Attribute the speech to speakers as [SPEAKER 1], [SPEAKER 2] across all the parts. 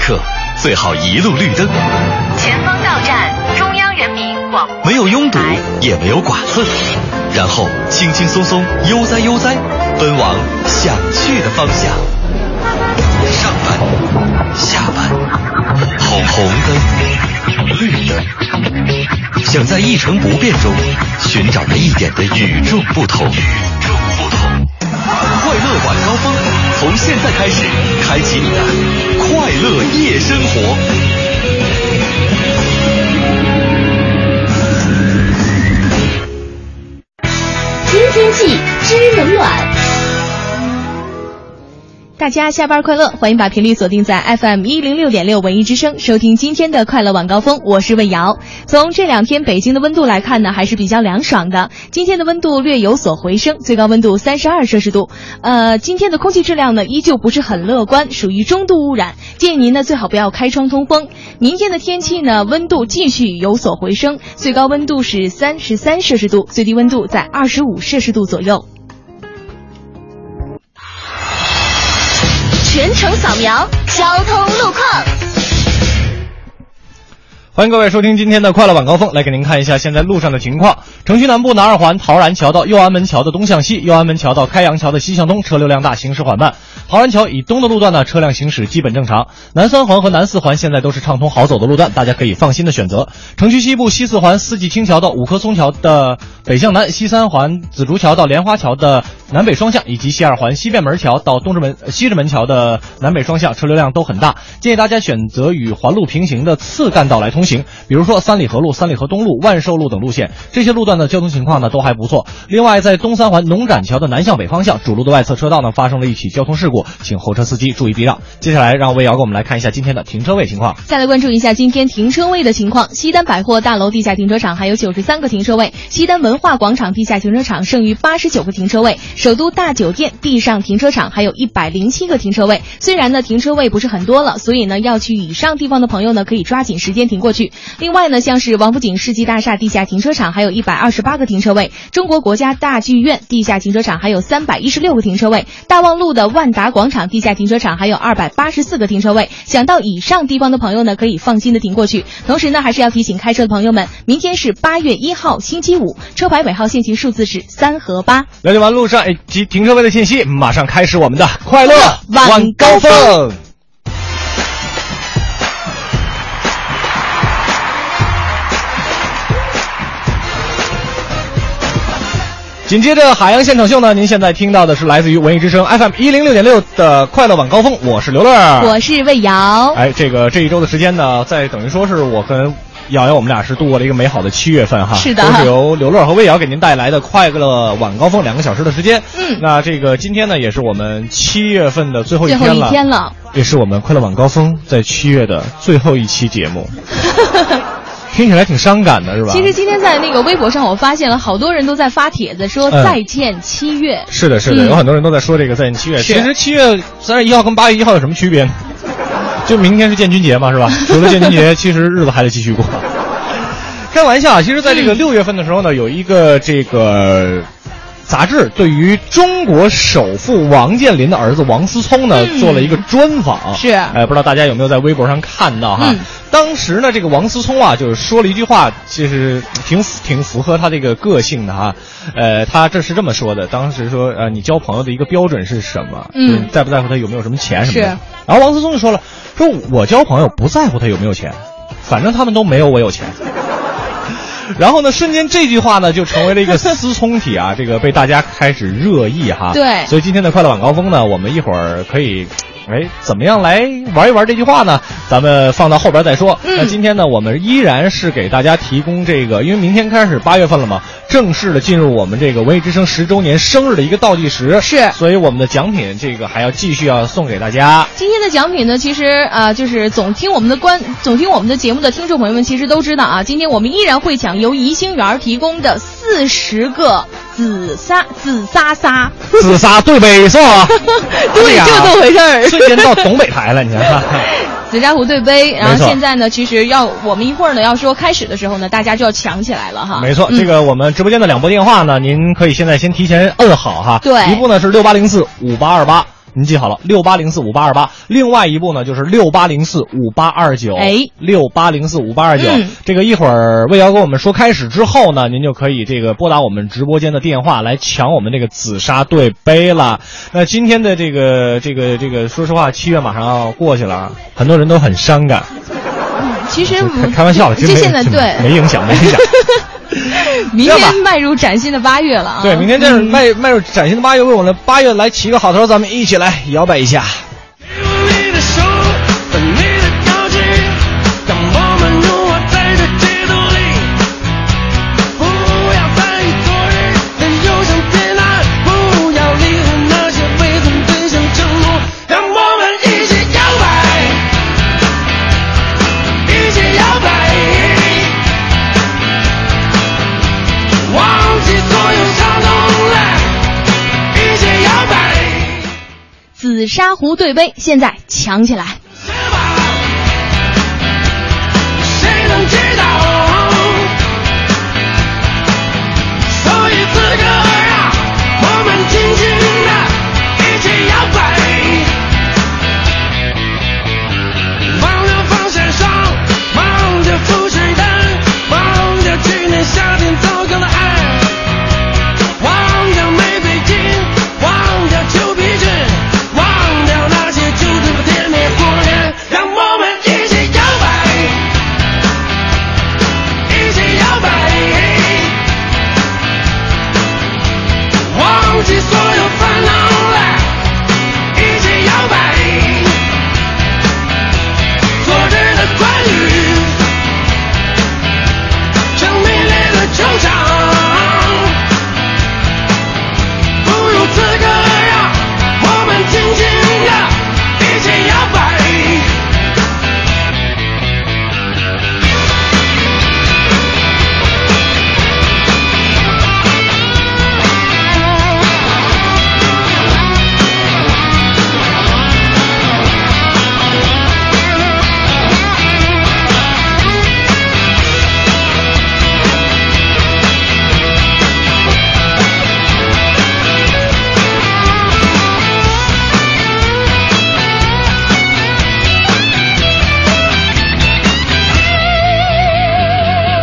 [SPEAKER 1] 客，最好一路绿灯。
[SPEAKER 2] 前方到站中央人民广播
[SPEAKER 1] 没有拥堵，也没有剐蹭，然后轻轻松松、悠哉悠哉，奔往想去的方向。上班，下班，红红灯，绿灯，想在一成不变中寻找那一点的与众不同。与众不同。快乐晚高峰，从现在开始，开启你的快乐夜生活。
[SPEAKER 3] 知天气，知冷暖。
[SPEAKER 4] 大家下班快乐！欢迎把频率锁定在 FM 一零六点六文艺之声，收听今天的快乐晚高峰，我是魏瑶。从这两天北京的温度来看呢，还是比较凉爽的。今天的温度略有所回升，最高温度三十二摄氏度。呃，今天的空气质量呢，依旧不是很乐观，属于中度污染。建议您呢，最好不要开窗通风。明天的天气呢，温度继续有所回升，最高温度是三十三摄氏度，最低温度在二十五摄氏度左右。
[SPEAKER 3] 全程扫描交通路况。
[SPEAKER 5] 欢迎各位收听今天的快乐晚高峰，来给您看一下现在路上的情况。城区南部南二环陶然桥到右安门桥的东向西，右安门桥到开阳桥的西向东，车流量大，行驶缓慢。陶然桥以东的路段呢，车辆行驶基本正常。南三环和南四环现在都是畅通好走的路段，大家可以放心的选择。城区西部西四环四季青桥到五棵松桥的北向南，西三环紫竹桥到莲花桥的南北双向，以及西二环西便门桥到东直门呃西直门桥的南北双向，车流量都很大。建议大家选择与环路平行的次干道来通行，比如说三里河路、三里河东路、万寿路等路线，这些路段的交通情况呢都还不错。另外，在东三环农展桥的南向北方向，主路的外侧车道呢发生了一起交通事故，请候车司机注意避让。接下来，让魏瑶给我们来看一下今天的停车位情况。
[SPEAKER 4] 再来关注一下今天停车位的情况。西单百货大楼地下停车场还有九十三个停车位，西单文化广场地下停车场剩余八十九个停车位，首都大酒店地上停车场还有一百零七个停车位。虽然呢停车位不是很多了，所以呢要去以上地方的朋友呢可以抓紧时间停过去。另外呢，像是王府井世纪大厦地下停车场还有一百二十八个停车位，中国国家大剧院地下停车场还有三百一十六个停车位，大望路的万达广场地下停车场还有二百八十四个停车位。想到以上地方的朋友呢，可以放心的停过去。同时呢，还是要提醒开车的朋友们，明天是八月一号星期五，车牌尾号限行数字是三和八。
[SPEAKER 5] 了解完路上以及停车位的信息，马上开始我们的快乐
[SPEAKER 4] 晚高
[SPEAKER 5] 峰。紧接着海洋现场秀呢，您现在听到的是来自于文艺之声 FM 一零六点六的快乐晚高峰，我是刘乐，
[SPEAKER 4] 我是魏瑶，
[SPEAKER 5] 哎，这个这一周的时间呢，在等于说是我跟瑶瑶，我们俩是度过了一个美好的七月份哈。
[SPEAKER 4] 是的
[SPEAKER 5] 都是由刘乐和魏瑶给您带来的快乐晚高峰两个小时的时间。
[SPEAKER 4] 嗯
[SPEAKER 5] 那这个今天呢，也是我们七月份的最后
[SPEAKER 4] 最
[SPEAKER 5] 一
[SPEAKER 4] 后
[SPEAKER 5] 天
[SPEAKER 4] 一
[SPEAKER 5] 了，
[SPEAKER 4] 天了，
[SPEAKER 5] 也是我们快乐晚高峰在七月的最后一期节目， 听起来挺伤感的是吧？
[SPEAKER 4] 其实今天在那个微博上，我发现了好多人都在发帖子说
[SPEAKER 5] 嗯
[SPEAKER 4] 再见七月。
[SPEAKER 5] 是的，是的，
[SPEAKER 4] 嗯
[SPEAKER 5] 有很多人都在说这个在七月。
[SPEAKER 4] 是
[SPEAKER 5] 其实七月三十一号跟八月一号有什么区别呢？就明天是建军节 嘛，是吧？除了建军节，其实日子还得继续过。开玩笑啊，其实在这
[SPEAKER 4] 嗯
[SPEAKER 5] 个六月份的时候呢，有一个这个。杂志对于中国首富王健林的儿子王思聪呢，
[SPEAKER 4] 嗯
[SPEAKER 5] 做了一个专访。
[SPEAKER 4] 是
[SPEAKER 5] 哎，不知道大家有没有在微博上看到哈？
[SPEAKER 4] 嗯
[SPEAKER 5] 当时呢，这个王思聪啊，就是说了一句话，其实挺挺符合他这个个性的哈。呃，他这是这么说的：当时说，呃，你交朋友的一个标准是什么？
[SPEAKER 4] 嗯
[SPEAKER 5] 就是在不在乎他有没有什么钱什么的。
[SPEAKER 4] 是
[SPEAKER 5] 然后王思聪就说了：说我交朋友不在乎他有没有钱，反正他们都没有我有钱。然后呢，瞬间这句话呢就成为了一个思聪体啊，这个被大家开始热议哈。
[SPEAKER 4] 对
[SPEAKER 5] 所以今天的快乐晚高峰呢，我们一会儿可以。哎，怎么样来玩一玩这句话呢？咱们放到后边再说。
[SPEAKER 4] 嗯
[SPEAKER 5] 那今天呢，我们依然是给大家提供这个，因为明天开始八月份了嘛，正式的进入我们这个文艺之声十周年生日的一个倒计时。
[SPEAKER 4] 是
[SPEAKER 5] 所以我们的奖品这个还要继续要送给 大家。
[SPEAKER 4] 今天的奖品呢，其实呃，就是总听我们的观，总听我们的节目的听众朋友们，其实都知道啊，今天我们依然会抢由宜兴园儿提供的四十个紫砂紫砂 砂，，
[SPEAKER 5] 自杀对北宋啊
[SPEAKER 4] 对，
[SPEAKER 5] 呀
[SPEAKER 4] 就这么回事儿。
[SPEAKER 5] 瞬间到东北台了，你看。
[SPEAKER 4] 紫砂壶对杯，然
[SPEAKER 5] 没
[SPEAKER 4] 后
[SPEAKER 5] 错
[SPEAKER 4] 现在呢，其实要我们一会儿呢要说开始的时候呢，大家就要抢起来了哈。
[SPEAKER 5] 没错，这
[SPEAKER 4] 个
[SPEAKER 5] 个我们直播间的两拨电话呢，您可以现在先提前摁好哈。
[SPEAKER 4] 对
[SPEAKER 5] 一部呢是六八零四五八二八。您记好了，六八零四五八二八。另外一部呢就是六八零四五八二九，
[SPEAKER 4] 哎，
[SPEAKER 5] 六八零四五八二九
[SPEAKER 4] 嗯。
[SPEAKER 5] 这个一会儿魏瑶跟我们说开始之后呢，您就可以这个拨打我们直播间的电话来抢我们这个紫砂对杯了。那今天的这个这个这个，说实话，七月马上要过去了，啊，很多人都很伤感。
[SPEAKER 4] 嗯其实
[SPEAKER 5] 开开玩笑的，其
[SPEAKER 4] 这
[SPEAKER 5] 实没
[SPEAKER 4] 现在对
[SPEAKER 5] 没影响，没影响。
[SPEAKER 4] 明
[SPEAKER 5] 这样
[SPEAKER 4] 天迈入崭新的八月了啊！
[SPEAKER 5] 对，明天这是迈迈入崭新的八月，为我们的八月来起个好头，咱们一起来摇摆一下。
[SPEAKER 6] 你的手和你的交集，让我们融化在这节奏里。不要在意昨日的忧伤艰难，不要理会那些未曾兑现承诺，让我们一起摇摆，一起摇摆，忘记所有伤痛来，一起摇摆。
[SPEAKER 4] 紫砂壶对杯，现在抢起来！
[SPEAKER 6] 是吧？谁能知道？所以此刻啊，我们轻轻的一起摇摆，忘了防晒霜，忘掉富士灯，忘掉去年夏天糟糕的爱。忘掉玫瑰金，忘掉旧皮裙，忘掉那些旧的甜蜜谎言，让我们一起摇摆，一起摇摆，忘记所有烦恼来，一起摇摆，昨日的关于，将美丽的球场。不如此刻让我们轻轻的一起摇摆。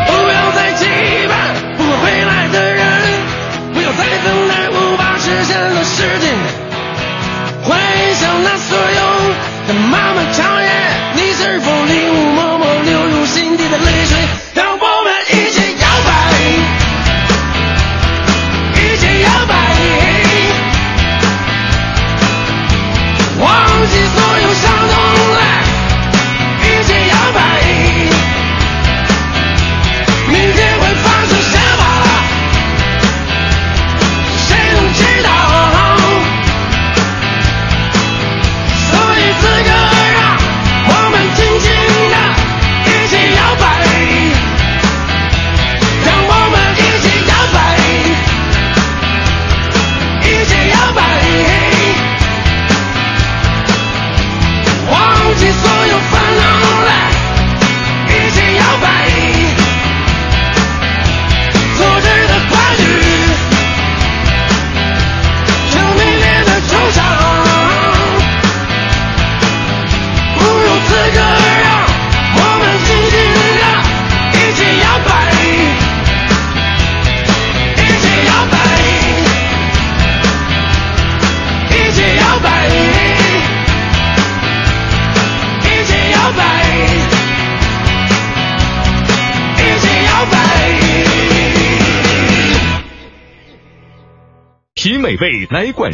[SPEAKER 6] 不要再期盼不会回来的人，不要再等待无法实现的事情。回想那所有的漫漫长夜，你是否领悟默默流入心底的泪水？让我们一起摇摆，一起摇摆，忘记所有伤痛来，一起摇摆。明天会发生什么？谁能知道？所以此刻让我们轻轻的一起摇摆，让我们一起摇摆，一起摇摆，忘记所有烦恼来，一起摇摆。昨日的关于，让明天的惆怅，不如此刻让我们轻轻的一起摇摆，一起摇摆，一起摇摆，一起摇摆。一起摇摆。
[SPEAKER 7] 品美味来管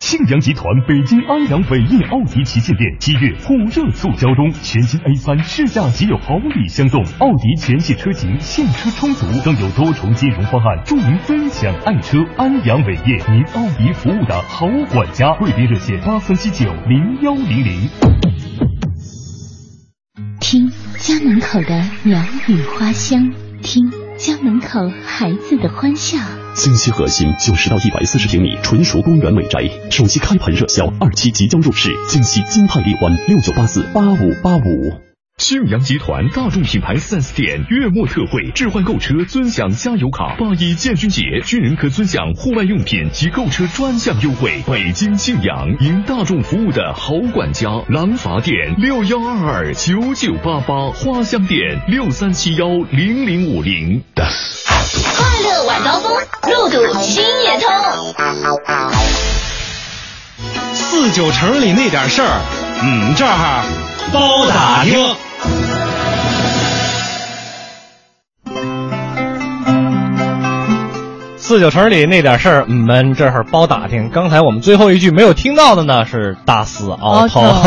[SPEAKER 7] 庆阳集团北京安阳伟业奥迪旗舰店七月火热促销中，全新 A 3试驾即有好礼相送，奥迪全系车型现车充足，更有多重金融方案助您分享爱车。安阳伟业，您奥迪服务的好管家，贵宾热线八三七九零幺零零。
[SPEAKER 8] 听江
[SPEAKER 3] 门口的鸟语花香，听家门口孩子的欢笑。
[SPEAKER 9] 京西核心九十到一百四十平米纯属公园美宅，首期开盘热销，二期即将入市。京西金泰荔湾六九八四八五八五。
[SPEAKER 10] 庆阳集团大众品牌 4S 店月末特惠，置换购车尊享加油卡。八一建军节，军人可尊享户外用品及购车专项优惠。北京庆阳，迎大众服务的好管家。廊坊店六幺二二九九八八，花乡店六三七幺零零五零。
[SPEAKER 3] 快乐晚高峰，路堵心也通。
[SPEAKER 11] 四九城里那点事儿，嗯，这儿包打听。
[SPEAKER 5] 四九城里那点事儿，我们这儿包打听。刚才我们最后一句没有听到的呢，是大四熬头
[SPEAKER 4] 熬。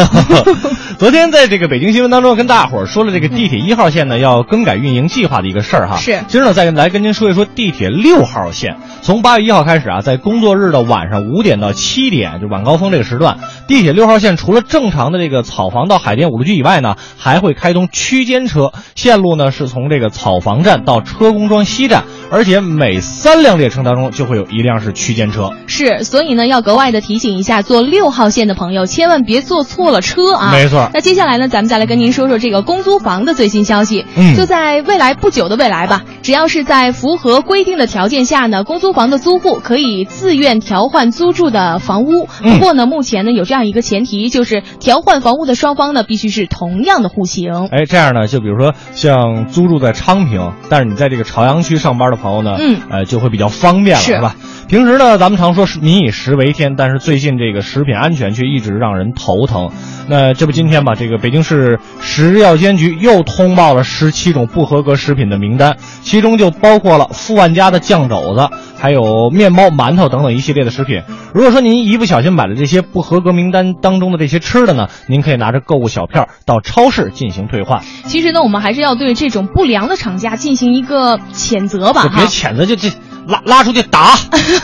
[SPEAKER 5] 昨天在这个北京新闻当中，跟大伙儿说了这个地铁一号线呢要更改运营计划的一个事儿哈。
[SPEAKER 4] 是
[SPEAKER 5] 今儿呢再来跟您说一说地铁六号线。从八月一号开始啊，在工作日的晚上五点到七点，就晚高峰这个时段，地铁六号线除了正常的这个草房到海淀五路居以外呢，还会开通区间车。线路呢是从这个草房站到车公庄西站，而且每三辆列车当中就会有一辆是区间车。
[SPEAKER 4] 是，所以呢，要格外的提醒一下坐六号线的朋友，千万别坐错了车啊！
[SPEAKER 5] 没错
[SPEAKER 4] 那接下来呢，咱们再来跟您说说这个公租房的最新消息。
[SPEAKER 5] 嗯
[SPEAKER 4] 就在未来不久的未来吧，只要是在符合规定的条件下呢，公租房的租户可以自愿调换租住的房屋。
[SPEAKER 5] 嗯
[SPEAKER 4] 不过呢，目前呢有这样一个前提，就是调换房屋的双方呢必须是同样的户型。
[SPEAKER 5] 哎，这样呢，就比如说像租住在昌平，但是你在这个朝阳区上班的朋友呢，
[SPEAKER 4] 嗯
[SPEAKER 5] 呃，就会比较方便了，
[SPEAKER 4] 是
[SPEAKER 5] 是吧？平时呢，咱们常说是民以食为天，但是最近这个食品安全却一直让人头疼。那这不今天吧，这个北京市食药监局又通报了十七种不合格食品的名单，其中就包括了富万家的酱肘子，还有面包、馒头等等一系列的食品。如果说您一不小心买了这些不合格名单当中的这些吃的呢，您可以拿着购物小票到超市进行退换。
[SPEAKER 4] 其实呢，我们还是要对这种不良的厂家进行一个谴责吧，
[SPEAKER 5] 就别
[SPEAKER 4] 哈。
[SPEAKER 5] 谴责，就这拉拉出去 打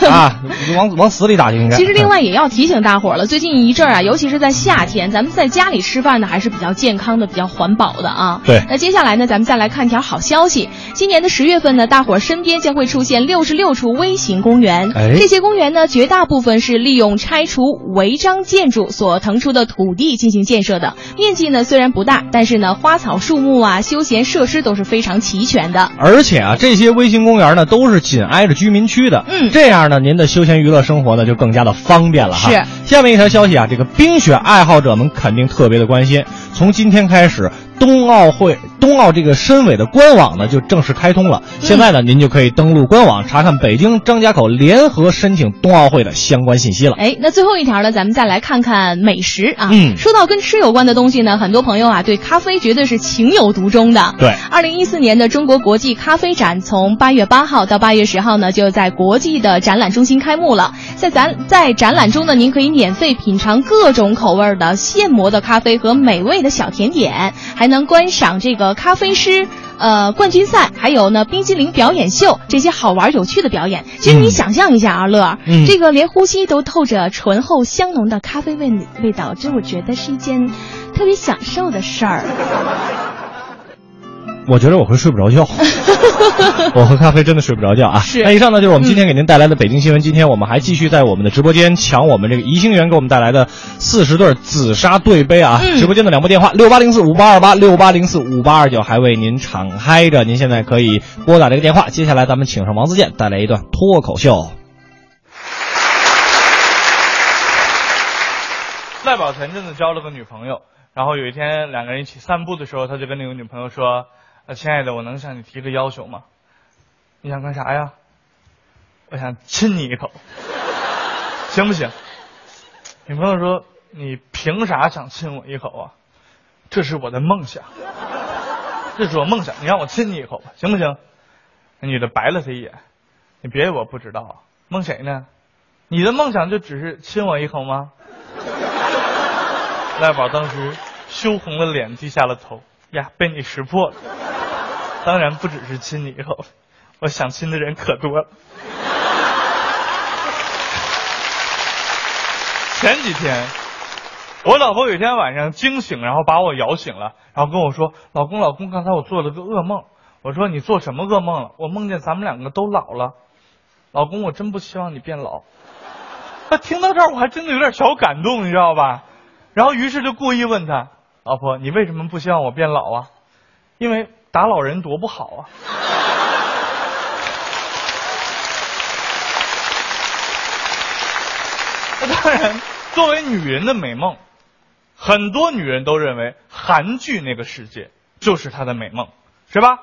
[SPEAKER 5] 啊，往往死里打就应该。
[SPEAKER 4] 其实，另外也要提醒大伙儿了，最近一阵儿啊，尤其是在夏天，咱们在家里吃饭呢，还是比较健康的、比较环保的啊。
[SPEAKER 5] 对
[SPEAKER 4] 那接下来呢，咱们再来看条好消息。今年的十月份呢，大伙儿身边将会出现六十六处微型公园。
[SPEAKER 5] 哎
[SPEAKER 4] 这些公园呢，绝大部分是利用拆除违章建筑所腾出的土地进行建设的。面积呢虽然不大，但是呢，花草树木啊、休闲设施都是非常齐全的。
[SPEAKER 5] 而且啊，这些微型公园呢都是紧挨着居民区的，
[SPEAKER 4] 嗯
[SPEAKER 5] 这样呢，您的休闲娱乐生活呢就更加的方便了哈。
[SPEAKER 4] 是。
[SPEAKER 5] 下面一条消息啊，这个冰雪爱好者们肯定特别的关心，从今天开始。冬奥会，冬奥这个申委的官网呢就正式开通了。
[SPEAKER 4] 嗯
[SPEAKER 5] 现在呢，您就可以登录官网查看北京张家口联合申请冬奥会的相关信息了。
[SPEAKER 4] 哎，那最后一条呢，咱们再来看看美食啊。
[SPEAKER 5] 嗯
[SPEAKER 4] 说到跟吃有关的东西呢，很多朋友啊对咖啡绝对是情有独钟的。
[SPEAKER 5] 对，
[SPEAKER 4] 二零一四年的中国国际咖啡展从八月八号到八月十号呢，就在国际的展览中心开幕了。在咱在展览中呢，您可以免费品尝各种口味儿的现磨的咖啡和美味的小甜点，还能观赏这个咖啡师。呃，冠军赛，还有呢，冰激凌表演秀这些好玩有趣的表演，其实你
[SPEAKER 5] 嗯
[SPEAKER 4] 想象一下啊，乐儿，
[SPEAKER 5] 嗯
[SPEAKER 4] 这个连呼吸都透着醇厚香浓的咖啡味味道，这我觉得是一件特别享受的事 儿。
[SPEAKER 5] 我觉得我会睡不着觉， 我喝咖啡真的睡不着觉啊。
[SPEAKER 4] 是
[SPEAKER 5] 那以上呢就是我们今天给您带来的北京新闻。今天我们还继续在我们的直播间抢我们这个宜兴园给我们带来的四十对紫砂对杯啊。
[SPEAKER 4] 嗯
[SPEAKER 5] 直播间的两部电话六八零四五八二八六八零四五八二九还为您敞开着，您现在可以拨打这个电话。接下来咱们请上王自健带来一段脱口秀。
[SPEAKER 12] 赖宝前阵子交了个女朋友，然后有一天两个人一起散步的时候，他就跟那个女朋友说：“呃，亲爱的，我能向你提个要求吗？你想干啥呀？我想亲你一口，行不行？”女朋友说：“你凭啥想亲我一口啊？这是我的梦想，这是我梦想，你让我亲你一口吧，行不行？”那女的白了他一眼：“你别以为我不知道啊，梦谁呢？你的梦想就只是亲我一口吗？”赖宝当时羞红了脸，低下了头。呀，被你识破了。当然不只是亲你一口，我想亲的人可多了。前几天，我老婆有一天晚上惊醒，然后把我摇醒了，然后跟我说：“老公，老公，刚才我做了个噩梦。”我说：“你做什么噩梦了？”我梦见咱们两个都老了。老公，我真不希望你变老。他听到这儿，我还真的有点小感动，你知道吧？然后于是就故意问他：“老婆，你为什么不希望我变老啊？”因为打老人多不好啊。那当然， 作为女人的美梦，很多女人都认为韩剧那个世界就是她的美梦，是吧？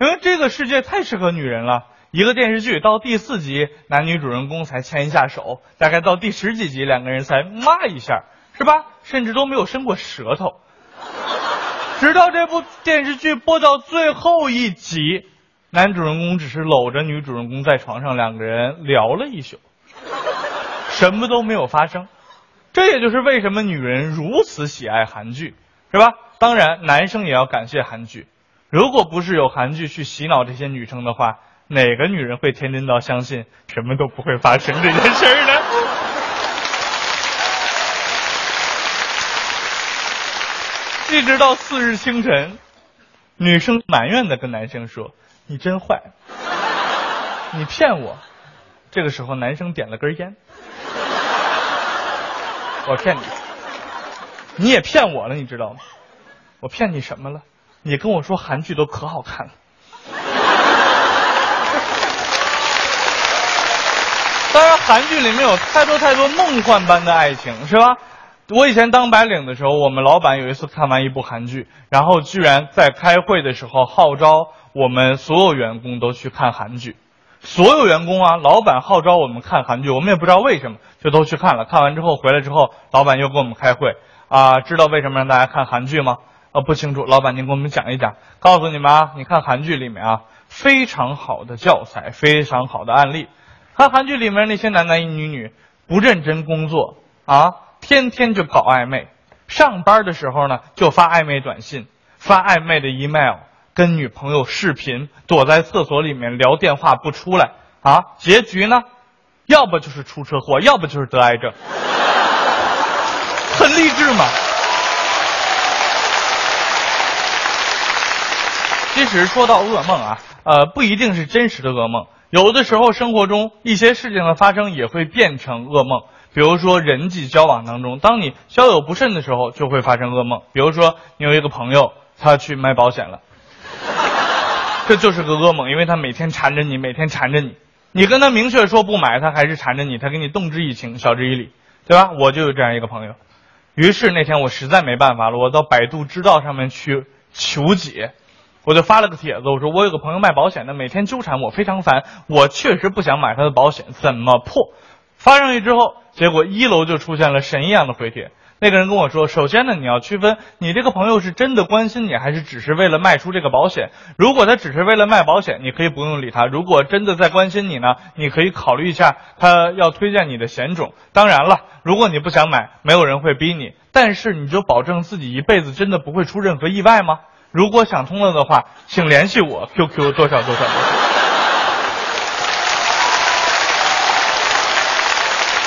[SPEAKER 12] 因为这个世界太适合女人了。一个电视剧到第四集，男女主人公才牵一下手，大概到第十几集，两个人才骂一下，是吧？甚至都没有伸过舌头。直到这部电视剧播到最后一集，男主人公只是搂着女主人公在床上，两个人聊了一宿，什么都没有发生。这也就是为什么女人如此喜爱韩剧，是吧？当然，男生也要感谢韩剧。如果不是有韩剧去洗脑这些女生的话，哪个女人会天真到相信什么都不会发生这件事儿呢？一直到次日清晨，女生埋怨的跟男生说：“你真坏，你骗我。”这个时候，男生点了根烟：“我骗你，你也骗我了，你知道吗？我骗你什么了？你跟我说韩剧都可好看了。”当然，韩剧里面有太多太多梦幻般的爱情，是吧？我以前当白领的时候，我们老板有一次看完一部韩剧，然后居然在开会的时候号召我们所有员工都去看韩剧，所有员工啊，老板号召我们看韩剧，我们也不知道为什么，就都去看了。看完之后回来之后，老板又跟我们开会啊，知道为什么让大家看韩剧吗？啊，不清楚。老板，您给我们讲一讲。告诉你们啊，你看韩剧里面啊，非常好的教材，非常好的案例。看韩剧里面那些男男女女不认真工作啊，天天就搞暧昧，上班的时候呢就发暧昧短信，发暧昧的 email，跟女朋友视频，躲在厕所里面聊电话不出来啊，结局呢，要不就是出车祸，要不就是得癌症， 很励志嘛。其实说到噩梦啊，呃，不一定是真实的噩梦，有的时候生活中一些事情的发生也会变成噩梦。比如说人际交往当中，当你交友不慎的时候，就会发生噩梦。比如说你有一个朋友，他去卖保险了，这就是个噩梦，因为他每天缠着你，每天缠着你，你跟他明确说不买，他还是缠着你，他给你动之以情，晓之以理，对吧？我就有这样一个朋友，于是那天我实在没办法了，我到百度知道上面去求解。我就发了个帖子，我说我有个朋友卖保险的，每天纠缠我，非常烦。我确实不想买他的保险，怎么破？发上去之后，结果一楼就出现了神一样的回帖。那个人跟我说，首先呢，你要区分你这个朋友是真的关心你，还是只是为了卖出这个保险。如果他只是为了卖保险，你可以不用理他；如果真的在关心你呢，你可以考虑一下他要推荐你的险种。当然了，如果你不想买，没有人会逼你，但是你就保证自己一辈子真的不会出任何意外吗？如果想通了的话，请联系我 QQ 多少多少。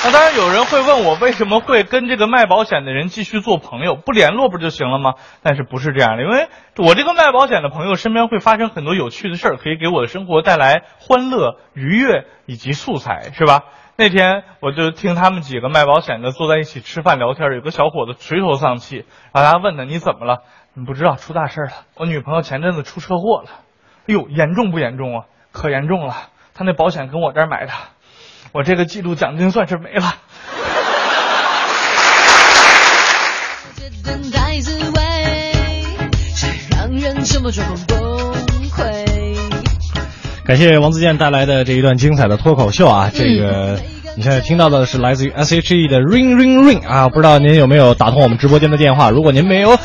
[SPEAKER 12] 那当然，有人会问我为什么会跟这个卖保险的人继续做朋友，不联络不就行了吗？但是不是这样的？因为我这个卖保险的朋友身边会发生很多有趣的事儿，可以给我的生活带来欢乐、愉悦以及素材，是吧？那天我就听他们几个卖保险的坐在一起吃饭聊天，有个小伙子垂头丧气，然后大家问他你怎么了？你不知道出大事了，我女朋友前阵子出车祸了，哎呦，严重不严重啊？可严重了，她那保险跟我这儿买的，我这个季度奖金算是没了。
[SPEAKER 13] 等待滋味，是让人什么时候崩溃？
[SPEAKER 5] 感谢王自健带来的这一段精彩的脱口秀
[SPEAKER 4] 嗯
[SPEAKER 5] 啊！这个你现在听到的是来自于 S.H.E 的 Ring Ring Ring 啊，不知道您有没有打通我们直播间的电话？如果您没有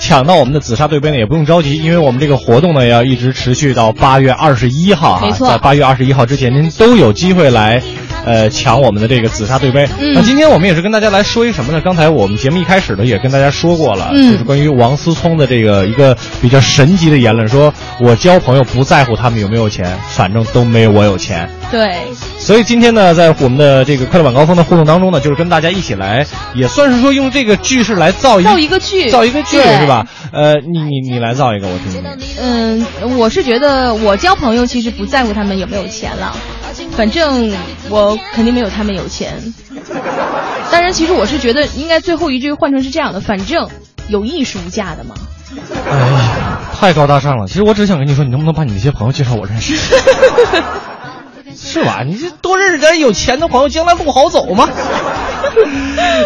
[SPEAKER 5] 抢到我们的紫砂对杯呢，也不用着急，因为我们这个活动呢要一直持续到八月二十一号啊，
[SPEAKER 4] 没错
[SPEAKER 5] 在八月二十一号之前，您都有机会来。呃抢我们的这个紫砂对杯。
[SPEAKER 14] 嗯
[SPEAKER 5] 那今天我们也是跟大家来说一什么呢？刚才我们节目一开始的也跟大家说过了，
[SPEAKER 14] 嗯
[SPEAKER 5] 就是关于王思聪的这个一个比较神级的言论，说我交朋友不在乎他们有没有钱，反正都没有我有钱。
[SPEAKER 4] 对，
[SPEAKER 5] 所以今天呢，在我们的这个快乐晚高峰的互动当中呢，就是跟大家一起来，也算是说用这个句式来造一
[SPEAKER 4] 造一个句
[SPEAKER 5] 造一个句
[SPEAKER 4] 对
[SPEAKER 5] 是吧？呃，你你你来造一个，我听听。
[SPEAKER 4] 嗯，我是觉得我交朋友其实不在乎他们有没有钱了，反正我肯定没有他们有钱。当然，其实我是觉得应该最后一句换成是这样的，反正有艺术无价的嘛。
[SPEAKER 5] 哎呀，太高大上了。其实我只想跟你说，你能不能把你那些朋友介绍我 认识？是吧？你这多认识点有钱的朋友，将来路好走嘛。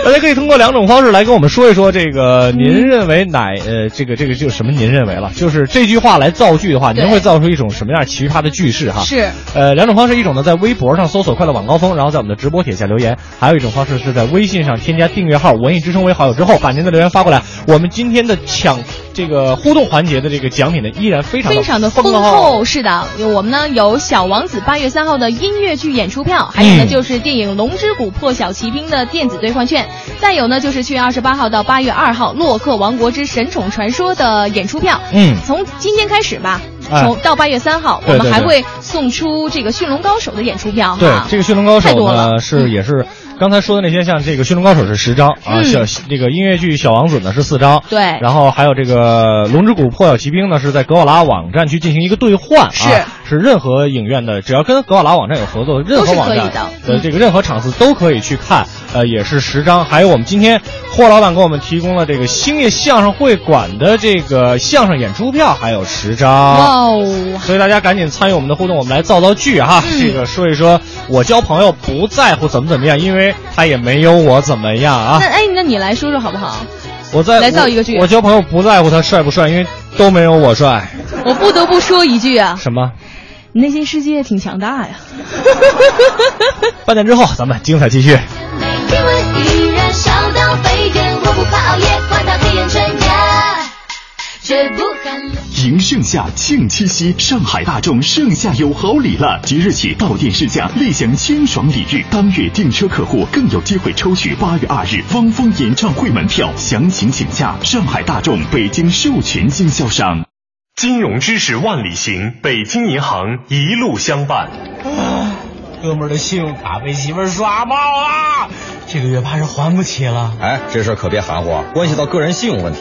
[SPEAKER 5] 大家可以通过两种方式来跟我们说一说，这个您认为哪呃，这个这个就是什么？您认为了，就是这句话来造句的话，您会造出一种什么样奇葩的句式
[SPEAKER 13] 啊
[SPEAKER 5] 哈？
[SPEAKER 4] 是。
[SPEAKER 5] 呃，两种方式，一种呢在微博上搜索“快乐晚高峰”，然后在我们的直播帖下留言；还有一种方式是在微信上添加订阅号“文艺之声”为好友之后，把您的留言发过来。我们今天的抢这个互动环节的这个奖品呢，依然非常
[SPEAKER 4] 非常的丰
[SPEAKER 5] 丰
[SPEAKER 4] 厚，是的，有我们呢有《小王子》八月三号的音乐剧演出票，还有呢、
[SPEAKER 5] 嗯
[SPEAKER 4] 就是电影《龙之谷：破晓奇兵》的电子兑换券，再有呢就是七月二十八号到八月二号《洛克王国之神宠传说》的演出票。
[SPEAKER 5] 嗯
[SPEAKER 4] 从今天开始吧，
[SPEAKER 5] 哎
[SPEAKER 4] 从到八月三号，
[SPEAKER 5] 对
[SPEAKER 4] 我们还
[SPEAKER 5] 对
[SPEAKER 4] 会送出这个《驯龙高手》的演出票
[SPEAKER 5] 对
[SPEAKER 4] 哈，。
[SPEAKER 5] 这个《驯龙高手
[SPEAKER 4] 啊太》多了
[SPEAKER 5] 呢是也是刚才说的那些，像这个《驯龙高手》是十张啊，
[SPEAKER 4] 嗯
[SPEAKER 5] 小这个音乐剧《小王子》呢是四张，
[SPEAKER 4] 对
[SPEAKER 5] 然后还有这个《龙之谷破晓奇兵》呢是在格瓦拉网站去进行一个兑换啊，
[SPEAKER 4] 是
[SPEAKER 5] 是任何影院的，只要跟格瓦拉网站有合作，任何网
[SPEAKER 4] 都是可
[SPEAKER 5] 站
[SPEAKER 4] 以的
[SPEAKER 5] 呃
[SPEAKER 4] 嗯
[SPEAKER 5] 这个任何场次都可以去看，呃也是十张，还有我们今天霍老板给我们提供了这个星夜相声会馆的这个相声演出票，还有十张，
[SPEAKER 4] 哇嗯哦，
[SPEAKER 5] 所以大家赶紧参与我们的互动，我们来造造句哈、这个说一说，我交朋友不在乎怎么怎么样，因为他也没有我怎么样啊
[SPEAKER 4] 那。哎，那你来说说好不好？
[SPEAKER 5] 我在
[SPEAKER 4] 来造一个句啊
[SPEAKER 5] 我，我交朋友不在乎他帅不帅，因为都没有我帅。
[SPEAKER 4] 我不得不说一句啊，
[SPEAKER 5] 什么？
[SPEAKER 4] 你内心世界挺强大呀。
[SPEAKER 5] 半点之后咱们精彩继续。
[SPEAKER 6] 天文依然烧到沸腾，我不怕熬夜，管他黑眼圈呀，绝不喊。
[SPEAKER 9] 迎盛夏，庆七夕，上海大众盛夏有好礼了！即日起到店试驾，立享清爽礼遇。当月订车客户更有机会抽取八月二日汪峰演唱会门票，详情请洽上海大众北京授权经销商。
[SPEAKER 7] 金融知识万里行，北京银行一路相伴。
[SPEAKER 15] 哥们儿的信用卡被媳妇儿刷爆了，这个月怕是还不起了。
[SPEAKER 16] 哎，这事儿可别含糊，啊，关系到个人信用问题。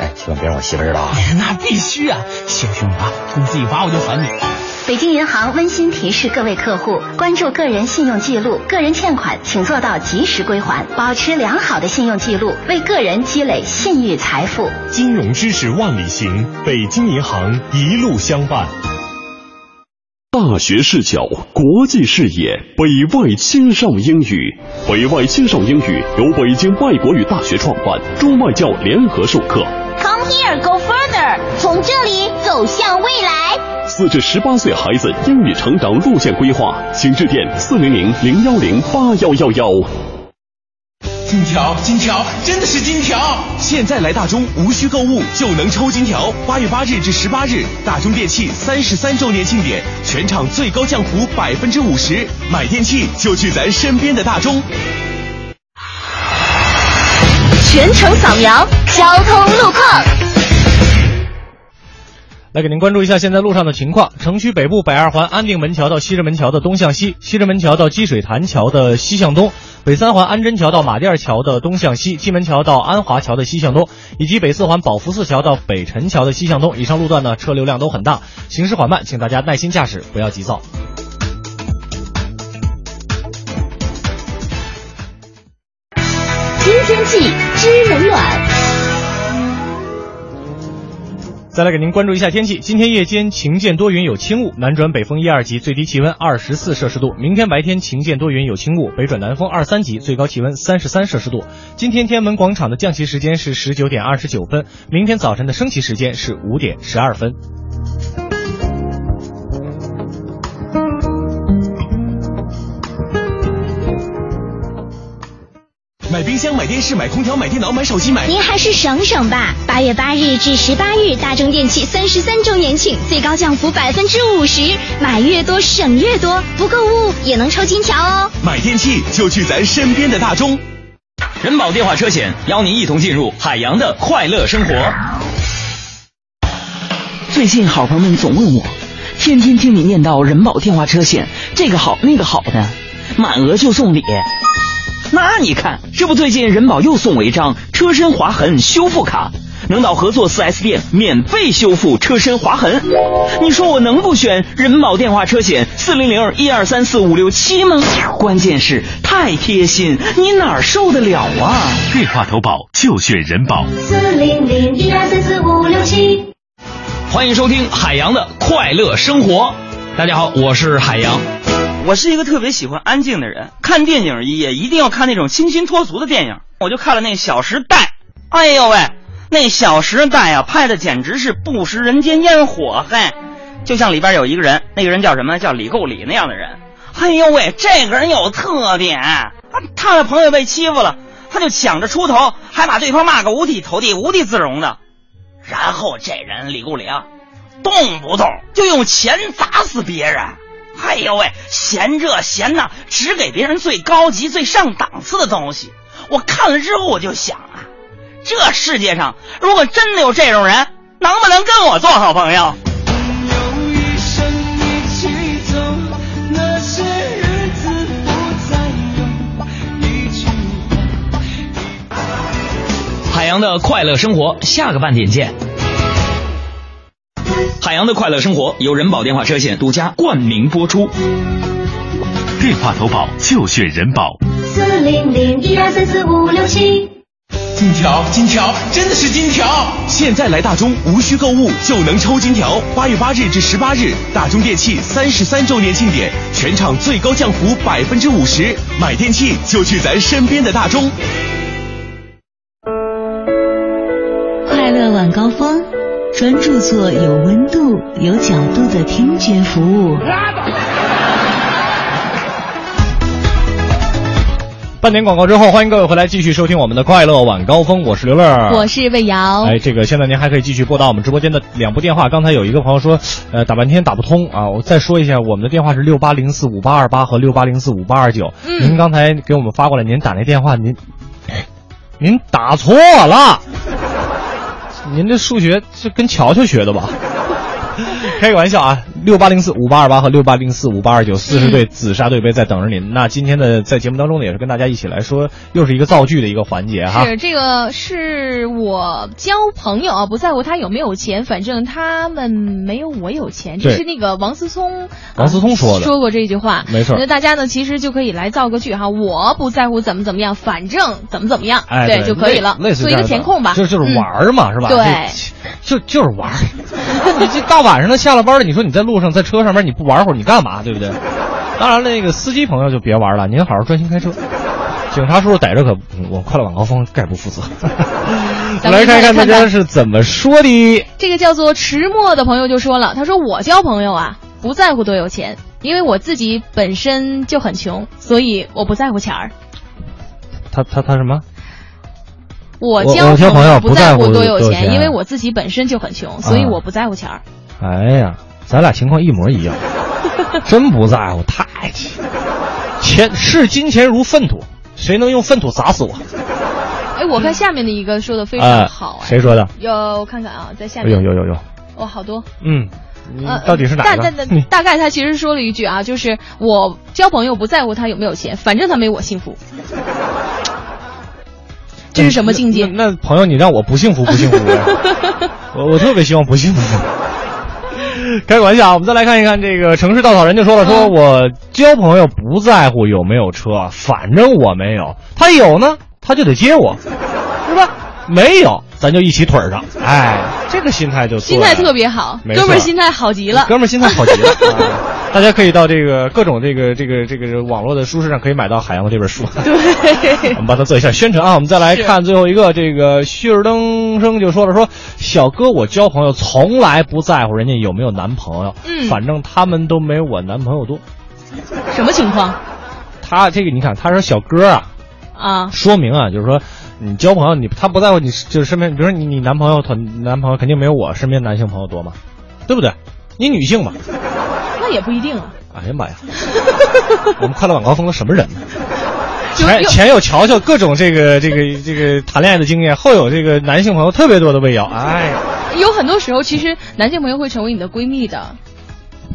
[SPEAKER 16] 哎，千万别让我媳妇儿知道啊。
[SPEAKER 15] 那必须啊，小兄弟啊，你自己发我就还你。
[SPEAKER 17] 北京银行温馨提示各位客户，关注个人信用记录，个人欠款请做到及时归还，保持良好的信用记录，为个人积累信誉财富。
[SPEAKER 7] 金融知识万里行，北京银行一路相伴。
[SPEAKER 9] 大学视角，国际视野，北外青少英语。北外青少英语由北京外国语大学创办，中外教联合授课。
[SPEAKER 8] Come here, go further，从这里走向未来。
[SPEAKER 9] 四至十八岁孩子英语成长路线规划，请致电四零零零幺零八幺幺幺。
[SPEAKER 18] 金条，金条，真的是金条！现在来大中，无需购物就能抽金条。八月八日至十八日，大中电器三十三周年庆典，全场最高降幅百分之五十，买电器就去咱身边的大中。
[SPEAKER 8] 全程扫描交通路况。
[SPEAKER 5] 来给您关注一下现在路上的情况。城区北部北二环安定门桥到西直门桥的东向西，西直门桥到积水潭桥的西向东，北三环安贞桥到马甸桥的东向西，金门桥到安华桥的西向东，以及北四环保福寺桥到北辰桥的西向东。以上路段呢，车流量都很大，行驶缓慢，请大家耐心驾驶，不要急躁。
[SPEAKER 8] 听天气知冷暖。
[SPEAKER 5] 再来给您关注一下天气，今天夜间晴见多云有轻雾，南转北风一二级，最低气温二十四摄氏度；明天白天晴见多云有轻雾，北转南风二三级，最高气温三十三摄氏度。今天天安门广场的降旗时间是十九点二十九分，明天早晨的升旗时间是五点十二分。
[SPEAKER 18] 买冰箱、买电视、买空调、买电脑、买手机、买。
[SPEAKER 19] 您还是省省吧。八月八日至十八日，大中电器三十三周年庆，最高降幅百分之五十，买越多省越多，不购物也能抽金条哦。
[SPEAKER 18] 买电器就去咱身边的大中。
[SPEAKER 20] 人保电话车险邀您一同进入海洋的快乐生活。
[SPEAKER 21] 最近好朋友们总问我，天天听你念叨人保电话车险，这个好那个好的，满额就送礼。那你看，这不最近人保又送我一张车身划痕修复卡，能到合作 4S 店免费修复车身划痕。你说我能不选人保电话车险四零零一二三四五六七吗？关键是太贴心，你哪儿受得了啊？
[SPEAKER 18] 电话投保就选人保。
[SPEAKER 22] 四零零一二三四五六七。
[SPEAKER 20] 欢迎收听海洋的快乐生活。大家好，我是海洋。
[SPEAKER 23] 我是一个特别喜欢安静的人，看电影也一定要看那种清新脱俗的电影。我就看了那《小时代》，哎呦喂，那《小时代》啊，拍的简直是不食人间烟火，嘿，就像里边有一个人，那个人叫什么？叫李够李那样的人。哎呦喂，这个人有特点，啊他的朋友被欺负了，他就抢着出头，还把对方骂个五体投地、无地自容的。然后这人李够李啊，动不动就用钱砸死别人。哎呦喂，嫌这嫌那，只给别人最高级、最上档次的东西。我看了之后我就想啊，这世界上如果真的有这种人，能不能跟我做好朋友？
[SPEAKER 24] 有一生一起走，那些日子不再有。一句
[SPEAKER 20] 海洋的快乐生活，下个半点见。海洋的快乐生活由人保电话车险独家冠名播出。
[SPEAKER 18] 电话投保就选人保。
[SPEAKER 22] 四零零一二三四五六七。
[SPEAKER 25] 金条，金条，真的是金条！
[SPEAKER 18] 现在来大中，无需购物就能抽金条。八月八日至十八日，大中电器三十三周年庆典，全场最高降幅百分之五十，买电器就去咱身边的大中。
[SPEAKER 3] 快乐晚高峰，专注做有温度、有角度的听觉服务。
[SPEAKER 5] 半点广告之后，欢迎各位回来继续收听我们的快乐晚高峰，我是刘乐儿，
[SPEAKER 4] 我是魏瑶。
[SPEAKER 5] 哎，这个现在您还可以继续拨打我们直播间的两部电话。刚才有一个朋友说，呃，打半天打不通啊，我再说一下，我们的电话是六八零四五八二八和六八零四五八二九。
[SPEAKER 4] 嗯
[SPEAKER 5] 您刚才给我们发过来，您打那电话，您您打错了，您这数学是跟乔乔学的吧？ 开个玩笑啊，六八零四五八二八和六八零四五八二九四十对紫砂对杯在等着您。那今天的在节目当中呢，也是跟大家一起来说，又是一个造句的一个环节哈。
[SPEAKER 4] 是这个是我交朋友啊，不在乎他有没有钱，反正他们没有我有钱。这
[SPEAKER 5] 对
[SPEAKER 4] 是那个王思聪，啊
[SPEAKER 5] 王思聪说的
[SPEAKER 4] 说过这句话，
[SPEAKER 5] 没错
[SPEAKER 4] 那大家呢，其实就可以来造个句哈，我不在乎怎么怎么样，反正怎么怎么样，
[SPEAKER 5] 哎，
[SPEAKER 4] 就可以了
[SPEAKER 5] 类类，似
[SPEAKER 4] 做
[SPEAKER 5] 这
[SPEAKER 4] 一个
[SPEAKER 5] 样的
[SPEAKER 4] 填空吧，
[SPEAKER 5] 就就是
[SPEAKER 4] 嗯
[SPEAKER 5] 玩儿嘛，是吧？
[SPEAKER 4] 对，
[SPEAKER 5] 就就就是玩儿。 你这大晚上的下了班了，你说你在路上在车上面你不玩会儿你干嘛，对不对？当然了，那个司机朋友就别玩了，您好好专心开车。警察叔叔逮着可，嗯我快乐晚高峰概不负责。我
[SPEAKER 4] 咱们
[SPEAKER 5] 来看一看大
[SPEAKER 4] 看看
[SPEAKER 5] 家是怎么说的。
[SPEAKER 4] 这个叫做迟墨的朋友就说了，他说我交朋友啊，不在乎多有钱，因为我自己本身就很穷，所以我不在乎钱儿。
[SPEAKER 5] 他他他什么？
[SPEAKER 4] 我
[SPEAKER 5] 我
[SPEAKER 4] 交
[SPEAKER 5] 我交朋友
[SPEAKER 4] 不
[SPEAKER 5] 不在
[SPEAKER 4] 乎
[SPEAKER 5] 乎
[SPEAKER 4] 多
[SPEAKER 5] 多有
[SPEAKER 4] 钱，
[SPEAKER 5] 钱
[SPEAKER 4] 因为我自己本身就很穷，所以
[SPEAKER 5] 啊
[SPEAKER 4] 我不在乎 钱儿。
[SPEAKER 5] 哎呀，咱俩情况一模 一样，真不在乎，太钱视金钱如粪土，谁能用粪土砸死我？
[SPEAKER 4] 哎，我看下面的一个说的非
[SPEAKER 5] 哎
[SPEAKER 4] 常好，哎，
[SPEAKER 5] 谁说的？哎
[SPEAKER 4] 有我看看啊，在下面
[SPEAKER 5] 有有有有，
[SPEAKER 4] 哇、好多。
[SPEAKER 5] 嗯，你
[SPEAKER 4] 呃，
[SPEAKER 5] 到底是哪
[SPEAKER 4] 大
[SPEAKER 5] 个
[SPEAKER 4] 大？ 大大概他其实说了一句啊，就是我交朋友不在乎他有没有钱，反正他没我幸福。这是什么境界？
[SPEAKER 5] 那那朋友，你让我不幸福 不幸福呗？我我特别希望不幸福。开个玩笑啊，我们再来看一看这个城市稻草人就说了，
[SPEAKER 4] 嗯
[SPEAKER 5] 说我交朋友不在乎有没有车，反正我没有，他有呢，他就得接我，是吧？没有，咱就一起腿儿上。哎，这个心态就做
[SPEAKER 4] 心态
[SPEAKER 5] 了
[SPEAKER 4] 特别好，
[SPEAKER 5] 没
[SPEAKER 4] 哥们儿
[SPEAKER 5] 错
[SPEAKER 4] 心态好极了，
[SPEAKER 5] 哥们儿心态好极 了。啊大家可以到这个各种这个这个这个网络的书市上可以买到《海洋》的这本书。
[SPEAKER 4] 对，
[SPEAKER 5] 我们帮他做一下宣传啊。我们再来看最后一个，这个旭日登生就说了说，小哥，我交朋友从来不在乎人家有没有男朋友，
[SPEAKER 4] 嗯
[SPEAKER 5] 反正他们都没有我男朋友多。
[SPEAKER 4] 什么情况
[SPEAKER 5] 他这个你看，他说小哥啊，
[SPEAKER 4] 啊？
[SPEAKER 5] 说明啊，就是说你交朋友，你他不在乎你就是身边，比如说你你男朋友他男朋友肯定没有我身边男性朋友多嘛，对不对？你女性嘛，
[SPEAKER 4] 那也不一定啊。
[SPEAKER 5] 哎呀妈呀， 我们快乐晚高峰都什么人呢？
[SPEAKER 4] 有
[SPEAKER 5] 前
[SPEAKER 4] 有
[SPEAKER 5] 前有乔乔各种这个这个这个谈恋爱的经验，后有这个男性朋友特别多的魏瑶，哎呀，
[SPEAKER 4] 有很多时候，其实男性朋友会成为你的闺蜜的，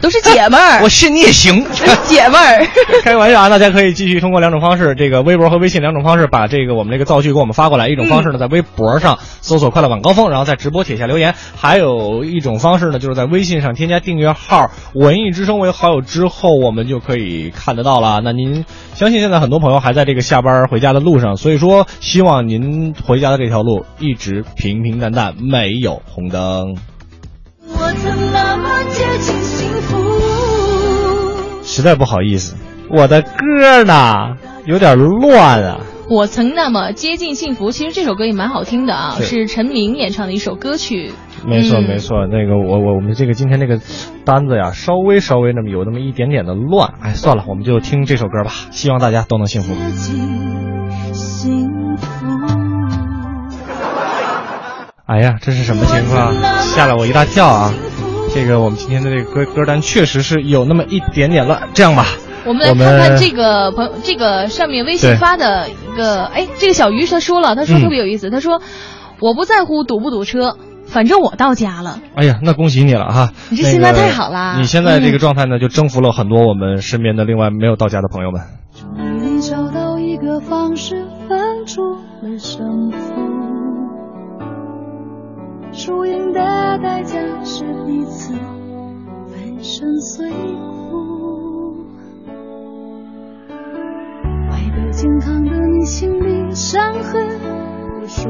[SPEAKER 4] 都是姐们儿。
[SPEAKER 5] 我信你也 行，
[SPEAKER 4] 姐们儿。
[SPEAKER 5] 开玩笑啊，大家可以继续通过两种方式，这个微博和微信两种方式把这个我们这个造句给我们发过来。一种
[SPEAKER 4] 嗯
[SPEAKER 5] 方式呢，在微博上搜索“快乐晚高峰”，然后在直播帖下留言；还有一种方式呢，就是在微信上添加订阅号“文艺之声”为好友之后，我们就可以看得到了。那您相信现在很多朋友还在这个下班回家的路上，所以说希望您回家的这条路一直平平淡淡，没有红灯。
[SPEAKER 24] 我曾那么接近幸福，
[SPEAKER 5] 实在不好意思，我的歌呢有点乱啊。
[SPEAKER 4] 我曾那么接近幸福，其实这首歌也蛮好听的啊，
[SPEAKER 5] 是
[SPEAKER 4] 是陈明演唱的一首歌曲。
[SPEAKER 5] 没错，
[SPEAKER 4] 嗯
[SPEAKER 5] 没错，那个我我我们这个今天这个单子呀，稍微稍微那么有那么一点点的乱，哎，算了，我们就听这首歌吧，希望大家都能幸福。
[SPEAKER 24] 幸福。
[SPEAKER 5] 哎呀，这是什么情况？吓了我一大跳啊！这个我们今天的这个歌歌单确实是有那么一点点乱，这样吧，
[SPEAKER 4] 我们来看看这个朋友，这个上面微信发的一个，哎，这个小鱼他说了，他说
[SPEAKER 5] 嗯
[SPEAKER 4] 特别有意思，他说我不在乎堵不堵车，反正我到家了。
[SPEAKER 5] 哎呀，那恭喜你了哈！
[SPEAKER 4] 你这
[SPEAKER 5] 那
[SPEAKER 4] 心态
[SPEAKER 5] 个
[SPEAKER 4] 太好啦
[SPEAKER 5] 你现在这个
[SPEAKER 4] 嗯
[SPEAKER 5] 状态呢，就征服了很多我们身边的另外没有到家的朋友们。
[SPEAKER 6] 你找到一个方式分出了胜负，输赢的代价是彼此粉身碎骨。外表健康的你，心里伤痕无数。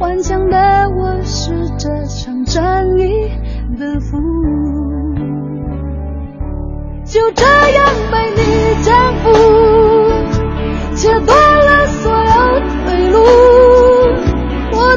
[SPEAKER 6] 顽强的我是这场战役的俘虏。就这样被你征服，切断了所有退路。我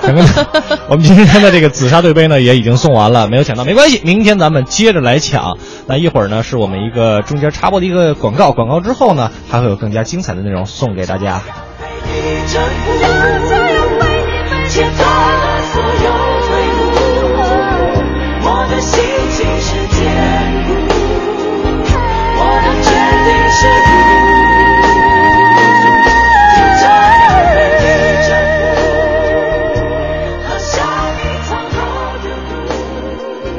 [SPEAKER 5] 整个 我们今天的这个紫砂对杯呢也已经送完了，没有抢到没关系，明天咱们接着来抢。那一会儿呢是我们一个中间插播的一个广告，广告之后呢还会有更加精彩的内容送给大家。
[SPEAKER 24] 征服，就这样为你切断了所有退路。我的心情是坚固，我的决定是糊涂，就这样被你征服，喝下你藏好的毒，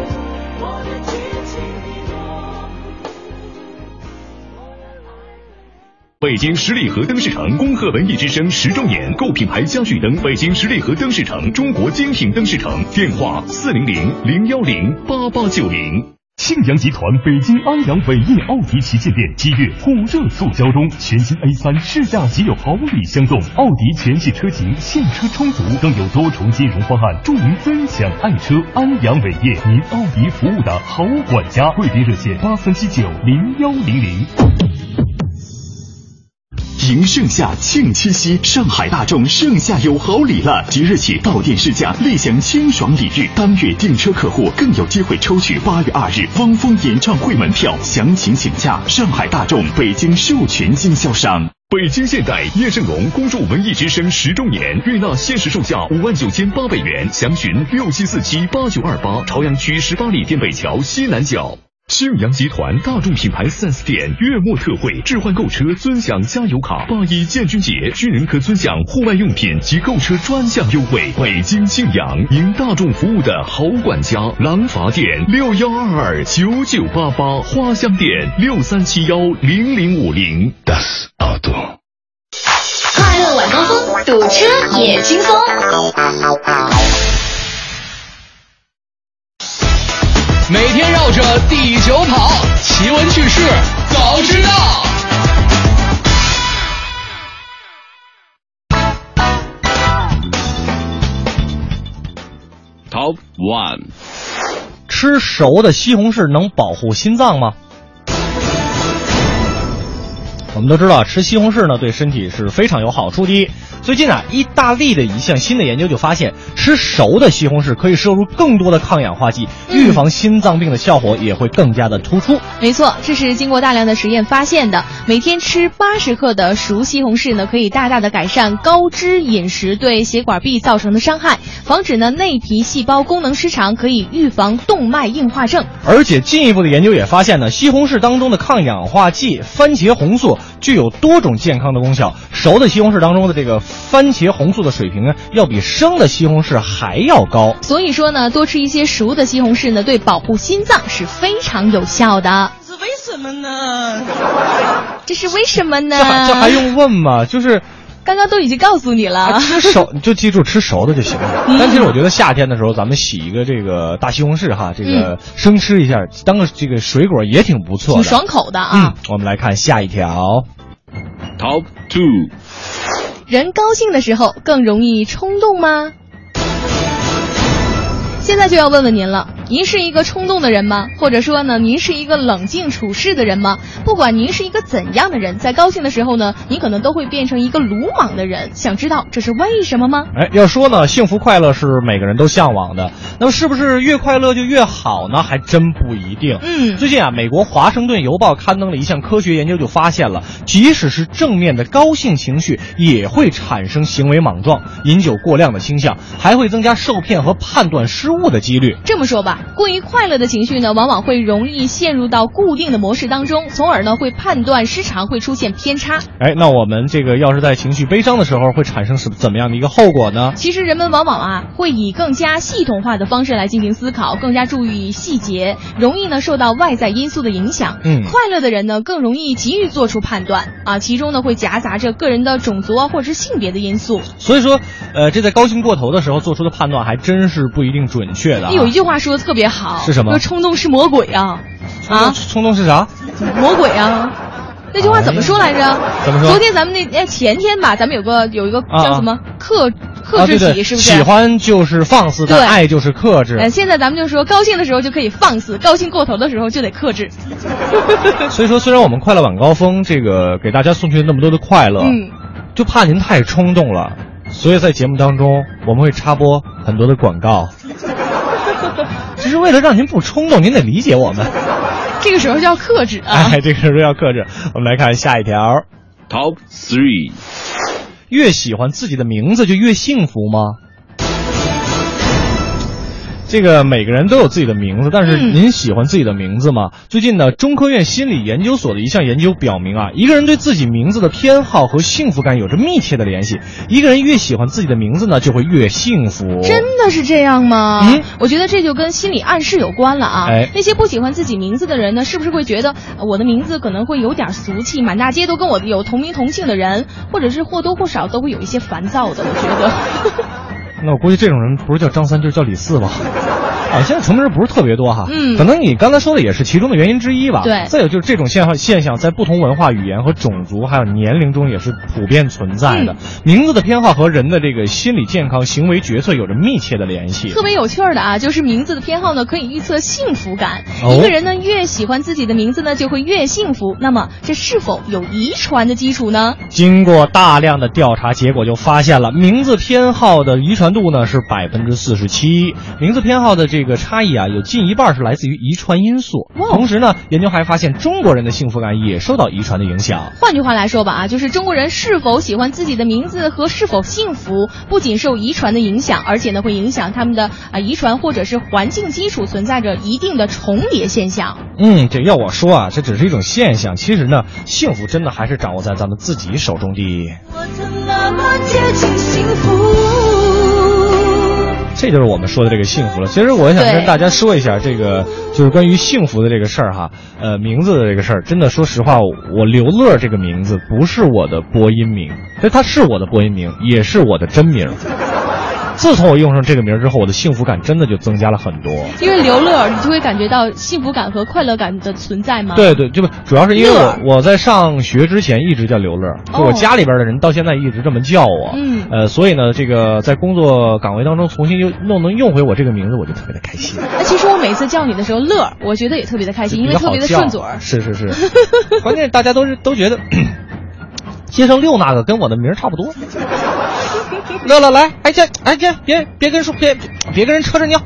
[SPEAKER 24] 我的剧情已落幕。
[SPEAKER 10] 北京十里河灯饰城恭贺文艺之声十周年，购品牌家具灯。北京十里河灯饰城，中国精品灯饰城。电话：四零零零幺零八八九零。庆阳集团北京安阳伟业奥迪旗舰店七月火热促销中，全新 A 三试驾即有好礼相送，奥迪全系车型现车充足，更有多重金融方案助您分享爱车。安阳伟业，您奥迪服务的好管家，贵宾热线八三七九零幺零零。
[SPEAKER 9] 迎盛夏，庆七夕，上海大众盛夏有好礼了！即日起到店试驾，立享清爽礼遇。当月订车客户更有机会抽取八月二日汪峰演唱会门票，详情请洽上海大众北京授权经销商。
[SPEAKER 10] 北京现代叶盛龙恭祝文艺之声十周年，悦纳限时售价五万九千八百元，详询六七四七八九二八，朝阳区十八里店北桥西南角。庆阳集团大众品牌 4S 店月末特惠，置换购车尊享加油卡。八一建军节，军人可尊享户外用品及购车专项优惠。北京庆阳，您大众服务的好管家。廊坊店六幺二二九九八八，花乡店六三七幺零零五零。Das Auto。
[SPEAKER 22] 快乐晚高峰，堵车也轻松。
[SPEAKER 20] 每天绕着地球跑，奇闻趣事早知道。
[SPEAKER 5] Top one，吃熟的西红柿能保护心脏吗？我们都知道啊，吃西红柿呢对身体是非常有好处的。最近啊，意大利的一项新的研究就发现，吃熟的西红柿可以摄入更多的抗氧化剂，预防心脏病的效果也会更加的突出。
[SPEAKER 4] 没错，这是经过大量的实验发现的。每天吃八十克的熟西红柿呢，可以大大的改善高脂饮食对血管壁造成的伤害，防止呢内皮细胞功能失常，可以预防动脉硬化症。
[SPEAKER 5] 而且进一步的研究也发现呢，西红柿当中的抗氧化剂番茄红素具有多种健康的功效。熟的西红柿当中的这个番茄红素的水平呢，要比生的西红柿还要高。
[SPEAKER 4] 所以说呢，多吃一些熟的西红柿呢，对保护心脏是非常有效的。
[SPEAKER 24] 是为什么呢？
[SPEAKER 4] 这是为什么呢？
[SPEAKER 5] 这还这还？用啊问吗？就是
[SPEAKER 4] 刚刚都已经告诉你了。
[SPEAKER 5] 吃熟，你就记住吃熟的就行了。但其实我觉得夏天的时候，咱们洗一个这个大西红柿哈，这个
[SPEAKER 4] 嗯
[SPEAKER 5] 生吃一下，当个这个水果也挺不错
[SPEAKER 4] 挺
[SPEAKER 5] 的，
[SPEAKER 4] 爽口的啊。
[SPEAKER 5] 嗯，我们来看下一条，Top Two。
[SPEAKER 4] 人高兴的时候更容易冲动吗？现在就要问问您了，您是一个冲动的人吗？或者说呢，您是一个冷静处事的人吗？不管您是一个怎样的人，在高兴的时候呢，您可能都会变成一个鲁莽的人。想知道这是为什么吗？
[SPEAKER 5] 哎，要说呢，幸福快乐是每个人都向往的。那么，是不是越快乐就越好呢？还真不一定。
[SPEAKER 4] 嗯，
[SPEAKER 5] 最近啊，美国《华盛顿邮报》刊登了一项科学研究，就发现了，即使是正面的高兴情绪，也会产生行为莽撞、饮酒过量的倾向，还会增加受骗和判断失误的几率。
[SPEAKER 4] 这么说吧，过于快乐的情绪呢，往往会容易陷入到固定的模式当中，从而呢会判断失常，会出现偏差。
[SPEAKER 5] 哎，那我们这个要是在情绪悲伤的时候，会产生什怎么样的一个后果呢？
[SPEAKER 4] 其实人们往往啊会以更加系统化的方式来进行思考，更加注意细节，容易呢受到外在因素的影响。
[SPEAKER 5] 嗯
[SPEAKER 4] 快乐的人呢更容易急于做出判断啊，其中呢会夹杂着个人的种族啊或者是性别的因素。
[SPEAKER 5] 所以说，呃，这在高兴过头的时候做出的判断还真是不一定准确的、啊。
[SPEAKER 4] 有一句话说的特别好，
[SPEAKER 5] 是什么
[SPEAKER 4] 说冲动是魔鬼啊，啊，
[SPEAKER 5] 冲动是啥？
[SPEAKER 4] 魔鬼啊。那句话怎么说来着？
[SPEAKER 5] 怎么说
[SPEAKER 4] 昨天咱们那哎前天吧，咱们有个有一个
[SPEAKER 5] 啊
[SPEAKER 4] 叫什么克克
[SPEAKER 5] 啊
[SPEAKER 4] 制
[SPEAKER 5] 对
[SPEAKER 4] 体、
[SPEAKER 5] 对
[SPEAKER 4] 是不是？
[SPEAKER 5] 喜欢就是放肆，但
[SPEAKER 4] 对
[SPEAKER 5] 爱就是克制。
[SPEAKER 4] 呃，现在咱们就说，高兴的时候就可以放肆，高兴过头的时候就得克制。
[SPEAKER 5] 所以说，虽然我们快乐晚高峰这个给大家送去了那么多的快乐，
[SPEAKER 4] 嗯，
[SPEAKER 5] 就怕您太冲动了，所以在节目当中我们会插播很多的广告，只是为了让您不冲动，您得理解我们。
[SPEAKER 4] 这个时候就要克制啊。
[SPEAKER 5] 哎，这个时候要克制。我们来看下一条，Top Three，越喜欢自己的名字就越幸福吗？这个每个人都有自己的名字，但是
[SPEAKER 4] 嗯
[SPEAKER 5] 您喜欢自己的名字吗？最近呢，中科院心理研究所的一项研究表明啊，一个人对自己名字的偏好和幸福感有着密切的联系。一个人越喜欢自己的名字呢，就会越幸福。
[SPEAKER 4] 真的是这样吗？我觉得这就跟心理暗示有关了啊。
[SPEAKER 5] 嗯哎
[SPEAKER 4] 那些不喜欢自己名字的人呢，是不是会觉得呃我的名字可能会有点俗气，满大街都跟我有同名同姓的人，或者是或多或少都会有一些烦躁的？我觉得。
[SPEAKER 5] 那我估计这种人不是叫张三就是叫李四吧？啊，现在重名人不是特别多哈，
[SPEAKER 4] 嗯
[SPEAKER 5] 可能你刚才说的也是其中的原因之一吧。
[SPEAKER 4] 对
[SPEAKER 5] 再有就是这种现象现象在不同文化、语言和种族还有年龄中也是普遍存在
[SPEAKER 4] 嗯
[SPEAKER 5] 的。名字的偏好和人的这个心理健康、行为决策有着密切的联系。
[SPEAKER 4] 特别有趣儿的啊，就是名字的偏好呢，可以预测幸福感。
[SPEAKER 5] 哦
[SPEAKER 4] 一个人呢，越喜欢自己的名字呢，就会越幸福。那么，这是否有遗传的基础呢？
[SPEAKER 5] 经过大量的调查，结果就发现了名字偏好的遗传度呢是百分之四十七，名字偏好的这个差异啊，有近一半是来自于遗传因素。同时呢，研究还发现中国人的幸福感也受到遗传的影响。
[SPEAKER 4] 换句话来说吧，啊，就是中国人是否喜欢自己的名字和是否幸福，不仅受遗传的影响，而且呢，会影响他们的啊、遗传或者是环境基础存在着一定的重叠现象。
[SPEAKER 5] 嗯，这要我说啊，这只是一种现象。其实呢，幸福真的还是掌握在咱们自己手中的。
[SPEAKER 6] 那么接近幸福。
[SPEAKER 5] 这就是我们说的这个幸福了。其实我想跟
[SPEAKER 6] 对
[SPEAKER 5] 大家说一下，这个就是关于幸福的这个事儿哈，呃，名字的这个事儿，真的说实话，我刘乐这个名字不是我的播音名，但它是我的播音名，也是我的真名。自从我用上这个名儿之后，我的幸福感真的就增加了很多。
[SPEAKER 4] 因为刘乐，你就会感觉到幸福感和快乐感的存在吗？
[SPEAKER 5] 对对，就主要是因为我我在上学之前一直叫刘乐，就我家里边的人到现在一直这么叫我，
[SPEAKER 4] 嗯
[SPEAKER 5] 呃，所以呢，这个在工作岗位当中重新又弄能用回我这个名字，我就特别的开心。
[SPEAKER 4] 那啊其实我每次叫你的时候，乐儿，我觉得也特别的开心，因为
[SPEAKER 5] 比较
[SPEAKER 4] 特别的
[SPEAKER 5] 好叫
[SPEAKER 4] 顺嘴儿。
[SPEAKER 5] 是是是， 关键是大家都是都觉得 接上六那个跟我的名儿差不 多。乐乐来，哎这哎这别别跟说别别跟人扯着 尿。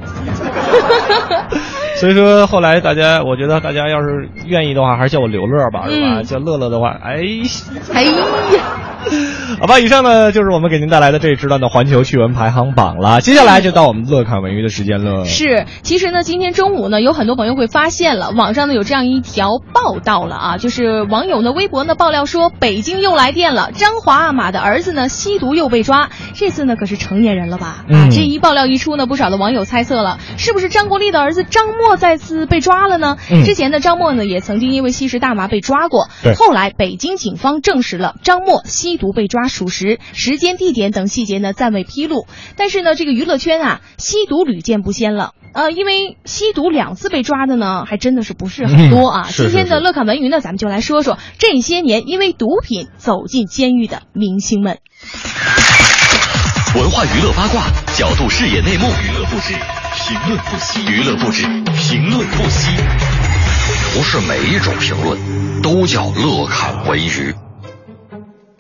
[SPEAKER 5] 所以说后来大家，我觉得大家要是愿意的话，还是叫我刘乐吧，是吧？
[SPEAKER 4] 嗯
[SPEAKER 5] 叫乐乐的话，哎，
[SPEAKER 4] 哎呀，
[SPEAKER 5] 好吧。以上呢就是我们给您带来的这一时段的环球趣闻排行榜了。接下来就到我们乐侃文娱的时间了。
[SPEAKER 4] 是，其实呢，今天中午呢，有很多朋友会发现了，网上呢有这样一条报道了啊，就是网友呢微博呢爆料说，北京又来电了，张华阿玛的儿子呢吸毒又被抓，这次呢可是成年人了吧？啊，
[SPEAKER 1] 嗯
[SPEAKER 4] 这一爆料一出呢，不少的网友猜测了，是不是张国立的儿子张默再次被抓了呢？
[SPEAKER 1] 嗯
[SPEAKER 4] 之前呢，张默呢也曾经因为吸食大麻被抓过
[SPEAKER 1] 对，
[SPEAKER 4] 后来北京警方证实了张默吸毒被抓属实，时间、地点等细节呢暂未披露。但是呢，这个娱乐圈啊，吸毒屡见不鲜了。呃，因为吸毒两次被抓的呢，还真的是不是很多啊。
[SPEAKER 1] 嗯是
[SPEAKER 4] 今天
[SPEAKER 1] 是
[SPEAKER 4] 的
[SPEAKER 1] 是
[SPEAKER 4] 乐侃文娱呢，咱们就来说说这些年因为毒品走进监狱的明星们。
[SPEAKER 9] 文化娱乐八卦，角度视野内幕，娱乐不止，评论不息，娱乐不止，评论不息。
[SPEAKER 26] 不是每一种评论都叫乐侃文娱。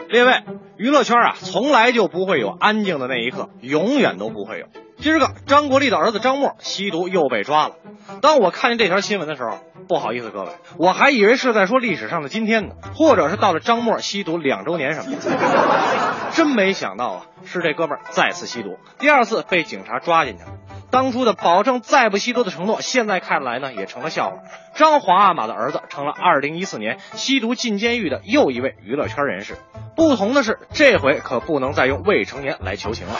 [SPEAKER 11] 列位，娱乐圈啊，从来就不会有安静的那一刻，永远都不会有。今儿个张国立的儿子张默吸毒又被抓了。当我看见这条新闻的时候，不好意思各位，我还以为是在说历史上的今天呢，或者是到了张默吸毒两周年什么 的。真没想到啊，是这哥们儿再次吸毒，第二次被警察抓进去了。
[SPEAKER 5] 当初的保证再不吸毒的承诺，现在看来呢也成了笑话。张皇阿玛的儿子成了2014年吸毒进监狱的又一位娱乐圈人士。不同的是，这回可不能再用未成年来求情了。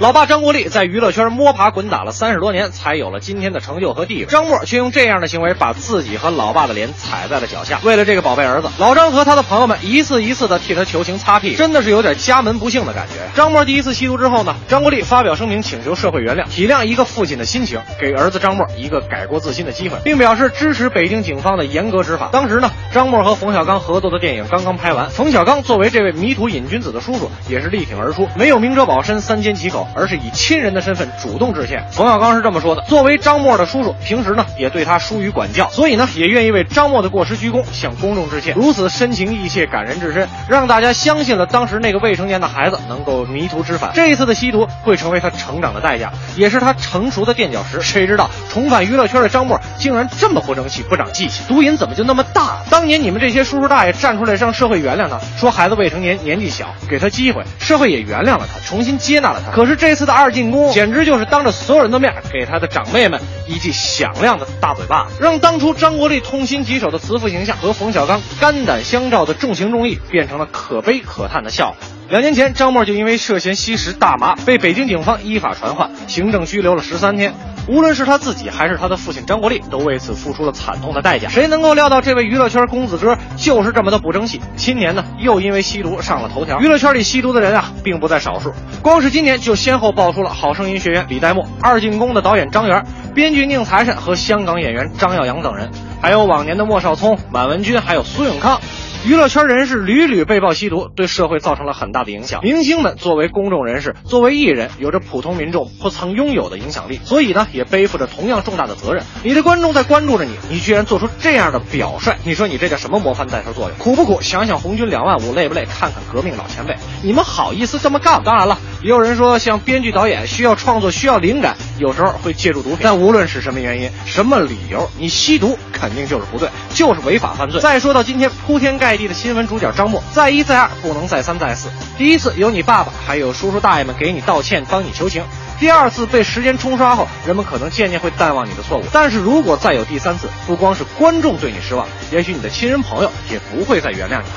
[SPEAKER 5] 老爸张国立在娱乐圈摸爬滚打了三十多年，才有了今天的成就和地位。张默却用这样的行为把自己和老爸的脸踩在了脚下。为了这个宝贝儿子，老张和他的朋友们一次一次的替他求情擦屁，真的是有点家门不幸的感觉。张默第一次吸毒之后呢，张国立发表声明请求社会原谅，体谅一个父亲的心情，给儿子张默一个改过自新的机会，并表示支持北京警方的严格执法。当时呢，张默和冯小刚合作的电影刚刚拍完，冯小刚作为这位迷途瘾君子的叔叔，也是力挺而出，没有明哲保身、三缄其口，而是以亲人的身份主动致歉。冯小刚是这么说的：作为张默的叔叔，平时呢也对他疏于管教，所以呢也愿意为张默的过失鞠躬向公众致歉。如此深情意切、感人至深，让大家相信了当时那个未成年的孩子能够迷途知返。这一次的吸毒会成为他成长的代价，也是他成熟的垫脚石。谁知道重返娱乐圈的张默竟然这么不争气、不长记性，毒瘾怎么就那么大？当年你们这些叔叔大爷站出来让社会原谅他，说孩子未成年、年纪小，给他机会，社会也原谅了他，重新接纳了他。可是这次的二进宫，简直就是当着所有人的面给他的长辈们一记响亮的大嘴巴，让当初张国立痛心疾首的慈父形象和冯小刚肝胆相照的重情重义变成了可悲可叹的笑话。两年前，张默就因为涉嫌吸食大麻被北京警方依法传唤，行政拘留了十三天。无论是他自己还是他的父亲张国立，都为此付出了惨痛的代价。谁能够料到这位娱乐圈公子哥就是这么的不争气？今年呢，又因为吸毒上了头条。娱乐圈里吸毒的人啊，并不在少数。光是今年就先后爆出了《好声音》学员李代沫、《二进宫》的导演张元、编剧宁财神和香港演员张耀扬等人，还有往年的莫少聪、满文军，还有苏永康。娱乐圈人士屡屡被曝吸毒，对社会造成了很大的影响。明星们作为公众人士，作为艺人，有着普通民众不曾拥有的影响力，所以呢，也背负着同样重大的责任。你的观众在关注着你，你居然做出这样的表率，你说你这叫什么模范带头作用？苦不苦？想想红军两万五，累不累？看看革命老前辈，你们好意思这么干吗？当然了，也有人说，像编剧、导演需要创作，需要灵感，有时候会借助毒品。但无论是什么原因、什么理由，你吸毒肯定就是不对，就是违法犯罪。再说到今天铺天盖地的新闻主角张默，再一再二，不能再三再四。第一次有你爸爸还有叔叔大爷们给你道歉，帮你求情；第二次被时间冲刷后，人们可能渐渐会淡忘你的错误。但是如果再有第三次，不光是观众对你失望，也许你的亲人朋友也不会再原谅你。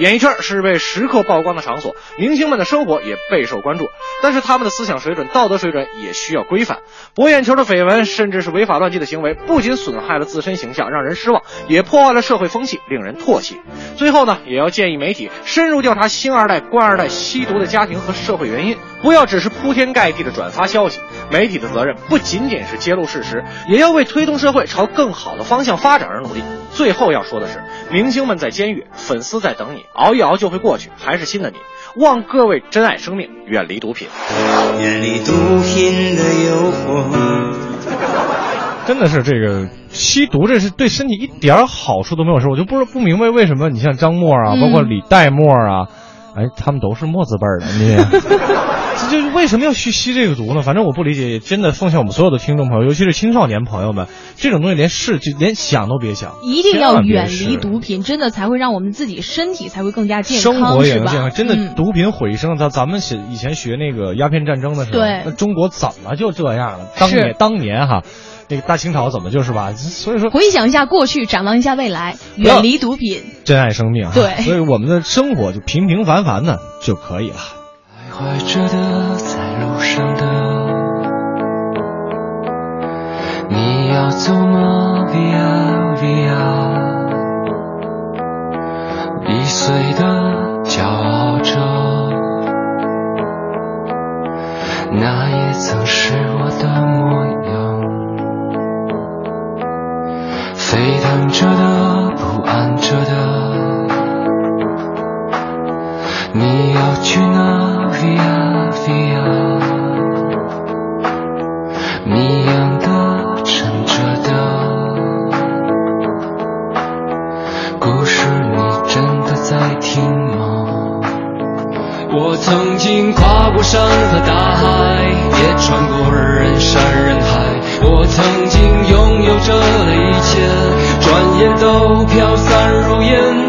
[SPEAKER 5] 演艺圈是被时刻曝光的场所，明星们的生活也备受关注，但是他们的思想水准、道德水准也需要规范。博眼球的绯闻，甚至是违法乱纪的行为，不仅损害了自身形象，让人失望，也破坏了社会风气，令人唾弃。最后呢，也要建议媒体深入调查星二代、官二代吸毒的家庭和社会原因，不要只是铺天盖地的转发消息。媒体的责任不仅仅是揭露事实，也要为推动社会朝更好的方向发展而努力。最后要说的是，明星们在监狱，粉丝在等你，熬一熬就会过去，还是新的你。望各位珍爱生命，远离毒品。
[SPEAKER 27] 远离毒品的诱惑。
[SPEAKER 28] 真的是这个吸毒，这是对身体一点儿好处都没有。是，我就不是不明白为什么你像张默啊，
[SPEAKER 13] 嗯
[SPEAKER 28] 包括李代沫啊，哎，他们都是墨字辈儿的，你 这就是为什么要去吸这个毒呢？反正我不理解，真的奉劝我们所有的听众朋友，尤其是青少年朋友们，这种东西连试就连想都别想，
[SPEAKER 4] 一定要
[SPEAKER 28] 千万别
[SPEAKER 4] 远
[SPEAKER 28] 试
[SPEAKER 4] 离毒品，真的才会让我们自己身体才会更加健
[SPEAKER 28] 生
[SPEAKER 4] 康，
[SPEAKER 28] 活也
[SPEAKER 4] 是
[SPEAKER 28] 能
[SPEAKER 4] 吧？
[SPEAKER 28] 健康，真的
[SPEAKER 4] 嗯
[SPEAKER 28] 毒品毁生。咱、咱们是以前学那个鸦片战争的时候，
[SPEAKER 4] 对
[SPEAKER 28] 那中国怎么就这样了？当年
[SPEAKER 4] 是
[SPEAKER 28] 当年哈，那个大清朝怎么就是吧？所以说
[SPEAKER 4] 回想一下过去，展望一下未来，远离毒品。
[SPEAKER 28] 珍爱生命啊。
[SPEAKER 4] 对
[SPEAKER 28] 所以我们的生活就平平凡凡的就可以了。
[SPEAKER 13] 徘徊着的，在路上的，你要走吗？Via Via，易碎的，骄傲着，那也曾是我的模样。沸腾着的，不安着的。你要去哪？Via 啊 Via，谜样的、沉着的，故事你真的在听吗？我曾经跨过山和大海，也穿过人山人海。我曾经拥有着的一切，转眼都飘散如烟。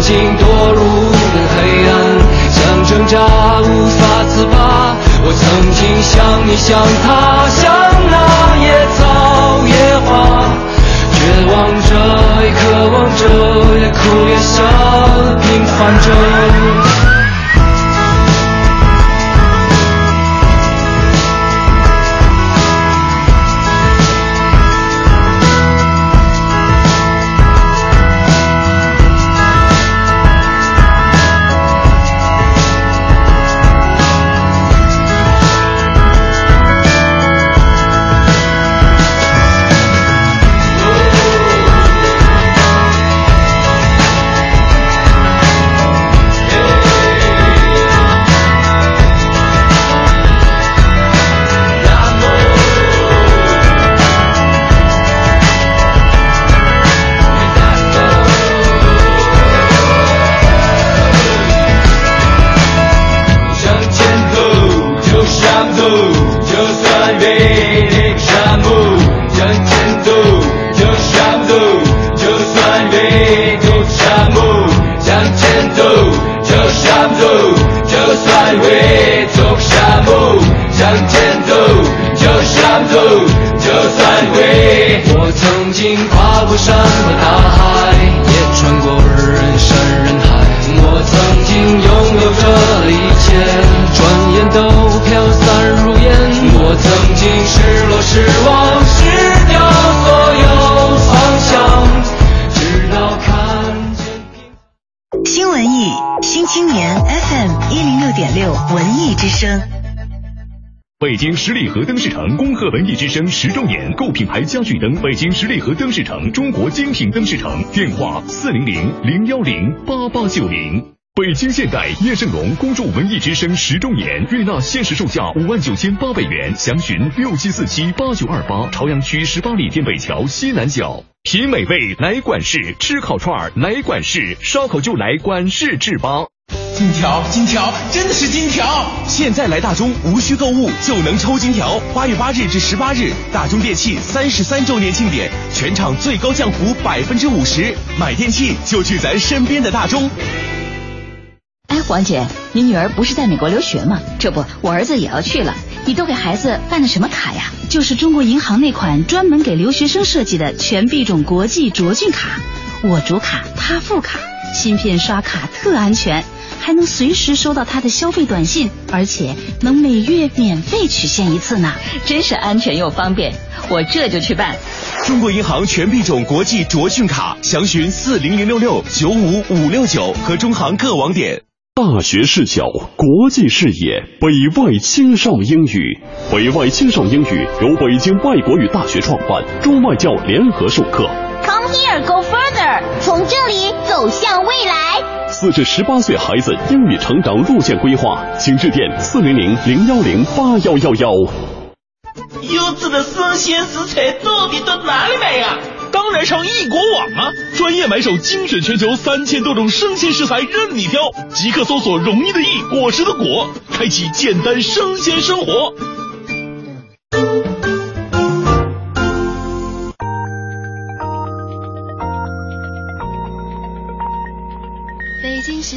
[SPEAKER 13] 情堕入黑暗，想挣扎无法自拔。我曾经像你，像他，像那野草野花，绝望着，也渴望着，也哭也笑，平凡着。向前走，就像走，就算被淋沙漠。向前走，就像走，就算被堵沙漠。向前走，就像走，就算被堵沙漠。向前走，就像走，就算会。我曾经跨过山和大海，也穿过人山人海。我曾经拥有着的一切，转眼都飘散如烟。我曾经失落、失望、失掉所有方向，直到看。
[SPEAKER 21] 新文艺新青年 FM 一零六点六文艺之声。
[SPEAKER 10] 北京十里河灯饰城恭贺文艺之声十周年，购品牌家具灯。北京十里河灯饰城，中国精品灯饰城。电话：四零零零幺零八八九零。北京现代叶盛龙恭祝文艺之声十周年，悦纳限时售价五万九千八百元，详询六七四七八九二八，朝阳区十八里店北桥西南角。品美味来管事，吃烤串儿来管事，烧烤就来管事制吧。
[SPEAKER 18] 金条，金条，真的是金条！现在来大中，无需购物就能抽金条。八月八日至十八日，大中电器三十三周年庆典，全场最高降幅百分之五十，买电器就去咱身边的大中。
[SPEAKER 17] 哎，黄姐，你女儿不是在美国留学吗？这不，我儿子也要去了。你都给孩子办的什么卡呀？就是中国银行那款专门给留学生设计的全币种国际卓俊卡，我主卡，他副卡，芯片刷卡特安全，还能随时收到他的消费短信，而且能每月免费取现一次呢，真是安全又方便。我这就去办。
[SPEAKER 18] 中国银行全币种国际卓讯卡，详询四零零六六九五五六九和中行各网点。
[SPEAKER 9] 大学视角，国际视野，北外青少英语。北外青少英语由北京外国语大学创办，中外教联合授课。
[SPEAKER 8] Come here, go further，从这里走向未来。
[SPEAKER 9] 四至十八岁孩子英语成长路线规划，请致电四零零零幺零八幺幺幺。
[SPEAKER 23] 优质的生鲜食材到底到哪里买呀、当然上易果网啊！专业买手精选全球三千多种生鲜食材任你挑，即刻搜索“容易的易，果实的果”，开启简单生鲜生活。
[SPEAKER 8] 北京时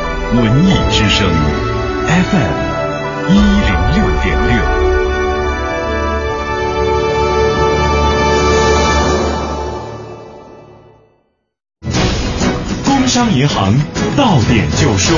[SPEAKER 29] 文艺之声，FM 一零六点六。
[SPEAKER 18] 工商银行到点就说。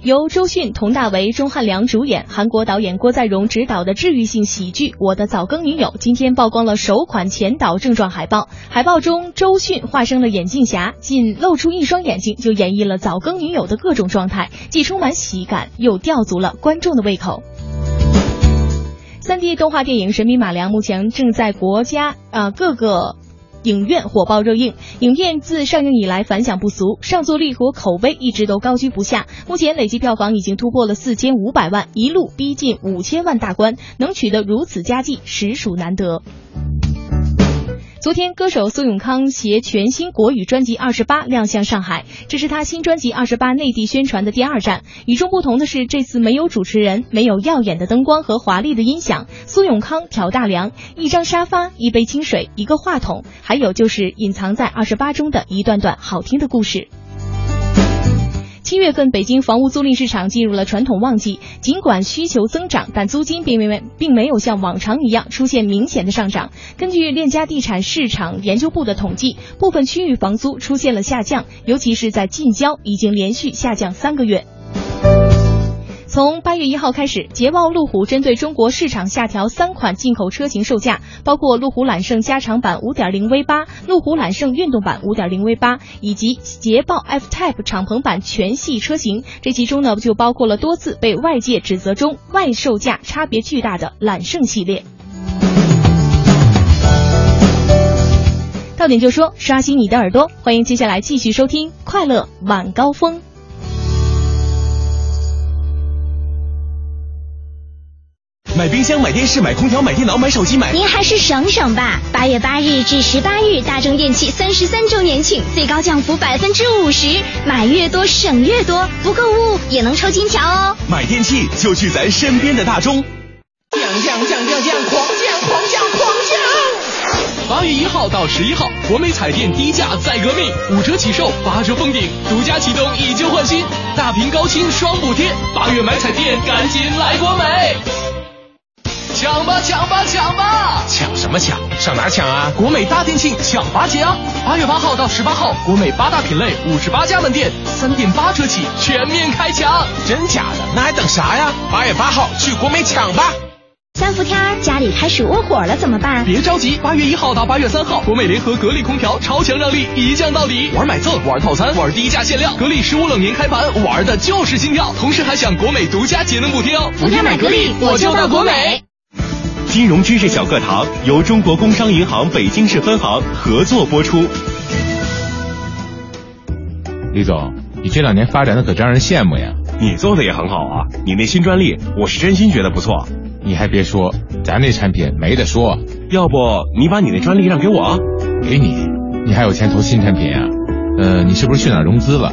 [SPEAKER 4] 由周迅、佟大为、钟汉良主演，韩国导演郭在荣执导的治愈性喜剧《我的早更女友》今天曝光了首款前导症状海报。海报中，周迅化身了眼镜侠，仅露出一双眼睛就演绎了早更女友的各种状态，既充满喜感，又吊足了观众的胃口。3D 动画电影《神笔马良》目前正在国家呃各个影院火爆热映，影片自上映以来反响不俗，上座率和口碑一直都高居不下。目前累计票房已经突破了四千五百万，一路逼近五千万大关，能取得如此佳绩实属难得。昨天，歌手苏永康携全新国语专辑《二十八》亮相上海，这是他新专辑《二十八》内地宣传的第二站。与众不同的是，这次没有主持人，没有耀眼的灯光和华丽的音响，苏永康挑大梁，一张沙发，一杯清水，一个话筒，还有就是隐藏在《二十八》中的一段段好听的故事。七月份，北京房屋租赁市场进入了传统旺季。尽管需求增长，但租金并没并没有像往常一样出现明显的上涨。根据链家地产市场研究部的统计，部分区域房租出现了下降，尤其是在近郊，已经连续下降三个月。从八月一号开始，捷豹路虎针对中国市场下调三款进口车型售价，包括路虎揽胜加长版5.0 V8、路虎揽胜运动版5.0 V8 以及捷豹 F-Type 敞篷版全系车型。这其中呢，就包括了多次被外界指责中外售价差别巨大的揽胜系列。到点就说，刷新你的耳朵，欢迎接下来继续收听《快乐晚高峰》。
[SPEAKER 18] 买冰箱、买电视、买空调、买电脑、买手机、买。
[SPEAKER 2] 您还是省省吧。八月八日至十八日，大众电器三十三周年庆，最高降幅百分之五十，买越多省越多，不购物也能抽金条哦。
[SPEAKER 18] 买电器就去咱身边的大中。
[SPEAKER 3] 降降降降降，狂降狂降狂降！
[SPEAKER 20] 八月一号到十一号，国美彩电低价再革命，五折起售，八折封顶，独家启动以旧换新，大屏高清双补贴。八月买彩电，赶紧来国美！抢吧抢吧抢吧！
[SPEAKER 18] 抢什么抢？上哪抢啊？国美大店庆抢八节啊！八月八号到十八号，国美八大品类五十八家门店，三点八折起，全面开抢！真假的？那还等啥呀？八月八号去国美抢吧！
[SPEAKER 2] 三伏天儿家里开始窝火了怎么办？
[SPEAKER 20] 别着急，八月一号到八月三号，国美联合格力空调超强让利，一降到底，玩买赠，玩套餐，玩低价限量，格力十五冷年开盘，玩的就是心跳。同时还享国美独家节能补贴哦！
[SPEAKER 2] 伏天买格力，我就到国美。
[SPEAKER 18] 金融知识小课堂由中国工商银行北京市分行合作播出。
[SPEAKER 30] 李总，你这两年发展的可让人羡慕呀！
[SPEAKER 18] 你做的也很好啊，你那新专利，我是真心觉得不错。
[SPEAKER 30] 你还别说，咱这产品没得说。
[SPEAKER 18] 要不你把你那专利让给我？啊
[SPEAKER 30] 给你？你还有钱投新产品啊？呃，你是不是去哪儿融资了？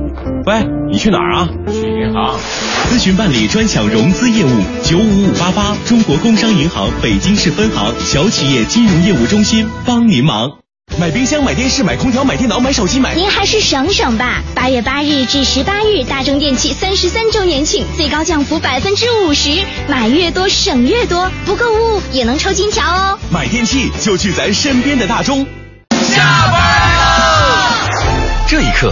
[SPEAKER 18] 喂，你去哪儿啊？
[SPEAKER 30] 去银行。
[SPEAKER 18] 咨询办理专享融资业务，九五五八八，中国工商银行北京市分行小企业金融业务中心帮您忙。买冰箱、买电视、买空调、买电脑、买手机、买。
[SPEAKER 2] 您还是省省吧。八月八日至十八日，大众电器三十三周年庆，最高降幅百分之五十，买越多省越多，不购物也能抽金条哦。
[SPEAKER 18] 买电器就去咱身边的大中。
[SPEAKER 24] 下班喽！
[SPEAKER 18] 这一刻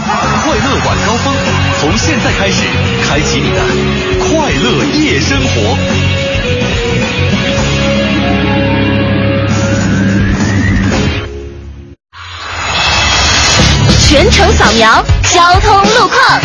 [SPEAKER 18] 快乐晚高峰，从现在开始，开启你的快乐夜生活。
[SPEAKER 13] 全程扫描交通路况。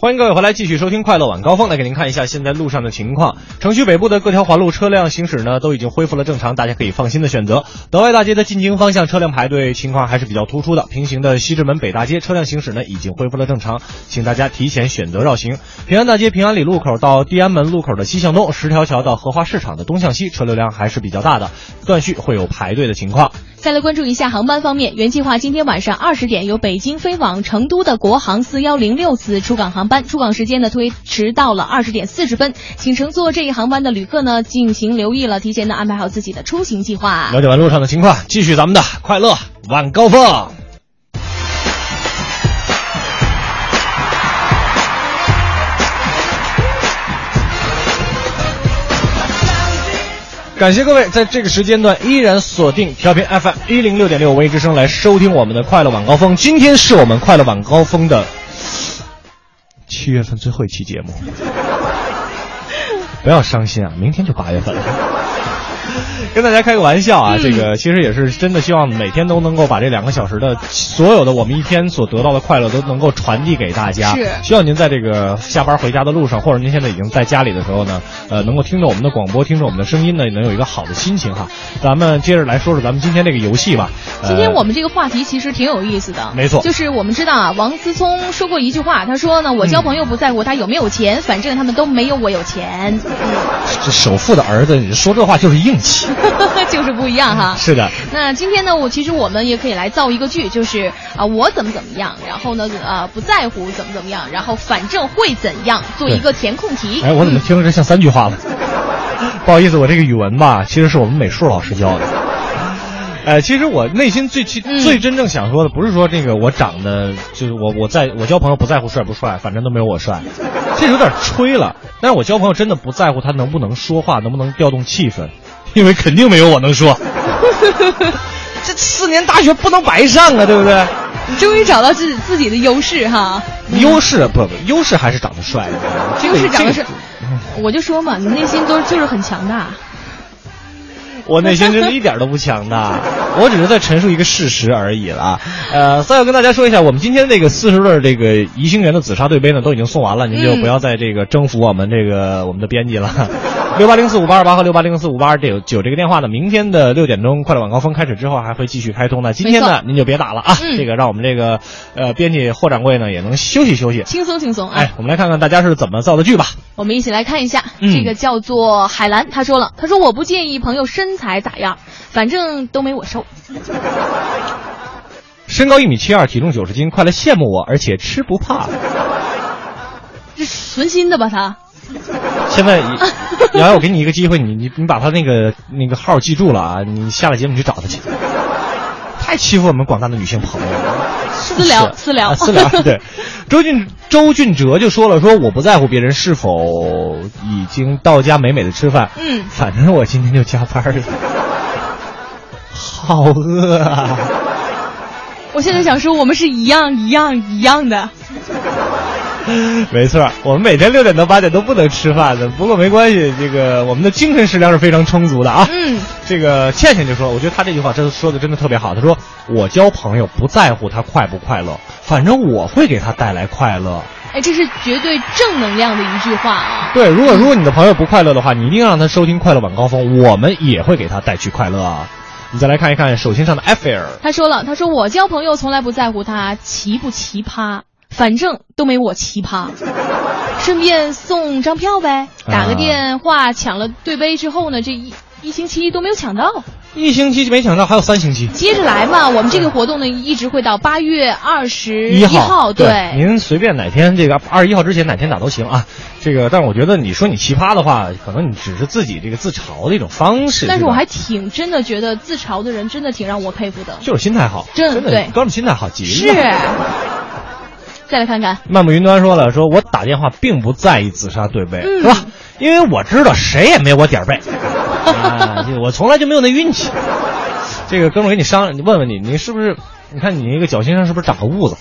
[SPEAKER 5] 欢迎各位回来继续收听《快乐晚高峰》，来给您看一下现在路上的情况。城区北部的各条环路车辆行驶呢都已经恢复了正常，大家可以放心的选择。德外大街的进京方向车辆排队情况还是比较突出的，平行的西直门北大街车辆行驶呢已经恢复了正常，请大家提前选择绕行。平安大街平安里路口到地安门路口的西向东，十条桥到荷花市场的东向西车流量还是比较大的，断续会有排队的情况。
[SPEAKER 4] 再来关注一下航班方面，原计划今天晚上二十点由北京飞往成都的国航四幺零六次出港航班，出港时间呢推迟到了二十点四十分，请乘坐这一航班的旅客呢进行留意了，提前的安排好自己的出行计划。
[SPEAKER 5] 了解完路上的情况，继续咱们的快乐晚高峰。感谢各位在这个时间段依然锁定调频 FM 一零六点六文艺之声来收听我们的快乐晚高峰。今天是我们快乐晚高峰的七月份最后一期节目，不要伤心啊，明天就八月份了。跟大家开个玩笑啊，这个其实也是真的，希望每天都能够把这两个小时的所有的我们一天所得到的快乐都能够传递给大家。
[SPEAKER 9] 是
[SPEAKER 5] 希望您在这个下班回家的路上，或者您现在已经在家里的时候呢，呃，能够听着我们的广播，听着我们的声音呢，也能有一个好的心情哈。咱们接着来说说咱们今天这个游戏吧。呃
[SPEAKER 4] 今天我们这个话题其实挺有意思的，
[SPEAKER 5] 没错
[SPEAKER 4] 就是我们知道啊，王思聪说过一句话，他说呢，我交朋友不在乎他有没有钱，反正他们都没有我有钱，
[SPEAKER 5] 这首富的儿子，你说这话就是硬气。
[SPEAKER 4] 就是不一样哈。
[SPEAKER 5] 是的，
[SPEAKER 4] 那今天呢，我其实我们也可以来造一个句，就是啊、我怎么怎么样，然后呢，啊、不在乎怎么怎么样，然后反正会怎样，做一个填空题。
[SPEAKER 5] 哎，我怎么听着这像三句话呢？不好意思，我这个语文吧，其实是我们美术老师教的。呃，其实我内心最
[SPEAKER 4] 嗯
[SPEAKER 5] 最最真正想说的，不是说这个我长得就是我我在我交朋友不在乎帅不帅，反正都没有我帅，这有点吹了。但是我交朋友真的不在乎他能不能说话，能不能调动气氛，因为肯定没有我能说。 这四年大学不能白上啊，对不对？
[SPEAKER 4] 嗯终于找到自己自己的优势哈，
[SPEAKER 5] 优势不不，优势还是长得帅的。这
[SPEAKER 4] 优
[SPEAKER 5] 个
[SPEAKER 4] 势长得
[SPEAKER 5] 这
[SPEAKER 4] 是
[SPEAKER 5] 个，
[SPEAKER 4] 我就说嘛，你内心都就是很强大。
[SPEAKER 5] 我内心真的一点都不 强大，我只是在陈述一个事实而已了。呃，再要跟大家说一下，我们今天这个四十对这个宜兴园的紫砂对杯呢，都已经送完了，您就
[SPEAKER 22] 嗯
[SPEAKER 5] 不要再这个征服我们这个我们的编辑了。六八零四五八二八和六八零四五八二九九这个电话呢，明天的六点钟快乐晚高峰开始之后还会继续开通的。今天
[SPEAKER 4] 没
[SPEAKER 5] 呢
[SPEAKER 4] 错，嗯
[SPEAKER 5] 您就别打了啊，这个让我们这个呃编辑霍掌柜呢也能休息休息。
[SPEAKER 4] 轻松轻松啊！
[SPEAKER 5] 嗯哎，我们来看看大家是怎么造的句吧。
[SPEAKER 4] 我们一起来看一下，
[SPEAKER 5] 嗯
[SPEAKER 4] 这个叫做海兰，他说了，他说我不介意朋友身材咋样，反正都没我瘦。
[SPEAKER 5] 身高一米七二，体重九十斤，快来羡慕我，而且吃不胖。
[SPEAKER 4] 这是存心的吧他？
[SPEAKER 5] 现在，瑶瑶，我给你一个机会，你你你把他那个那个号记住了啊！你下了节目你去找他去。太欺负我们广大的女性朋友了，
[SPEAKER 4] 私聊
[SPEAKER 5] 是
[SPEAKER 4] 私聊
[SPEAKER 5] 啊私聊。 对，周俊周俊哲就说了，说我不在乎别人是否已经到家美美的吃饭，
[SPEAKER 4] 嗯
[SPEAKER 5] 反正我今天就加班了，好饿啊！
[SPEAKER 4] 我现在想说，我们是一样一样一样的。
[SPEAKER 5] 没错，我们每天六点到八点都不能吃饭的，不过没关系，这个我们的精神食粮是非常充足的啊。
[SPEAKER 4] 嗯，
[SPEAKER 5] 这个倩倩就说，我觉得她这句话真的说的真的特别好。她说，我交朋友不在乎他快不快乐，反正我会给他带来快乐。
[SPEAKER 4] 哎，这是绝对正能量的一句话啊！
[SPEAKER 5] 对，如果如果你的朋友不快乐的话，你一定要让他收听快乐晚高峰，我们也会给他带去快乐啊。你再来看一看手心上的 F air，
[SPEAKER 4] 他说了，他说我交朋友从来不在乎他奇不奇葩，反正都没我奇葩。顺便送张票呗，打个电话抢了对杯之后呢，这一一星期都没有抢到。
[SPEAKER 5] 一星期没想到还有三星期。
[SPEAKER 4] 接着来嘛，我们这个活动呢一直会到八月二十
[SPEAKER 5] 一
[SPEAKER 4] 号，对，
[SPEAKER 5] 您随便哪天这个二十一号之前哪天打都行啊。这个，但是我觉得你说你奇葩的话，可能你只是自己这个自嘲的一种方式。
[SPEAKER 4] 但是
[SPEAKER 5] 对吧
[SPEAKER 4] 我还挺真的觉得自嘲的人真的挺让我佩服的。
[SPEAKER 5] 就是心态好，
[SPEAKER 4] 真
[SPEAKER 5] 真的
[SPEAKER 4] 对
[SPEAKER 5] 哥们儿心态好极
[SPEAKER 4] 是
[SPEAKER 5] 了。。
[SPEAKER 4] 再来看看，
[SPEAKER 5] 漫步云端说了，说我打电话并不在意紫砂对杯，
[SPEAKER 4] 嗯
[SPEAKER 5] 是吧？因为我知道谁也没我点儿 背，啊，我从来就没有那运气。这个哥们儿给你商量，你问问你，你是不是？你看你那个脚心上是不是长个痦子？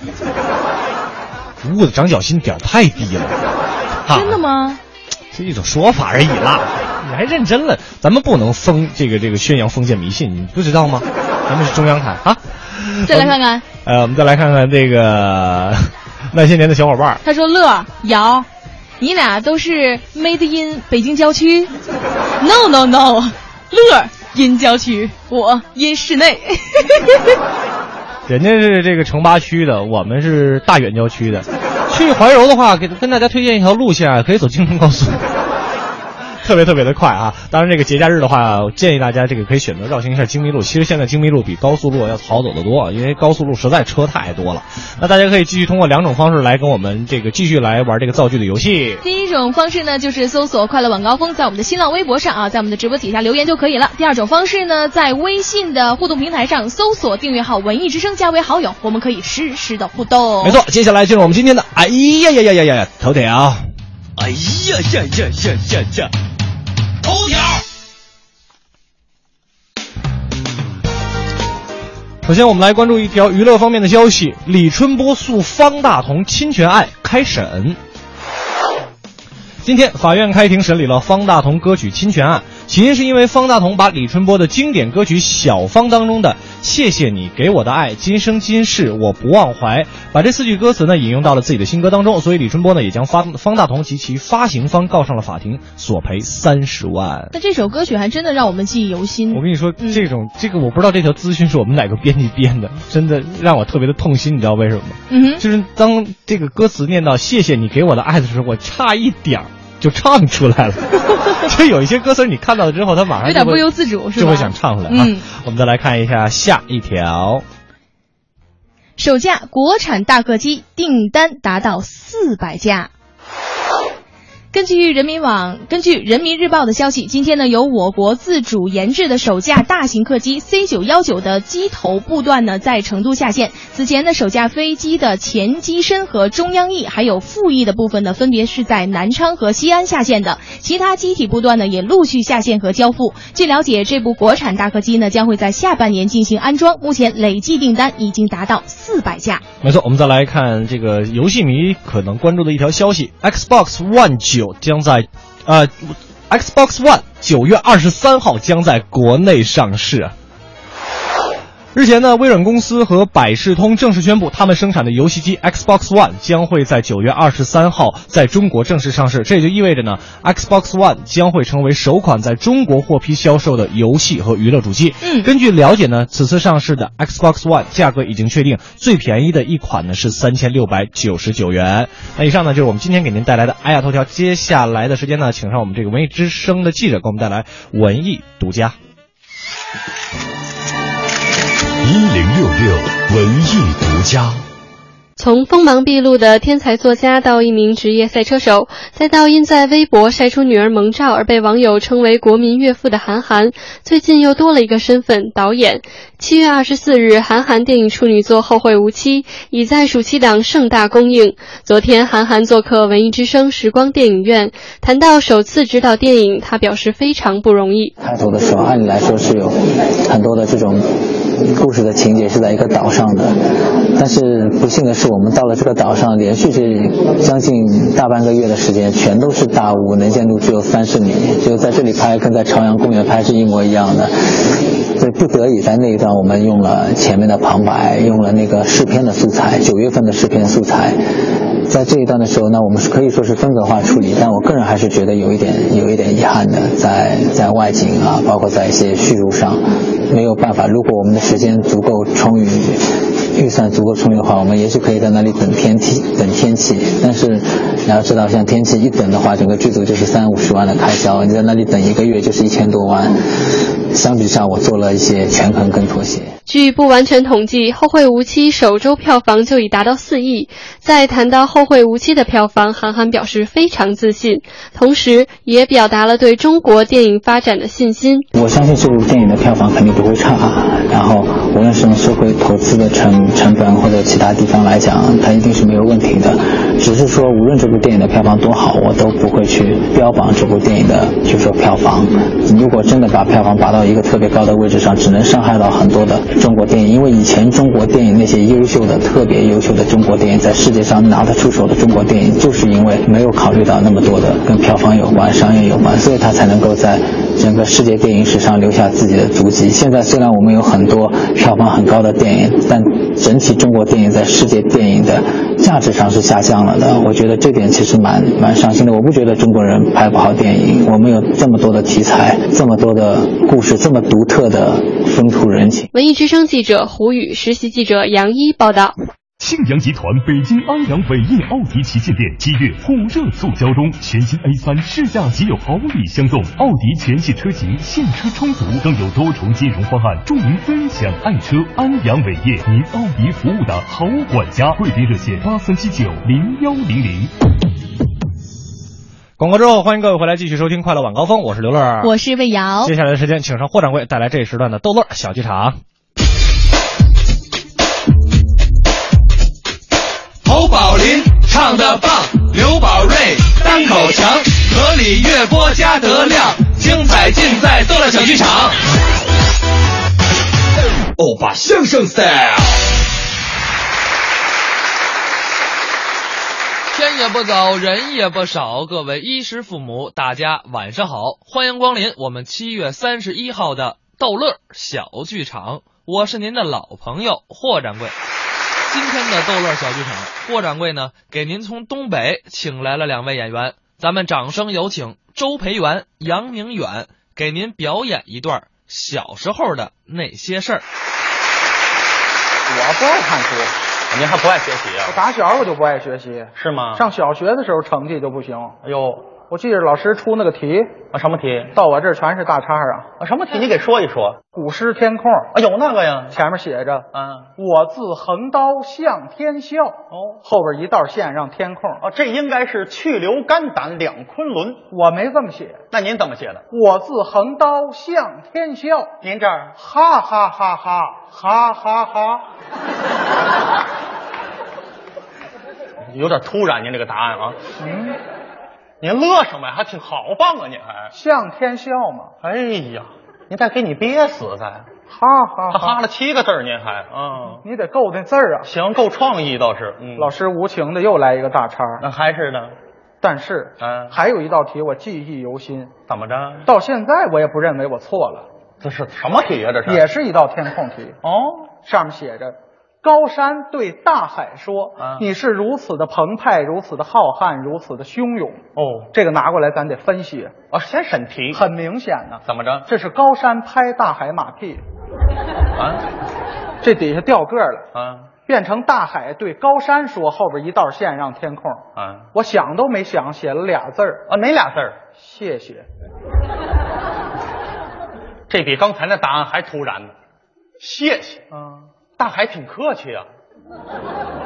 [SPEAKER 5] 痦子长脚心点儿太低了，哈
[SPEAKER 4] 真的吗？
[SPEAKER 5] 是一种说法而已啦。你还认真了？咱们不能封这个这个宣扬封建迷信，你不知道吗？咱们是中央台啊。
[SPEAKER 4] 再来看看，
[SPEAKER 5] 呃，我们再来看看这个 那些年的小伙伴儿。
[SPEAKER 4] 他说：“乐瑶，你俩都是 made in 北京郊 区？No No No，乐 in 郊区，我 in 室 内。
[SPEAKER 5] 人家是这个城八区的，我们是大远郊区的。去怀柔的话，给跟大家推荐一条路线啊，可以走京承高速， 特别特别的快啊！当然，这个节假日的话，我建议大家这个可以选择绕行一下京密路。其实现在京密路比高速路要好走得多，啊，因为高速路实在车太多了。那大家可以继续通过两种方式来跟我们这个继续来玩这个造句的游戏。
[SPEAKER 4] 第一种方式呢，就是搜索“快乐晚高峰”在我们的新浪微博上啊，在我们的直播底下留言就可以了。第二种方式呢，在微信的互动平台上搜索订阅号“文艺之声”，加为好友，我们可以实时的互动。
[SPEAKER 5] 没错，接下来就是我们今天的哎呀呀呀呀呀呀头啊条。
[SPEAKER 9] 哎呀呀呀呀呀呀！头条，
[SPEAKER 5] 首先，我们来关注一条娱乐方面的消息：李春波诉方大同侵权案开审。今天，法院开庭审理了方大同歌曲侵权案，起因是因为方大同把李春波的经典歌曲《小芳》当中的“谢谢你给我的爱，今生今世我不忘怀”，把这四句歌词呢引用到了自己的新歌当中，所以李春波呢也将方方大同及其发行方告上了法庭，索赔三十万。
[SPEAKER 4] 那这首歌曲还真的让我们记忆犹新。
[SPEAKER 5] 我跟你说，
[SPEAKER 4] 嗯
[SPEAKER 5] 这种这个我不知道这条资讯是我们哪个编辑编的，真的让我特别的痛心，你知道为什么吗？
[SPEAKER 4] 嗯哼
[SPEAKER 5] 就是当这个歌词念到“谢谢你给我的爱”的时候，我差一点儿就唱出来 了。就有一些歌词你看到了之后，他马上
[SPEAKER 4] 有点
[SPEAKER 5] 就会
[SPEAKER 4] 不由自主是吧
[SPEAKER 5] 就会想唱出来啊。
[SPEAKER 4] 嗯
[SPEAKER 5] 我们再来看一下下一条。
[SPEAKER 4] 首架国产大客机订单达到四百架。根据人民网，根据人民日报的消息，今天呢，由我国自主研制的首架大型客机 C 九幺九的机头部段呢，在成都下线。此前呢，首架飞机的前机身和中央翼还有副翼的部分呢，分别是在南昌和西安下线的，其他机体部段呢，也陆续下线和交付。据了解，这部国产大客机呢，将会在下半年进行安装，目前累计订单已经达到四百架。
[SPEAKER 5] 没错，我们再来看这个游戏迷可能关注的一条消息：Xbox One 九将在，呃，Xbox One 九月二十三号将在国内上市。啊日前呢，微软公司和百事通正式宣布，他们生产的游戏机 Xbox One 将会在九月二十三号在中国正式上市。这也就意味着呢，Xbox One 将会成为首款在中国获批销售的游戏和娱乐主机。
[SPEAKER 4] 嗯
[SPEAKER 5] 根据了解呢，此次上市的 Xbox One 价格已经确定，最便宜的一款呢是三千六百九十九元。那以上呢就是我们今天给您带来的《哎呀头条》，接下来的时间呢，请上我们这个文艺之声的记者给我们带来文艺独家。
[SPEAKER 7] 一零六六文艺独家。
[SPEAKER 22] 从锋芒毕露的天才作家到一名职业赛车手，再到因在微博晒出女儿萌照而被网友称为“国民岳父”的韩寒，最近又多了一个身份——导演。七月二十四日，韩寒电影处女作《后会无期》已在暑期档盛大公映。昨天，韩寒做客文艺之声时光电影院，谈到首次执导电影，他表示非常不容易。
[SPEAKER 31] 开头的时候，按理来说是有很多的这种故事的情节是在一个岛上的，但是不幸的是，我们到了这个岛上，连续这将近大半个月的时间，全都是大雾，能见度只有三十米，就在这里拍跟在朝阳公园拍是一模一样的。所以不得已在那一段，我们用了前面的旁白，用了那个试片的素材，九月份的试片素材。在这一段的时候呢，我们是可以说是分格化处理，但我个人还是觉得有一点有一点遗憾的，在在外景啊，包括在一些叙述上，没有办法。如果我们的时间足够充裕，预算足够充裕的话，我们也许可以在那里等天气，等天气。但是你要知道，像天气一等的话，整个剧组就是三五十万的开销，你在那里等一个月就是一千多万。相比下，我做了一些权衡跟妥协。
[SPEAKER 22] 据不完全统计，《后会无期》首周票房就已达到四亿。在谈到《后会无期》的票房，韩寒表示非常自信，同时也表达了对中国电影发展的信心。
[SPEAKER 31] 我相信这部电影的票房肯定不会差，然后无论是从收回投资的成成本或者其他地方来讲，它一定是没有问题的。只是说，无论这部电影的票房多好，我都不会去标榜这部电影的，就说票房。如果真的把票房拔到一个特别高的位置上，只能伤害到很多的中国电影，因为以前中国电影那些优秀的、特别优秀的中国电影，在世界上拿得出手的中国电影，就是因为没有考虑到那么多的跟票房有关、商业有关，所以它才能够在整个世界电影史上留下自己的足迹。现在虽然我们有很多票房很高的电影，但整体中国电影在世界电影的价值上是下降了的。我觉得这点其实蛮蛮伤心的。我不觉得中国人拍不好电影，我们有这么多的题材，这么多的故事，这么独特的风土人情。
[SPEAKER 22] 文艺之声记者胡宇，实习记者杨一报道。
[SPEAKER 7] 庆阳集团北京安阳伟业奥迪旗舰店七月火热促销中，全新 A 三试驾即有好礼相送，奥迪全系车型现车充足，更有多重金融方案助您分享爱车。安阳伟业，您奥迪服务的好管家，贵宾热线八三七九零幺零零。
[SPEAKER 5] 广告之后，欢迎各位回来继续收听《快乐晚高峰》，我是刘乐，
[SPEAKER 4] 我是魏瑶。
[SPEAKER 5] 接下来的时间，请上霍掌柜带来这一时段的逗乐小剧场。
[SPEAKER 21] 侯宝林唱的棒，刘宝瑞单口强，河里月波加德亮，精彩尽在逗乐小剧场。欧巴相声 style，
[SPEAKER 11] 天也不早，人也不少，各位衣食父母，大家晚上好，欢迎光临我们七月三十一号的逗乐小剧场，我是您的老朋友霍掌柜。今天的逗乐小剧场，霍掌柜呢给您从东北请来了两位演员，咱们掌声有请周培源、杨明远，给您表演一段小时候的那些事儿。
[SPEAKER 19] 我不爱看书，
[SPEAKER 6] 您还不爱学习啊
[SPEAKER 19] 我？打小我就不爱学习，
[SPEAKER 6] 是吗？
[SPEAKER 19] 上小学的时候成绩就不行。
[SPEAKER 6] 哎呦，
[SPEAKER 19] 我记着老师出那个题，
[SPEAKER 6] 啊什么题？
[SPEAKER 19] 到我这儿全是大叉啊！
[SPEAKER 6] 啊什么题？你给说一说。
[SPEAKER 19] 古诗天空，
[SPEAKER 6] 啊有那个呀？
[SPEAKER 19] 前面写着
[SPEAKER 6] 啊，
[SPEAKER 19] 我自横刀向天笑，
[SPEAKER 6] 哦
[SPEAKER 19] 后边一道线让天空。
[SPEAKER 6] 哦，这应该是去留肝胆两昆仑。
[SPEAKER 19] 我没这么写，
[SPEAKER 6] 那您怎么写的？
[SPEAKER 19] 我自横刀向天笑，
[SPEAKER 6] 您这儿
[SPEAKER 19] 哈哈哈哈哈哈哈！
[SPEAKER 6] 有点突然，您这个答案啊，
[SPEAKER 19] 嗯，
[SPEAKER 6] 您乐什么呀？还挺豪放啊，您还。
[SPEAKER 19] 向天笑嘛，
[SPEAKER 6] 哎呀，您再给你憋死再。
[SPEAKER 19] 哈哈
[SPEAKER 6] 他哈了七个字儿，您还啊？
[SPEAKER 19] 你得够那字儿啊！
[SPEAKER 6] 行，够创意倒是。嗯，
[SPEAKER 19] 老师无情的又来一个大叉，
[SPEAKER 6] 那还是呢？
[SPEAKER 19] 但是，
[SPEAKER 6] 嗯
[SPEAKER 19] 还有一道题我记忆犹新，
[SPEAKER 6] 怎么着？
[SPEAKER 19] 到现在我也不认为我错了，
[SPEAKER 6] 这是什么题啊？这是
[SPEAKER 19] 也是一道填空题。
[SPEAKER 6] 哦，
[SPEAKER 19] 上面写着：“高山对大海说，
[SPEAKER 6] 啊
[SPEAKER 19] 你是如此的澎湃，如此的浩瀚，如此的汹涌。”
[SPEAKER 6] 哦，
[SPEAKER 19] 这个拿过来咱得分析，
[SPEAKER 6] 哦，先审题，
[SPEAKER 19] 很明显呢、
[SPEAKER 6] 怎么着？
[SPEAKER 19] 这是高山拍大海马屁，
[SPEAKER 6] 啊
[SPEAKER 19] 这底下掉个儿了，
[SPEAKER 6] 啊
[SPEAKER 19] 变成大海对高山说，后边一道线让天空。
[SPEAKER 6] 啊
[SPEAKER 19] 我想都没想，写了俩字儿，
[SPEAKER 6] 啊！哪俩字儿？
[SPEAKER 19] 谢谢。
[SPEAKER 6] 这比刚才那答案还突然呢。谢谢，
[SPEAKER 19] 啊，
[SPEAKER 6] 大海挺客气啊。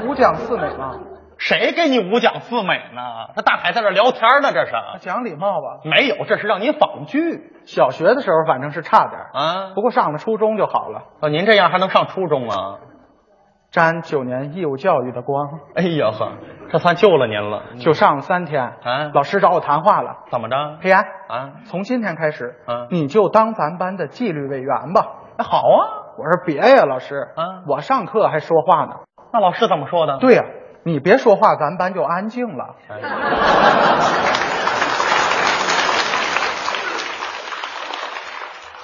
[SPEAKER 19] 五讲四美嘛，
[SPEAKER 6] 谁给你五讲四美呢？那大海在这聊天呢，这是？
[SPEAKER 19] 讲礼貌吧。
[SPEAKER 6] 没有，这是让您仿句
[SPEAKER 19] 小学的时候反正是差点儿，
[SPEAKER 6] 啊。
[SPEAKER 19] 不过上了初中就好了。
[SPEAKER 6] 哦，您这样还能上初中啊？
[SPEAKER 19] 沾九年义务教育的光，
[SPEAKER 6] 哎呀呵，这算救了您了。
[SPEAKER 19] 就上了三天。
[SPEAKER 6] 啊
[SPEAKER 19] 老师找我谈话了，
[SPEAKER 6] 怎么着？
[SPEAKER 19] 裴岩，
[SPEAKER 6] 啊，
[SPEAKER 19] 从今天开始，
[SPEAKER 6] 啊
[SPEAKER 19] 你就当咱班的纪律委员吧。
[SPEAKER 6] 那好啊，
[SPEAKER 19] 我说别呀，老师，
[SPEAKER 6] 啊
[SPEAKER 19] 我上课还说话呢。
[SPEAKER 6] 那老师怎么说的？
[SPEAKER 19] 对呀、你别说话，咱班就安静了。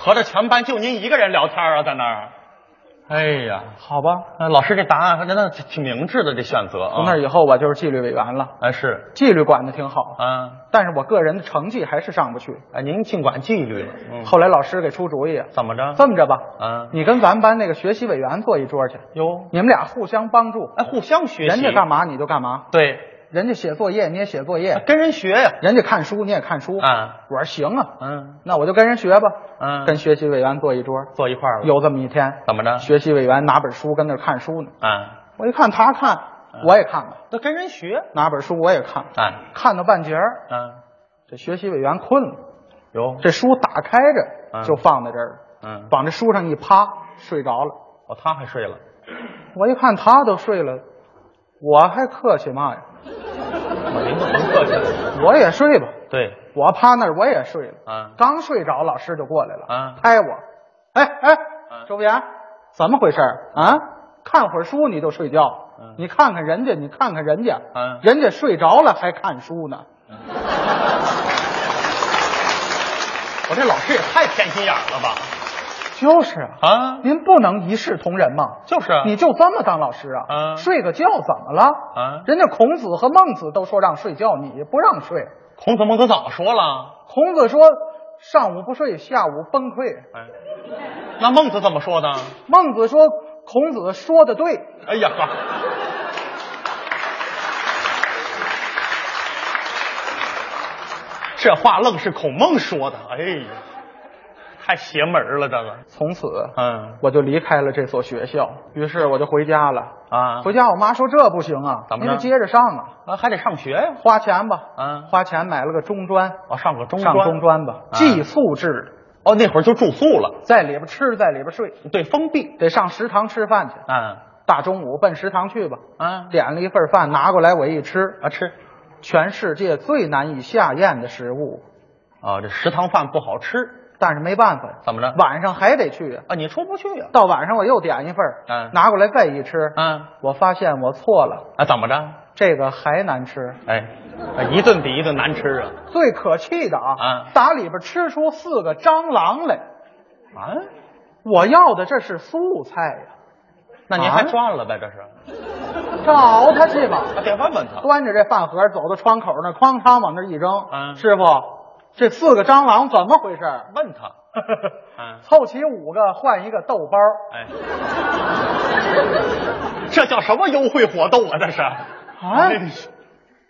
[SPEAKER 6] 合着全班就您一个人聊天啊，在那儿。哎呀，
[SPEAKER 19] 好吧，
[SPEAKER 6] 呃老师这答案还真的挺挺明智的，这选择啊。
[SPEAKER 19] 从那以后我就是纪律委员了，
[SPEAKER 6] 哎是
[SPEAKER 19] 纪律管的挺好，
[SPEAKER 6] 啊，
[SPEAKER 19] 但是我个人的成绩还是上不去。
[SPEAKER 6] 哎您尽管纪律了。嗯，
[SPEAKER 19] 后来老师给出主意，
[SPEAKER 6] 怎么着？
[SPEAKER 19] 这么着吧，
[SPEAKER 6] 啊
[SPEAKER 19] 你跟咱班那个学习委员坐一桌去，
[SPEAKER 6] 哟，
[SPEAKER 19] 你们俩互相帮助，
[SPEAKER 6] 哎，互相学习。
[SPEAKER 19] 人家干？嘛你就干嘛，
[SPEAKER 6] 对，
[SPEAKER 19] 人家写作业你也写作业，
[SPEAKER 6] 啊跟人学呀。
[SPEAKER 19] 人家看书你也看书
[SPEAKER 6] 啊。
[SPEAKER 19] 我说行啊，
[SPEAKER 6] 嗯
[SPEAKER 19] 那我就跟人学吧。
[SPEAKER 6] 嗯，
[SPEAKER 19] 跟学习委员坐一桌，
[SPEAKER 6] 坐一块儿了。
[SPEAKER 19] 有这么一天，
[SPEAKER 6] 怎么着？
[SPEAKER 19] 学习委员拿本书跟那儿看书呢。
[SPEAKER 6] 啊，
[SPEAKER 19] 我一看他看，我也看吧，
[SPEAKER 6] 嗯那跟人学。
[SPEAKER 19] 拿本书我也看，
[SPEAKER 6] 啊
[SPEAKER 19] 看到半截儿，
[SPEAKER 6] 啊，
[SPEAKER 19] 这学习委员困了，
[SPEAKER 6] 有
[SPEAKER 19] 这书打开着
[SPEAKER 6] 嗯
[SPEAKER 19] 就放在这儿了，
[SPEAKER 6] 嗯，
[SPEAKER 19] 往这书上一趴，睡着了。
[SPEAKER 6] 哦，他还睡了。
[SPEAKER 19] 我一看他都睡了，我还客气嘛呀？
[SPEAKER 6] 哦您不甭客气了。
[SPEAKER 19] 我也睡吧，
[SPEAKER 6] 对，
[SPEAKER 19] 我趴那儿我也睡了。
[SPEAKER 6] 啊
[SPEAKER 19] 刚睡着，老师就过来了，
[SPEAKER 6] 啊
[SPEAKER 19] 拍我，哎哎
[SPEAKER 6] 啊，
[SPEAKER 19] 周岩，怎么回事儿啊？看会儿书你就睡觉
[SPEAKER 6] 嗯，
[SPEAKER 19] 你看看人家，你看看人家
[SPEAKER 6] 啊，
[SPEAKER 19] 人家睡着了还看书呢。
[SPEAKER 12] 我这老师也太偏心眼儿了吧？
[SPEAKER 19] 就是啊，
[SPEAKER 12] 啊，
[SPEAKER 19] 您不能一视同仁嘛。
[SPEAKER 12] 就是啊
[SPEAKER 19] 你就这么当老师啊？
[SPEAKER 12] 啊
[SPEAKER 19] 睡个觉怎么了？
[SPEAKER 12] 啊
[SPEAKER 19] 人家孔子和孟子都说让睡觉，你不让睡。
[SPEAKER 12] 孔子孟子早说了，
[SPEAKER 19] 孔子说上午不睡，下午崩溃。
[SPEAKER 12] 哎，那孟子怎么说的？
[SPEAKER 19] 孟子说孔子说的对。
[SPEAKER 12] 哎呀，这话愣是孔孟说的，哎呀，太邪门了，这个。
[SPEAKER 19] 从此，
[SPEAKER 12] 嗯，
[SPEAKER 19] 我就离开了这所学校，于是我就回家了。
[SPEAKER 12] 啊，
[SPEAKER 19] 回家，我妈说这不行啊，
[SPEAKER 12] 怎么
[SPEAKER 19] 您
[SPEAKER 12] 着
[SPEAKER 19] 得接着上啊，
[SPEAKER 12] 啊还得上学呀、
[SPEAKER 19] 花钱吧，
[SPEAKER 12] 啊
[SPEAKER 19] 花钱买了个中专，
[SPEAKER 12] 哦，上个中
[SPEAKER 19] 上中专吧，
[SPEAKER 12] 啊
[SPEAKER 19] 寄宿制，
[SPEAKER 12] 哦，那会儿就住宿了，
[SPEAKER 19] 在里边吃，在里边睡，
[SPEAKER 12] 对，封闭。
[SPEAKER 19] 得上食堂吃饭去。
[SPEAKER 12] 啊
[SPEAKER 19] 大中午奔食堂去吧，
[SPEAKER 12] 啊
[SPEAKER 19] 点了一份饭拿过来，我一吃，
[SPEAKER 12] 啊吃，
[SPEAKER 19] 全世界最难以下咽的食物，
[SPEAKER 12] 啊，这食堂饭不好吃，
[SPEAKER 19] 但是没办法，
[SPEAKER 12] 怎么着？
[SPEAKER 19] 晚上还得去啊。
[SPEAKER 12] 啊，你出不去呀、
[SPEAKER 19] 到晚上我又点一份儿，
[SPEAKER 12] 嗯
[SPEAKER 19] 拿过来再一吃，
[SPEAKER 12] 啊
[SPEAKER 19] 我发现我错了，
[SPEAKER 12] 啊，怎么着？
[SPEAKER 19] 这个还难吃。
[SPEAKER 12] 哎，啊一顿比一顿难吃啊！
[SPEAKER 19] 最可气的啊，
[SPEAKER 12] 啊
[SPEAKER 19] 打里边吃出四个蟑螂来，
[SPEAKER 12] 啊，
[SPEAKER 19] 我要的这是素菜呀、
[SPEAKER 12] 那您还
[SPEAKER 19] 啊
[SPEAKER 12] 抓了呗？这是，
[SPEAKER 19] 找他去吧。
[SPEAKER 12] 啊得问问他。
[SPEAKER 19] 端着这饭盒走到窗口那儿，哐当往那儿一扔，
[SPEAKER 12] 嗯
[SPEAKER 19] 师傅，啊这四个蟑螂怎么回事？
[SPEAKER 12] 问 他。嗯，
[SPEAKER 19] 凑齐五个换一个豆包，
[SPEAKER 12] 哎，这叫什么优惠活动啊？这是
[SPEAKER 19] 啊
[SPEAKER 12] 这是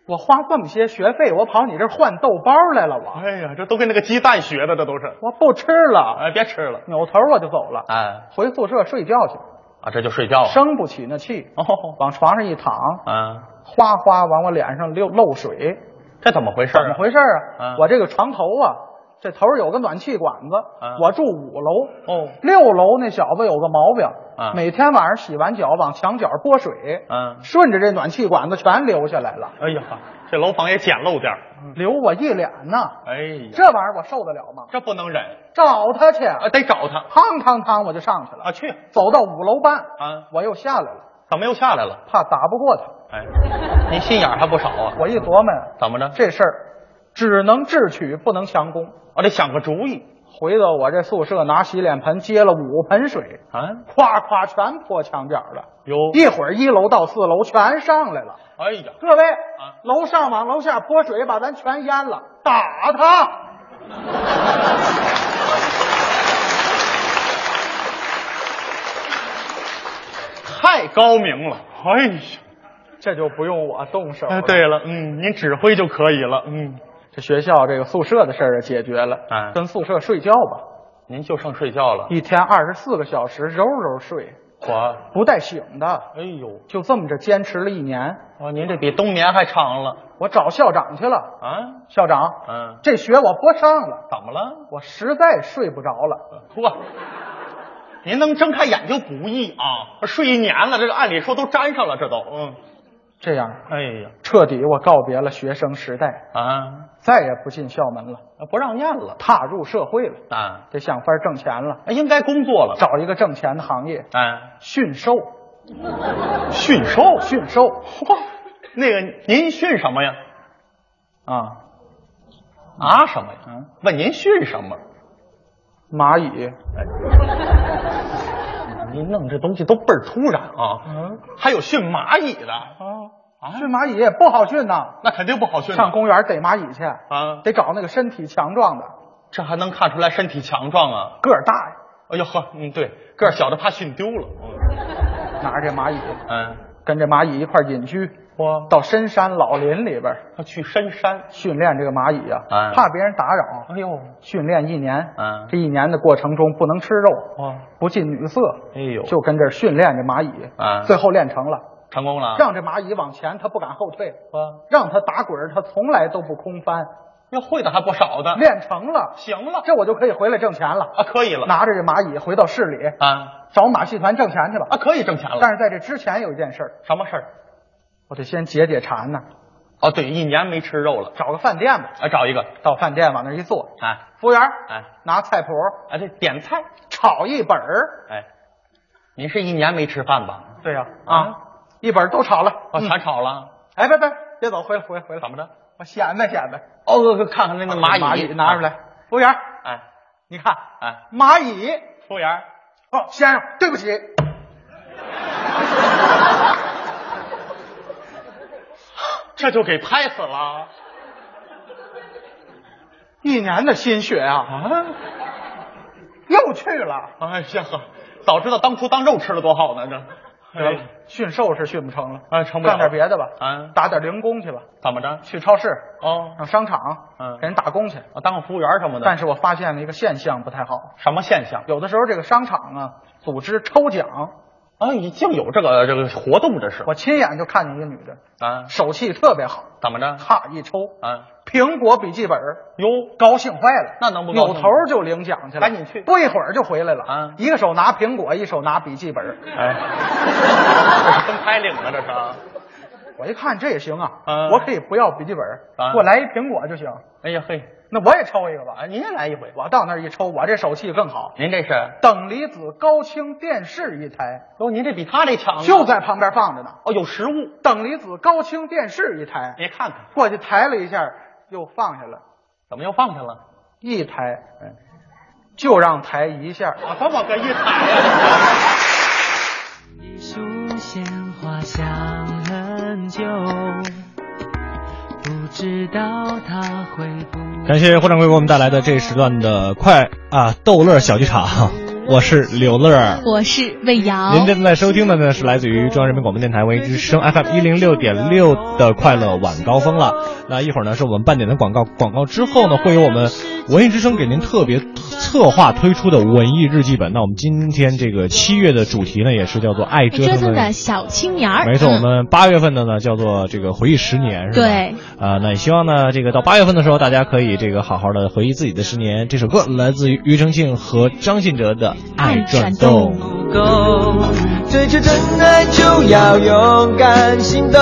[SPEAKER 19] 我花这么些学费，我跑你这儿换豆包来了，我
[SPEAKER 12] 哎呀，这都跟那个鸡蛋学的，这都是。
[SPEAKER 19] 我不吃了，
[SPEAKER 12] 哎，别吃了。
[SPEAKER 19] 扭头我就走了，
[SPEAKER 12] 哎，
[SPEAKER 19] 回宿舍睡觉去，
[SPEAKER 12] 啊，这就睡觉了。
[SPEAKER 19] 生不起那气，
[SPEAKER 12] 哦，
[SPEAKER 19] 往床上一躺，
[SPEAKER 12] 啊，
[SPEAKER 19] 哗哗往我脸上流漏水，
[SPEAKER 12] 这怎么回事、啊？
[SPEAKER 19] 怎么回事啊
[SPEAKER 12] 嗯？
[SPEAKER 19] 我这个床头啊，这头儿有个暖气管子
[SPEAKER 12] 嗯，
[SPEAKER 19] 我住五楼，
[SPEAKER 12] 哦，
[SPEAKER 19] 六楼那小子有个毛病
[SPEAKER 12] 啊，
[SPEAKER 19] 每天晚上洗完脚往墙角泼水，
[SPEAKER 12] 嗯
[SPEAKER 19] 顺着这暖气管子全流下来了，
[SPEAKER 12] 哎呀，这楼房也简陋点儿。
[SPEAKER 19] 流我一脸呐，
[SPEAKER 12] 哎呀，
[SPEAKER 19] 这玩意儿我受得了吗？
[SPEAKER 12] 这不能忍
[SPEAKER 19] 找他去，
[SPEAKER 12] 啊，得找他
[SPEAKER 19] 汤汤汤我就上去
[SPEAKER 12] 啊，
[SPEAKER 19] 了，
[SPEAKER 12] 去，
[SPEAKER 19] 走到五楼半
[SPEAKER 12] 啊，
[SPEAKER 19] 我又下来了，
[SPEAKER 12] 怎么又下来了？
[SPEAKER 19] 怕打不过他，
[SPEAKER 12] 哎，您心眼儿还不少啊。
[SPEAKER 19] 我一琢磨呀，
[SPEAKER 12] 怎么着？
[SPEAKER 19] 这事儿只能智取不能强攻，
[SPEAKER 12] 哦我得想个主意
[SPEAKER 19] 回到我这宿舍拿洗脸盆接了五盆水，
[SPEAKER 12] 啊。
[SPEAKER 19] 夸夸全泼墙角了。
[SPEAKER 12] 有，
[SPEAKER 19] 一会儿一楼到四楼全上来了，
[SPEAKER 12] 哎呀，
[SPEAKER 19] 各位，
[SPEAKER 12] 啊
[SPEAKER 19] 楼上往楼下泼水，把咱全淹了，打他！
[SPEAKER 12] 太高明了。哎呀，
[SPEAKER 19] 这就不用我动手了。
[SPEAKER 12] 哎，，对了，嗯，您指挥就可以了。嗯，
[SPEAKER 19] 这学校这个宿舍的事儿解决了，
[SPEAKER 12] 哎
[SPEAKER 19] 跟宿舍睡觉吧，
[SPEAKER 12] 您就剩睡觉了。
[SPEAKER 19] 一天二十四个小时，揉揉睡，
[SPEAKER 12] 我，
[SPEAKER 19] 不带醒的，
[SPEAKER 12] 哎呦，
[SPEAKER 19] 就这么着坚持了一年。
[SPEAKER 12] 哦，您这比冬眠还长了
[SPEAKER 19] 我找校长去了，
[SPEAKER 12] 啊？
[SPEAKER 19] 校长，
[SPEAKER 12] 嗯，
[SPEAKER 19] 这学我不上了，
[SPEAKER 12] 怎么了？
[SPEAKER 19] 我实在睡不着了。
[SPEAKER 12] 嚯，您能睁开眼睛不易啊！睡一年了，这个按理说都粘上了，这都嗯。
[SPEAKER 19] 这样
[SPEAKER 12] 哎呀
[SPEAKER 19] 彻底我告别了学生时代，
[SPEAKER 12] 啊，
[SPEAKER 19] 再也不进校门了，
[SPEAKER 12] 不让念了
[SPEAKER 19] 踏入社会了，
[SPEAKER 12] 啊，哎
[SPEAKER 19] 得想法儿挣钱了，
[SPEAKER 12] 应该工作了。
[SPEAKER 19] 找一个挣钱的行业，
[SPEAKER 12] 啊，
[SPEAKER 19] 驯 兽，
[SPEAKER 12] 驯兽，
[SPEAKER 19] 驯兽
[SPEAKER 12] 嚯，那个您训什么呀？
[SPEAKER 19] 啊，嗯
[SPEAKER 12] 啊什么呀？问您训什么？哎
[SPEAKER 19] 蚂蚁，
[SPEAKER 12] 您弄这东西都倍儿突然啊！
[SPEAKER 19] 嗯
[SPEAKER 12] 还有训蚂蚁的，
[SPEAKER 19] 啊，驯蚂蚁也不好驯呐，
[SPEAKER 12] 那肯定不好训啊。
[SPEAKER 19] 上公园逮蚂蚁去，
[SPEAKER 12] 啊，
[SPEAKER 19] 得找那个身体强壮的，
[SPEAKER 12] 这还能看出来身体强壮啊？
[SPEAKER 19] 个儿大呀，
[SPEAKER 12] 哎呦呵，嗯，对，个儿小的怕训丢了。
[SPEAKER 19] 拿着这蚂蚁，
[SPEAKER 12] 嗯，
[SPEAKER 19] 跟这蚂蚁一块儿隐居，
[SPEAKER 12] 哇，
[SPEAKER 19] 到深山老林里边儿
[SPEAKER 12] 他啊去深山。
[SPEAKER 19] 训练这个蚂蚁呀、
[SPEAKER 12] 嗯
[SPEAKER 19] 怕别人打扰，
[SPEAKER 12] 哎呦，
[SPEAKER 19] 训练一年，
[SPEAKER 12] 嗯
[SPEAKER 19] 这一年的过程中不能吃肉，
[SPEAKER 12] 哇，
[SPEAKER 19] 不近女色，
[SPEAKER 12] 哎呦，
[SPEAKER 19] 就跟这儿训练这蚂蚁，
[SPEAKER 12] 嗯
[SPEAKER 19] 最后练成了，
[SPEAKER 12] 成功了。
[SPEAKER 19] 让这蚂蚁往前，它不敢后退，
[SPEAKER 12] 哇，
[SPEAKER 19] 让它打滚儿，它从来都不空翻，
[SPEAKER 12] 要会的还不少的。
[SPEAKER 19] 练成了，
[SPEAKER 12] 行了，
[SPEAKER 19] 这我就可以回来挣钱了，
[SPEAKER 12] 啊，可以了。
[SPEAKER 19] 拿着这蚂蚁回到市里
[SPEAKER 12] 啊
[SPEAKER 19] 找马戏团挣钱去吧。
[SPEAKER 12] 啊，可以挣钱了。
[SPEAKER 19] 但是在这之前有一件事儿，
[SPEAKER 12] 什么事儿？
[SPEAKER 19] 我得先解解馋呢，
[SPEAKER 12] 哦，对，一年没吃肉了。
[SPEAKER 19] 找个饭店吧，
[SPEAKER 12] 啊，找一个。
[SPEAKER 19] 到饭店往那儿一坐，
[SPEAKER 12] 啊
[SPEAKER 19] 服务员，
[SPEAKER 12] 哎，
[SPEAKER 19] 拿菜谱
[SPEAKER 12] 啊，这点菜。
[SPEAKER 19] 炒一本儿，
[SPEAKER 12] 哎，您是一年没吃饭吧？
[SPEAKER 19] 对呀、
[SPEAKER 12] 啊
[SPEAKER 19] 啊，一本儿都炒了，
[SPEAKER 12] 哦，
[SPEAKER 19] 嗯
[SPEAKER 12] 全炒了。
[SPEAKER 19] 哎，别别别走，回来回来回来，
[SPEAKER 12] 怎么着？
[SPEAKER 19] 我显摆显摆，
[SPEAKER 12] 哦，看看那个蚂蚁，
[SPEAKER 19] 把蚂蚁拿出。来，服务员，
[SPEAKER 12] 哎，你看，啊，蚂蚁，服务员，哦，先生，对不起， 这就给拍死了，
[SPEAKER 19] 一年的心血啊！啊，
[SPEAKER 12] 又去了。哎呀，早知道当初当肉吃了多好呢，这，
[SPEAKER 19] 得了，哎驯兽是驯不成了，
[SPEAKER 12] 哎，成不了
[SPEAKER 19] 干点别的吧，
[SPEAKER 12] 啊，
[SPEAKER 19] 打点零工去吧。
[SPEAKER 12] 怎么着？
[SPEAKER 19] 去超市
[SPEAKER 12] 哦，啊
[SPEAKER 19] 上商场，嗯，给人打工去，
[SPEAKER 12] 当个服务员什么的。
[SPEAKER 19] 但是我发现了一个现象不太好，
[SPEAKER 12] 什么现象？
[SPEAKER 19] 有的时候这个商场啊，组织抽奖，
[SPEAKER 12] 啊，已经有这个这个活动，这是
[SPEAKER 19] 我亲眼就看见一个女的，
[SPEAKER 12] 啊，
[SPEAKER 19] 手气特别好，
[SPEAKER 12] 怎么着？
[SPEAKER 19] 哈一抽，
[SPEAKER 12] 啊，
[SPEAKER 19] 苹果笔记本，
[SPEAKER 12] 哟，
[SPEAKER 19] 高兴坏了，
[SPEAKER 12] 那能不高兴
[SPEAKER 19] 扭
[SPEAKER 12] 吗
[SPEAKER 19] 头就领奖去了，
[SPEAKER 12] 赶紧去
[SPEAKER 19] 不一会儿就回来了，
[SPEAKER 12] 啊哎
[SPEAKER 19] 一个手拿苹果，一手拿笔记本，
[SPEAKER 12] 这是分开领的，这是啊。
[SPEAKER 19] 我一看这也行啊，
[SPEAKER 12] 啊
[SPEAKER 19] 我可以不要笔记本，
[SPEAKER 12] 啊
[SPEAKER 19] 给我来一苹果就行，
[SPEAKER 12] 哎呀嘿，
[SPEAKER 19] 那我也抽一个吧，
[SPEAKER 12] 您也来一回。
[SPEAKER 19] 我到那儿一抽，我这手气更好，
[SPEAKER 12] 您这是？
[SPEAKER 19] 等离子高清电视一台，
[SPEAKER 12] 哟，啊您这比他这强啊。
[SPEAKER 19] 就在旁边放着呢。
[SPEAKER 12] 哦，有实物，
[SPEAKER 19] 等离子高清电视一台，
[SPEAKER 12] 你看看，
[SPEAKER 19] 过去抬了一下，又放下了，
[SPEAKER 12] 怎么又放下了？
[SPEAKER 19] 一抬，就让抬一下。
[SPEAKER 12] 啊，这么个一抬呀、
[SPEAKER 21] 一束鲜花香很久，不知道它会不
[SPEAKER 5] 感谢霍掌柜给我们带来的这一时段的快啊逗乐小剧场，我是刘乐儿。
[SPEAKER 4] 我是魏瑶。
[SPEAKER 5] 您正在收听的呢是来自于中央人民广播电台文艺之声 FM 一零六点六的快乐晚高峰了。那一会儿呢是我们半点的广告，广告之后呢会有我们文艺之声给您特别策划推出的文艺日记本。那我们今天这个七月的主题呢也是叫做爱折
[SPEAKER 4] 折
[SPEAKER 5] 腾
[SPEAKER 4] 腾
[SPEAKER 5] 的
[SPEAKER 4] 的。小青年儿，
[SPEAKER 5] 没错，我
[SPEAKER 4] 嗯
[SPEAKER 5] 们八月份的呢叫做这个回忆十年，是吧？
[SPEAKER 4] 对。
[SPEAKER 5] 啊、那也希望呢，这个到八月份的时候，大家可以这个好好的回忆自己的十年。这首歌来自于庾澄庆和张信哲的《爱转动》。
[SPEAKER 21] 够，追求真爱就要勇敢行动，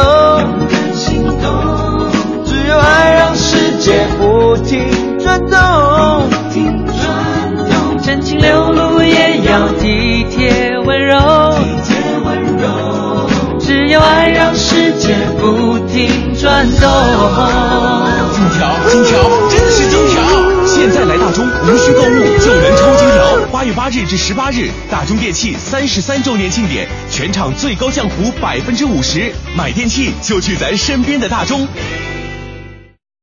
[SPEAKER 21] 行动，只有爱让世界不停转动，停转动，真情流露也要体贴温柔，体贴温柔，只有爱让世界不停转动。
[SPEAKER 18] 金条，金条，真的是金条！现在来大中，无需购物就能抽金条。八月八日至十八日，大中电器三十三周年庆典，全场最高降幅百分之五十，买电器就去咱身边的大中。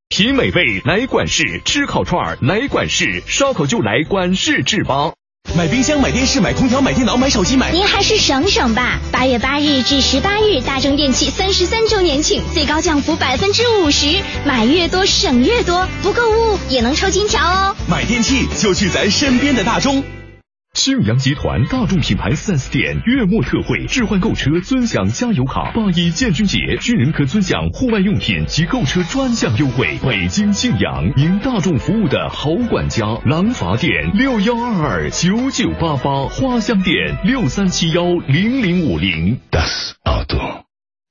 [SPEAKER 10] 品美味来管事，吃烤串儿来管事，烧烤就来管事制帮。
[SPEAKER 18] 买冰箱、买电视、买空调、买电脑、买手机、买。
[SPEAKER 2] 您还是省省吧。八月八日至十八日，大中电器三十三周年庆，最高降幅百分之五十，买越多省越多，不购物也能抽金条哦。
[SPEAKER 18] 买电器就去咱身边的大中。
[SPEAKER 10] 庆阳集团大众品牌 4S 店月末特惠，置换购车尊享加油卡；八一建军节，军人可尊享户外用品及购车专项优惠。北京庆阳，您大众服务的好管家。廊坊店六幺二二九九八八，花乡店六三七幺零零五零。Das Auto。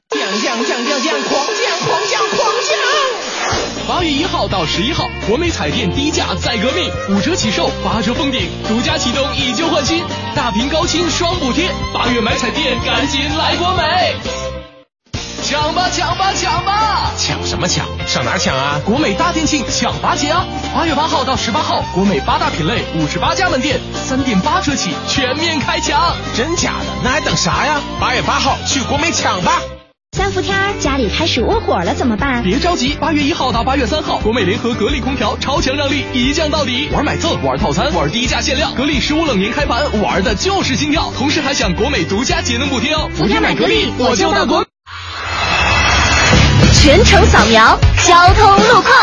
[SPEAKER 32] 降降降降降，狂降狂降狂降！
[SPEAKER 20] 八月一号到十一号，国美彩电低价再革命，五折起售，八折封顶，独家启动以旧换新，大屏高清双补贴。八月买彩电，赶紧来国美！抢吧抢吧抢吧！
[SPEAKER 18] 抢什么抢？上哪儿抢啊？
[SPEAKER 20] 国美大店庆抢八节啊！八月八号到十八号，国美八大品类五十八家门店，三点八折起，全面开抢！
[SPEAKER 18] 真假的？那还等啥呀？八月八号去国美抢吧！
[SPEAKER 2] 三伏天儿家里开始窝火了怎么办？
[SPEAKER 20] 别着急，八月一号到八月三号，国美联合格力空调超强让利，一降到底，玩买赠，玩套餐，玩低价限量，格力十五冷年开盘，玩的就是心跳，同时还享国美独家节能补贴哦。
[SPEAKER 2] 伏天买格力
[SPEAKER 20] 我就到国。
[SPEAKER 2] 全程扫描交通路况。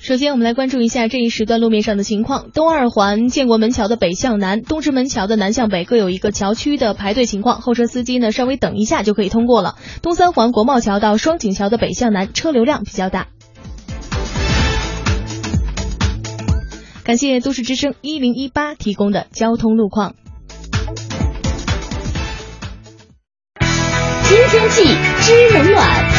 [SPEAKER 4] 首先，我们来关注一下这一时段路面上的情况。东二环建国门桥的北向南、东直门桥的南向北各有一个桥区的排队情况，后车司机呢稍微等一下就可以通过了。东三环国贸桥到双井桥的北向南车流量比较大。感谢都市之声一零一八提供的交通路况。
[SPEAKER 2] 知天气，知人暖。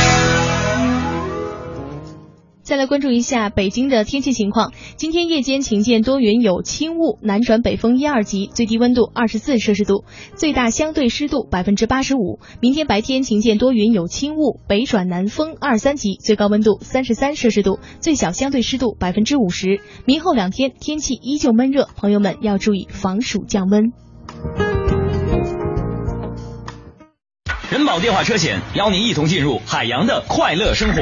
[SPEAKER 4] 再来关注一下北京的天气情况，今天夜间晴见多云有轻雾，南转北风一二级，最低温度二十四摄氏度，最大相对湿度百分之八十五。明天白天晴见多云有轻雾，北转南风二三级，最高温度三十三摄氏度，最小相对湿度百分之五十。明后两天天气依旧闷热，朋友们要注意防暑降温。
[SPEAKER 6] 人保电话车险邀您一同进入海洋的快乐生活。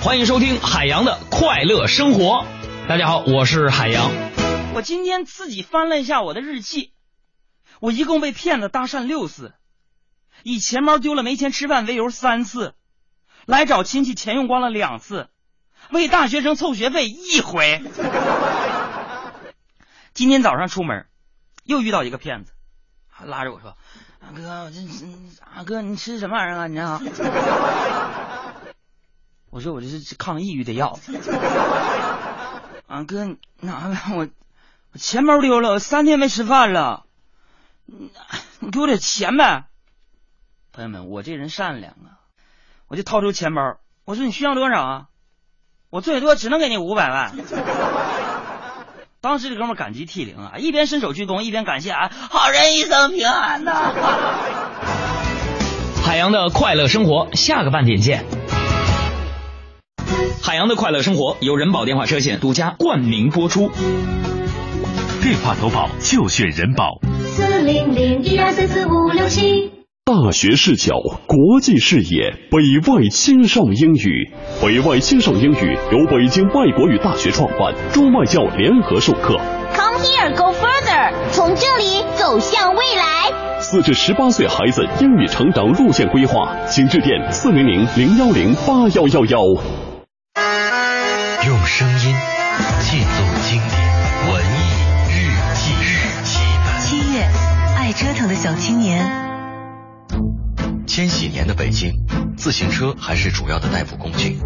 [SPEAKER 6] 欢迎收听海洋的快乐生活。大家好，我是海洋。
[SPEAKER 23] 我今天自己翻了一下我的日记，我一共被骗子搭讪六次，以钱包丢了没钱吃饭为由三次，来找亲戚钱用光了两次，为大学生凑学费一回。今天早上出门，又遇到一个骗子，拉着我说：“大哥，我这嗯大哥你吃什么玩意儿啊？你啊？”我说我这是抗抑郁的药。啊哥，拿来我，我钱包丢了，我三天没吃饭了。你你给我点钱呗。朋友们，我这人善良啊，我就掏出钱包，我说你需要多少啊？我最多只能给你五百万。当时这哥们感激涕零啊，一边伸手鞠躬，一边感谢啊，好人一生平安呐、
[SPEAKER 6] 海洋的快乐生活，下个半点见。海洋的快乐生活由人保电话车险独家冠名播出。
[SPEAKER 9] 电话投保就选人保。
[SPEAKER 10] 四零零一二三四五六七。
[SPEAKER 9] 大学视角，国际视野，北外青少英语。北外青少英语由北京外国语大学创办，中外教联合授课。
[SPEAKER 8] Come here, go further，从这里走向未来。
[SPEAKER 9] 四至十八岁孩子英语成长路线规划，请致电四零零零幺零八幺幺幺。
[SPEAKER 16] 用声音记录经典文艺日记日记本。
[SPEAKER 33] 七月，爱折腾的小青年。
[SPEAKER 16] 千禧年的北京，自行车还是主要的代步工具。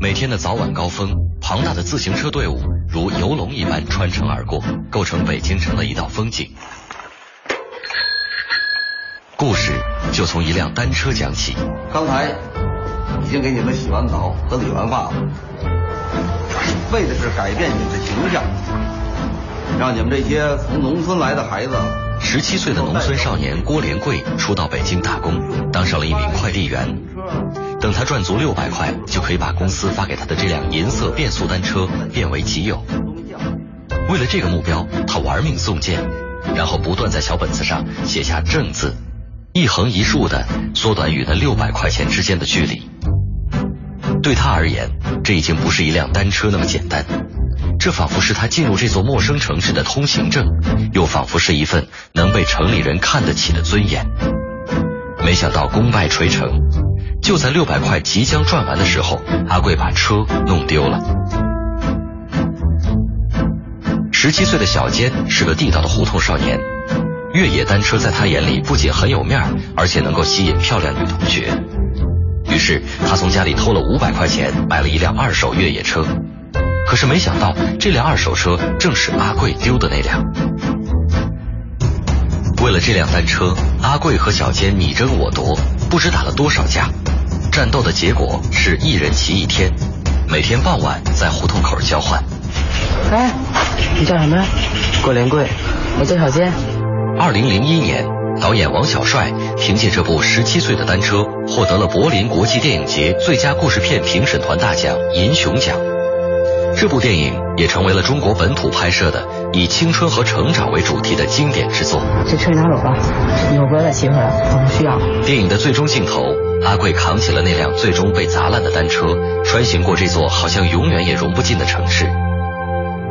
[SPEAKER 16] 每天的早晚高峰，庞大的自行车队伍如游龙一般穿城而过，构成北京城的一道风景。故事就从一辆单车讲起。
[SPEAKER 34] 刚才已经给你们洗完澡和理完发了，为的是改变你们的形象，让你们这些从农村来的孩子。
[SPEAKER 16] 十七岁的农村少年郭连贵初到北京打工，当上了一名快递员。等他赚足六百块，就可以把公司发给他的这辆银色变速单车变为己有。为了这个目标，他玩命送件，然后不断在小本子上写下“挣”字，一横一竖的缩短与那六百块钱之间的距离。对他而言，这已经不是一辆单车那么简单。这仿佛是他进入这座陌生城市的通行证，又仿佛是一份能被城里人看得起的尊严。没想到功败垂成，就在六百块即将赚完的时候，阿贵把车弄丢了。十七岁的小坚是个地道的胡同少年，越野单车在他眼里不仅很有面儿，而且能够吸引漂亮女同学。于是他从家里偷了五百块钱，买了一辆二手越野车。可是没想到，这辆二手车正是阿贵丢的那辆。为了这辆单车，阿贵和小坚你争我夺，不知打了多少架。战斗的结果是一人骑一天，每天傍晚在胡同口交换。
[SPEAKER 21] 哎，你叫什么呀？
[SPEAKER 16] 郭连贵，
[SPEAKER 21] 我叫小坚。
[SPEAKER 16] 二零零一年，导演王小帅凭借这部《十七岁的单车》获得了柏林国际电影节最佳故事片评审团大奖银熊奖。这部电影也成为了中国本土拍摄的以青春和成长为主题的经典之作。
[SPEAKER 21] 这车你拿走吧，你有回来再骑回来，我不需要。
[SPEAKER 16] 电影的最终镜头，阿贵扛起了那辆最终被砸烂的单车，穿行过这座好像永远也融不进的城市。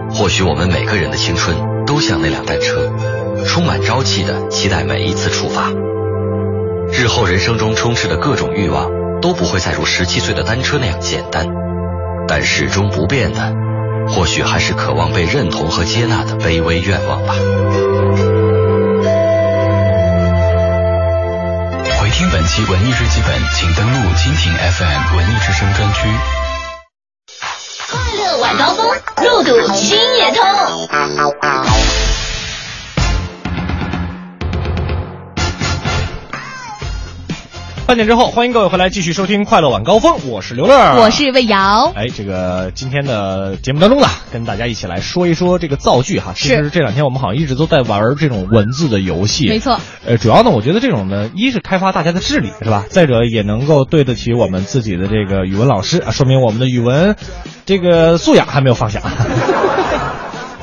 [SPEAKER 16] 或许我们每个人的青春都像那辆单车，充满朝气的期待每一次出发。日后人生中充斥的各种欲望，都不会再如十七岁的单车那样简单，但始终不变的，或许还是渴望被认同和接纳的卑微愿望吧。
[SPEAKER 1] 回听本期文艺日记本，请登录蜻蜓 FM 文艺之声专区。
[SPEAKER 26] 快乐晚高峰，路堵心也通。
[SPEAKER 5] 半点之后，欢迎各位回来继续收听《快乐晚高峰》，我是刘乐，
[SPEAKER 4] 我是魏瑶。
[SPEAKER 5] 哎，这个今天的节目当中呢，跟大家一起来说一说这个造句哈。其实这两天我们好像一直都在玩这种文字的游戏，
[SPEAKER 4] 没错。
[SPEAKER 5] 呃，主要呢，我觉得这种呢，一是开发大家的智力，是吧？再者也能够对得起我们自己的这个语文老师啊，说明我们的语文这个素养还没有 放下。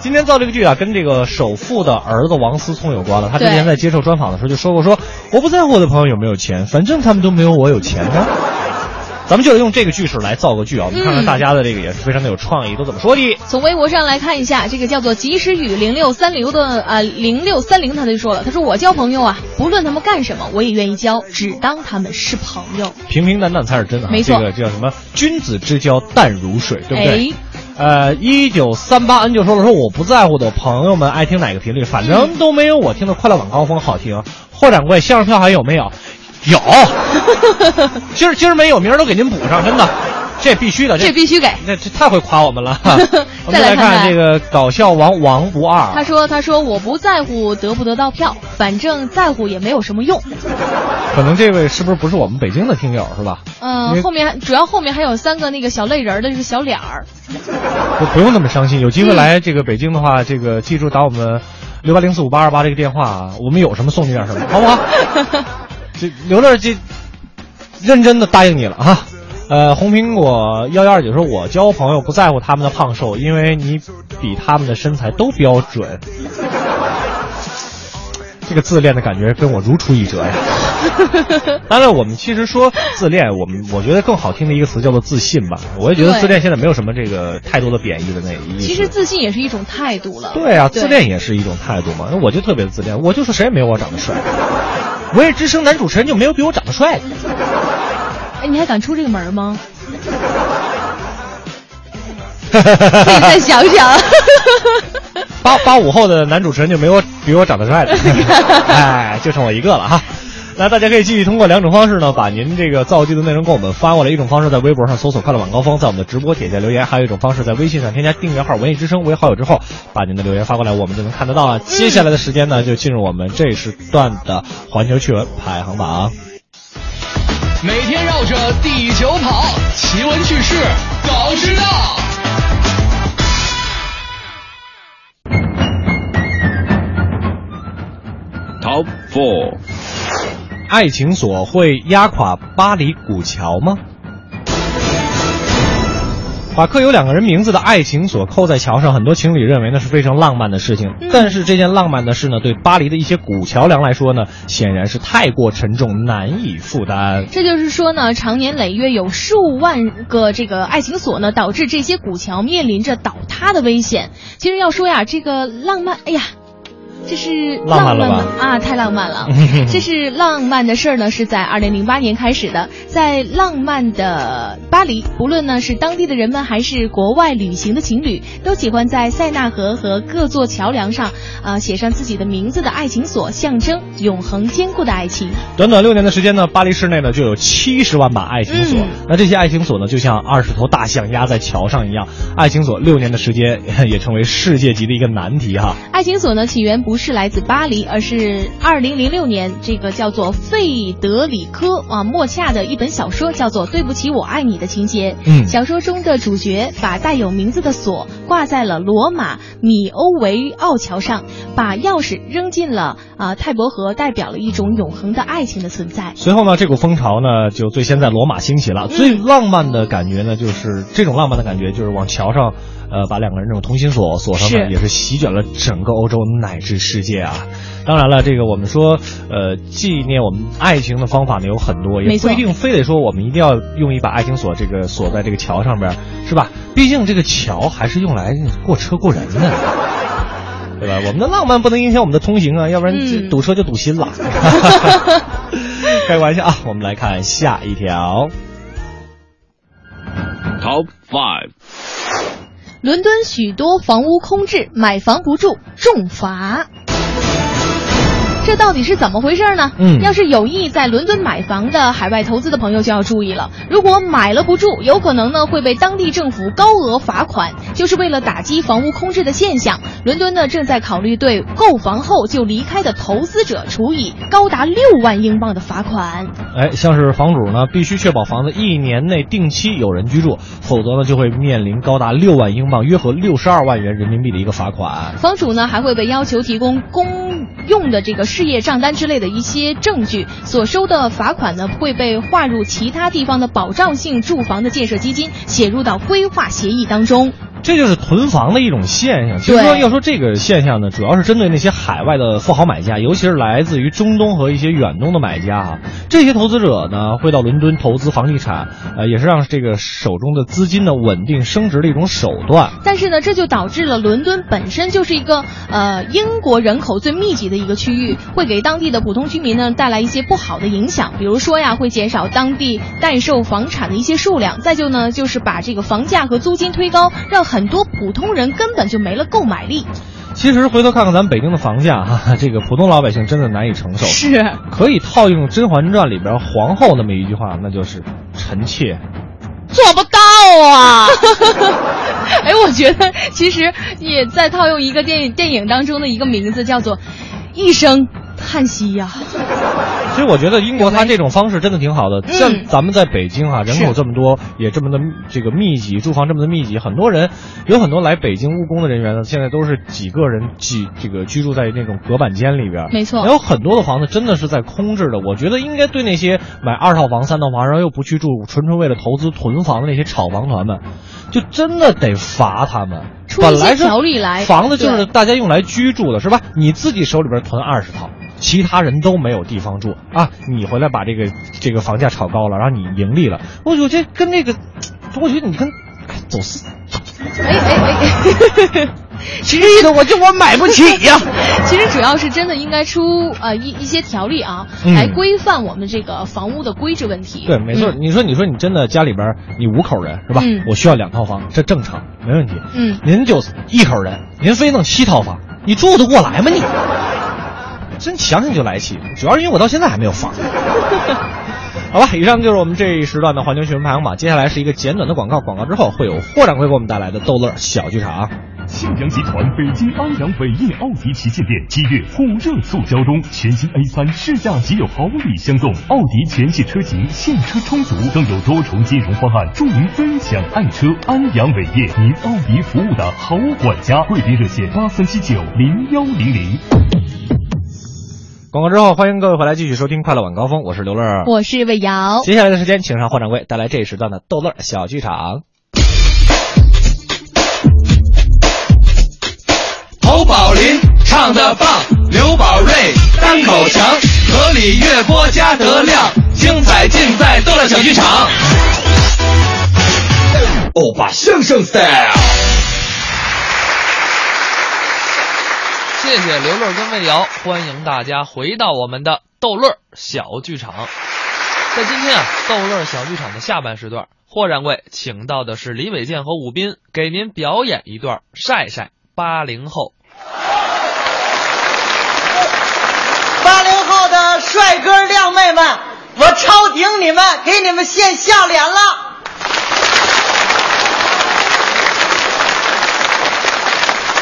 [SPEAKER 5] 今天造这个句啊，跟这个首富的儿子王思聪有关了。他之前在接受专访的时候就说过说，我不在乎我的朋友有没有钱，反正他们都没有我有钱呢。咱们就用这个句式来造个句啊，我们看
[SPEAKER 4] 嗯
[SPEAKER 5] 看大家的这个也是非常的有创意，都怎么说的？
[SPEAKER 4] 从微博上来看一下，这个叫做及时雨零六三零的啊零六三零，他就说了，他说我交朋友啊，不论他们干什么，我也愿意交，只当他们是朋友。
[SPEAKER 5] 平平淡淡才是真啊，
[SPEAKER 4] 没错哎
[SPEAKER 5] 这个叫什么君子之交淡如水，对不对？呃，一九三八 N 就说了，说我不在乎的朋友们爱听哪个频率，反正
[SPEAKER 4] 嗯
[SPEAKER 5] 都没有我听的快乐晚高峰好听。霍掌柜，相声票还有没有？ 有，今儿今儿没有，明儿都给您补上，真的，这必须的，
[SPEAKER 4] 这必须给，
[SPEAKER 5] 这这太会夸我们了。 我
[SPEAKER 4] 再
[SPEAKER 5] 们
[SPEAKER 4] 来看
[SPEAKER 5] 来看
[SPEAKER 4] 看
[SPEAKER 5] 这个搞笑王王不二，
[SPEAKER 4] 他说他说我不在乎得不得到票，反正在乎也没有什么 用。
[SPEAKER 5] 可能这位是不是不是我们北京的听友是吧？因
[SPEAKER 4] 嗯，
[SPEAKER 5] 为
[SPEAKER 4] 后面还主要后面还有三个那个小泪人儿的，就是小脸儿。
[SPEAKER 5] 不不用那么伤心，有机
[SPEAKER 4] 嗯
[SPEAKER 5] 会来这个北京的话，这个记住打我们六八零四五八二八这个电话啊，我们有什么送你点什么，好不 好？这刘乐这认真的答应你了啊。呃，红苹果幺幺二九说，我交朋友不在乎他们的胖瘦，因为你比他们的身材都标准。这个自恋的感觉跟我如出 一辙呀。当然，我们其实说自恋，我们我觉得更好听的一个词叫做自信吧。我也觉得
[SPEAKER 4] 对
[SPEAKER 5] 自恋现在没有什么这个太多的贬义的那意思。
[SPEAKER 4] 其实自信也是一种态度了。
[SPEAKER 5] 对啊，自恋也是一种态度嘛。那我就特别自恋，我就说谁也没有我长得帅。文艺之声男主持人就没有比我长得帅的。
[SPEAKER 4] 哎，你还敢出这个门儿 吗？自己再想想。
[SPEAKER 5] 八八五后的男主持人就没有我比我长得帅的，哎，就剩我一个了哈。那大家可以继续通过两种方式呢，把您这个造句的内容跟我们发过来。一种方式在微博上搜索“快乐晚高峰”，在我们的直播帖下留言；还有一种方式在微信上添加订阅号“文艺之声”为好友之后，把您的留言发过来，我们就能看得到了。接下来的时间呢，就进入我们这时段的环球趣闻排行榜。啊
[SPEAKER 20] 每天绕着地球跑，奇闻趣事早知道。
[SPEAKER 5] Top Four，爱情锁会压垮巴黎古桥吗？把刻有两个人名字的爱情锁扣在桥上，很多情侣认为那是非常浪漫的事情。但是这件浪漫的事呢，对巴黎的一些古桥梁来说呢，显然是太过沉重，难以负担。
[SPEAKER 4] 这就是说呢，长年累月有数万个这个爱情锁呢，导致这些古桥面临着倒塌的危险。其实要说呀，这个浪漫，哎呀。这是
[SPEAKER 24] 浪漫了吧！
[SPEAKER 4] 漫的啊，太浪漫了 这是浪漫的事儿呢，是在二零零八年开始的，在浪漫的巴黎，不论呢是当地的人们还是国外旅行的情侣，都喜欢在塞纳河和各座桥梁上，啊，写上自己的名字的爱情锁，象征永恒坚固的爱情。
[SPEAKER 5] 短短六年的时间呢，巴黎市内呢就有七十万把爱情锁。那这些爱情锁呢，就像二十头大象压在桥上一样。爱情锁六年的时间也成为世界级的一个难题哈。
[SPEAKER 4] 爱情锁呢，起源不是来自巴黎，而是2006年这个叫做费德里科啊莫恰的一本小说，叫做《对不起，我爱你》的情节。
[SPEAKER 10] 嗯
[SPEAKER 4] 小说中的主角把带有名字的锁挂在了罗马米欧维奥桥上，把钥匙扔进了啊、泰伯河，代表了一种永恒的爱嗯情的存在。
[SPEAKER 5] 随后呢，这股风潮呢就最先在罗马兴起了。最浪漫的感觉呢，就是这种浪漫的感觉，就是往桥上，呃，把两个人这种同心锁锁上呢，
[SPEAKER 4] 是
[SPEAKER 5] 也是席卷了整个欧洲乃至世界啊。当然了，这个我们说，呃，纪念我们爱情的方法呢有很多，也
[SPEAKER 4] 没
[SPEAKER 5] 不
[SPEAKER 4] 错
[SPEAKER 5] 一定非得说我们一定要用一把爱情锁这个锁在这个桥上边儿，是吧？毕竟这个桥还是用来过车过人的。对吧？我们的浪漫不能影响我们的通行啊，要不然这
[SPEAKER 4] 嗯
[SPEAKER 5] 堵车就堵心了。开个玩笑啊，我们来看下一条。
[SPEAKER 24] Top Five。
[SPEAKER 4] 伦敦许多房屋空置，买房不住重罚。这到底是怎么回事呢？
[SPEAKER 5] 嗯
[SPEAKER 4] 要是有意在伦敦买房的海外投资的朋友就要注意了，如果买了不住，有可能呢会被当地政府高额罚款。就是为了打击房屋空置的现象，伦敦呢正在考虑对购房后就离开的投资者处以高达六万英镑的罚款。
[SPEAKER 5] 哎，像是房主呢，必须确保房子一年内定期有人居住，否则呢就会面临高达六万英镑，约合六十二万元人民币的一个罚款。
[SPEAKER 4] 房主呢还会被要求提供公用的这个事业账单之类的一些证据，所收的罚款呢会被划入其他地方的保障性住房的建设基金，写入到规划协议当中。
[SPEAKER 5] 这就是囤房的一种现象。其实
[SPEAKER 4] 对
[SPEAKER 5] 说要说这个现象呢，主要是针对那些海外的富豪买家，尤其是来自于中东和一些远东的买家啊。这些投资者呢，会到伦敦投资房地产，呃，也是让这个手中的资金呢稳定升值的一种手段。
[SPEAKER 4] 但是呢，这就导致了伦敦本身就是一个呃英国人口最密集的一个区域，会给当地的普通居民呢带来一些不好的影响，比如说呀，会减少当地待售房产的一些数量，再就呢就是把这个房价和租金推高，让很多普通人根本就没了购买力。
[SPEAKER 5] 其实回头看看咱们北京的房价哈、哈， 这个普通老百姓真的难以承受。
[SPEAKER 4] 是，
[SPEAKER 5] 可以套用《甄嬛传》里边皇后那么一句话，那就是“臣妾
[SPEAKER 4] 做不到啊！ 哎，我觉得其实也在套用一个电影电影当中的一个名字，叫做《一声叹息》呀、
[SPEAKER 5] 其实我觉得英国它这种方式真的挺好的，
[SPEAKER 4] 嗯
[SPEAKER 5] 像咱们在北京哈、人口这么多，也这么的这个密集，住房这么的密集，很多人有很多来北京务工的人员呢，现在都是几个人几这个居住在那种隔板间里边，
[SPEAKER 4] 没错
[SPEAKER 5] 有很多的房子真的是在空置的。我觉得应该对那些买二套房、三套房，然后又不去住，纯纯为了投资囤房的那些炒房团们，就真的得罚他们。
[SPEAKER 4] 出一些
[SPEAKER 5] 本来是
[SPEAKER 4] 条例来
[SPEAKER 5] 房子就是
[SPEAKER 4] 对
[SPEAKER 5] 大家用来居住的，是吧？你自己手里边囤二十套，其他人都没有地方住啊！你回来把这个这个房价炒高了，然后你盈利了，我觉得这跟那个，我觉得你跟哎走私。
[SPEAKER 4] 其
[SPEAKER 5] 实的，我就我买不起呀、
[SPEAKER 4] 其实主要是真的应该出呃一一些条例啊，
[SPEAKER 5] 嗯
[SPEAKER 4] 来规范我们这个房屋的规制问题。
[SPEAKER 5] 对，没错。
[SPEAKER 4] 嗯
[SPEAKER 5] 你说，你说，你真的家里边你五口人是吧？
[SPEAKER 4] 嗯
[SPEAKER 5] 我需要两套房，这正常，没问题。
[SPEAKER 4] 嗯
[SPEAKER 5] 您就一口人，您非弄七套房，你住得过来吗你？ 真想想就来气，主要是因为我到现在还没有房。好吧，以上就是我们这一时段的环球新闻排行榜。接下来是一个简短的广告，广告之后会有霍掌柜给我们带来的逗乐小剧场。啊
[SPEAKER 7] 庆阳集团北京安阳伟业奥迪旗舰店七月火热促销中，全新 A 3试驾即有好礼相送，奥迪全系车型现车充足，更有多重金融方案助您分享爱车。安阳伟业，您奥迪服务的好管家，贵宾热线八三七九零幺零零。
[SPEAKER 5] 广告之后，欢迎各位回来继续收听《快乐晚高峰》，我是刘乐儿。
[SPEAKER 4] 我是魏瑶。
[SPEAKER 5] 接下来的时间，请上霍掌柜带来这一时段的逗乐小剧场。
[SPEAKER 10] 侯宝林唱的棒，刘宝瑞单口强，河里月波加德亮，精彩尽在逗乐小剧场。欧巴相声 style，
[SPEAKER 9] 谢谢刘乐跟魏瑶，欢迎大家回到我们的逗乐小剧场。在今天啊，逗乐小剧场的下半时段，霍掌柜请到的是李伟健和武斌，给您表演一段晒晒八零后。
[SPEAKER 3] 八零后的帅哥靓妹们，我超顶你们，给你们献笑脸了。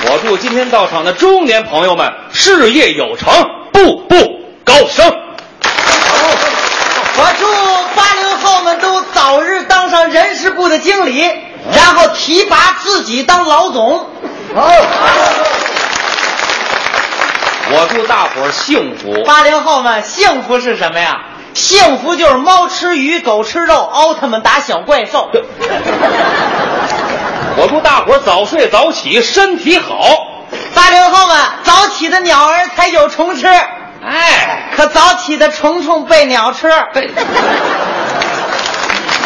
[SPEAKER 11] 我祝今天到场的中年朋友们事业有成，步步高升。
[SPEAKER 3] 我祝八零后们都早日当上人事部的经理，然后提拔自己当老总。
[SPEAKER 11] 我祝大伙儿幸福。
[SPEAKER 3] 八零后们，幸福是什么呀？幸福就是猫吃鱼，狗吃肉，奥特曼打小怪兽。
[SPEAKER 11] 我祝大伙儿早睡早起，身体好。
[SPEAKER 3] 八零后们，早起的鸟儿才有虫吃。哎，可早起的虫虫被鸟吃。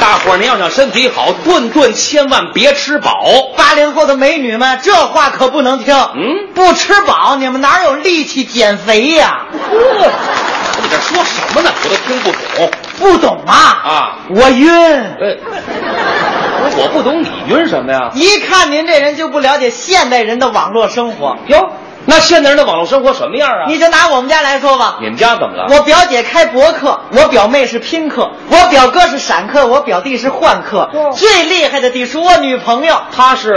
[SPEAKER 11] 大伙儿您要想身体好，顿顿千万别吃饱。
[SPEAKER 3] 八零后的美女们，这话可不能听。嗯，不吃饱，你们哪有力气减肥呀、
[SPEAKER 11] 你这说什么呢？我都听不懂。
[SPEAKER 3] 不懂啊！
[SPEAKER 11] 啊，
[SPEAKER 3] 我晕。
[SPEAKER 11] 不啊是我不懂你晕什么呀？
[SPEAKER 3] 一看您这人就不了解现代人的网络生活。
[SPEAKER 11] 哟，那现代人的网络生活什么样啊？
[SPEAKER 3] 你就拿我们家来说吧，
[SPEAKER 11] 你们家怎么了？
[SPEAKER 3] 我表姐开博客，我表妹是拼客，我表哥是闪客，我表弟是换客。最厉害的得数我女朋友，
[SPEAKER 11] 她是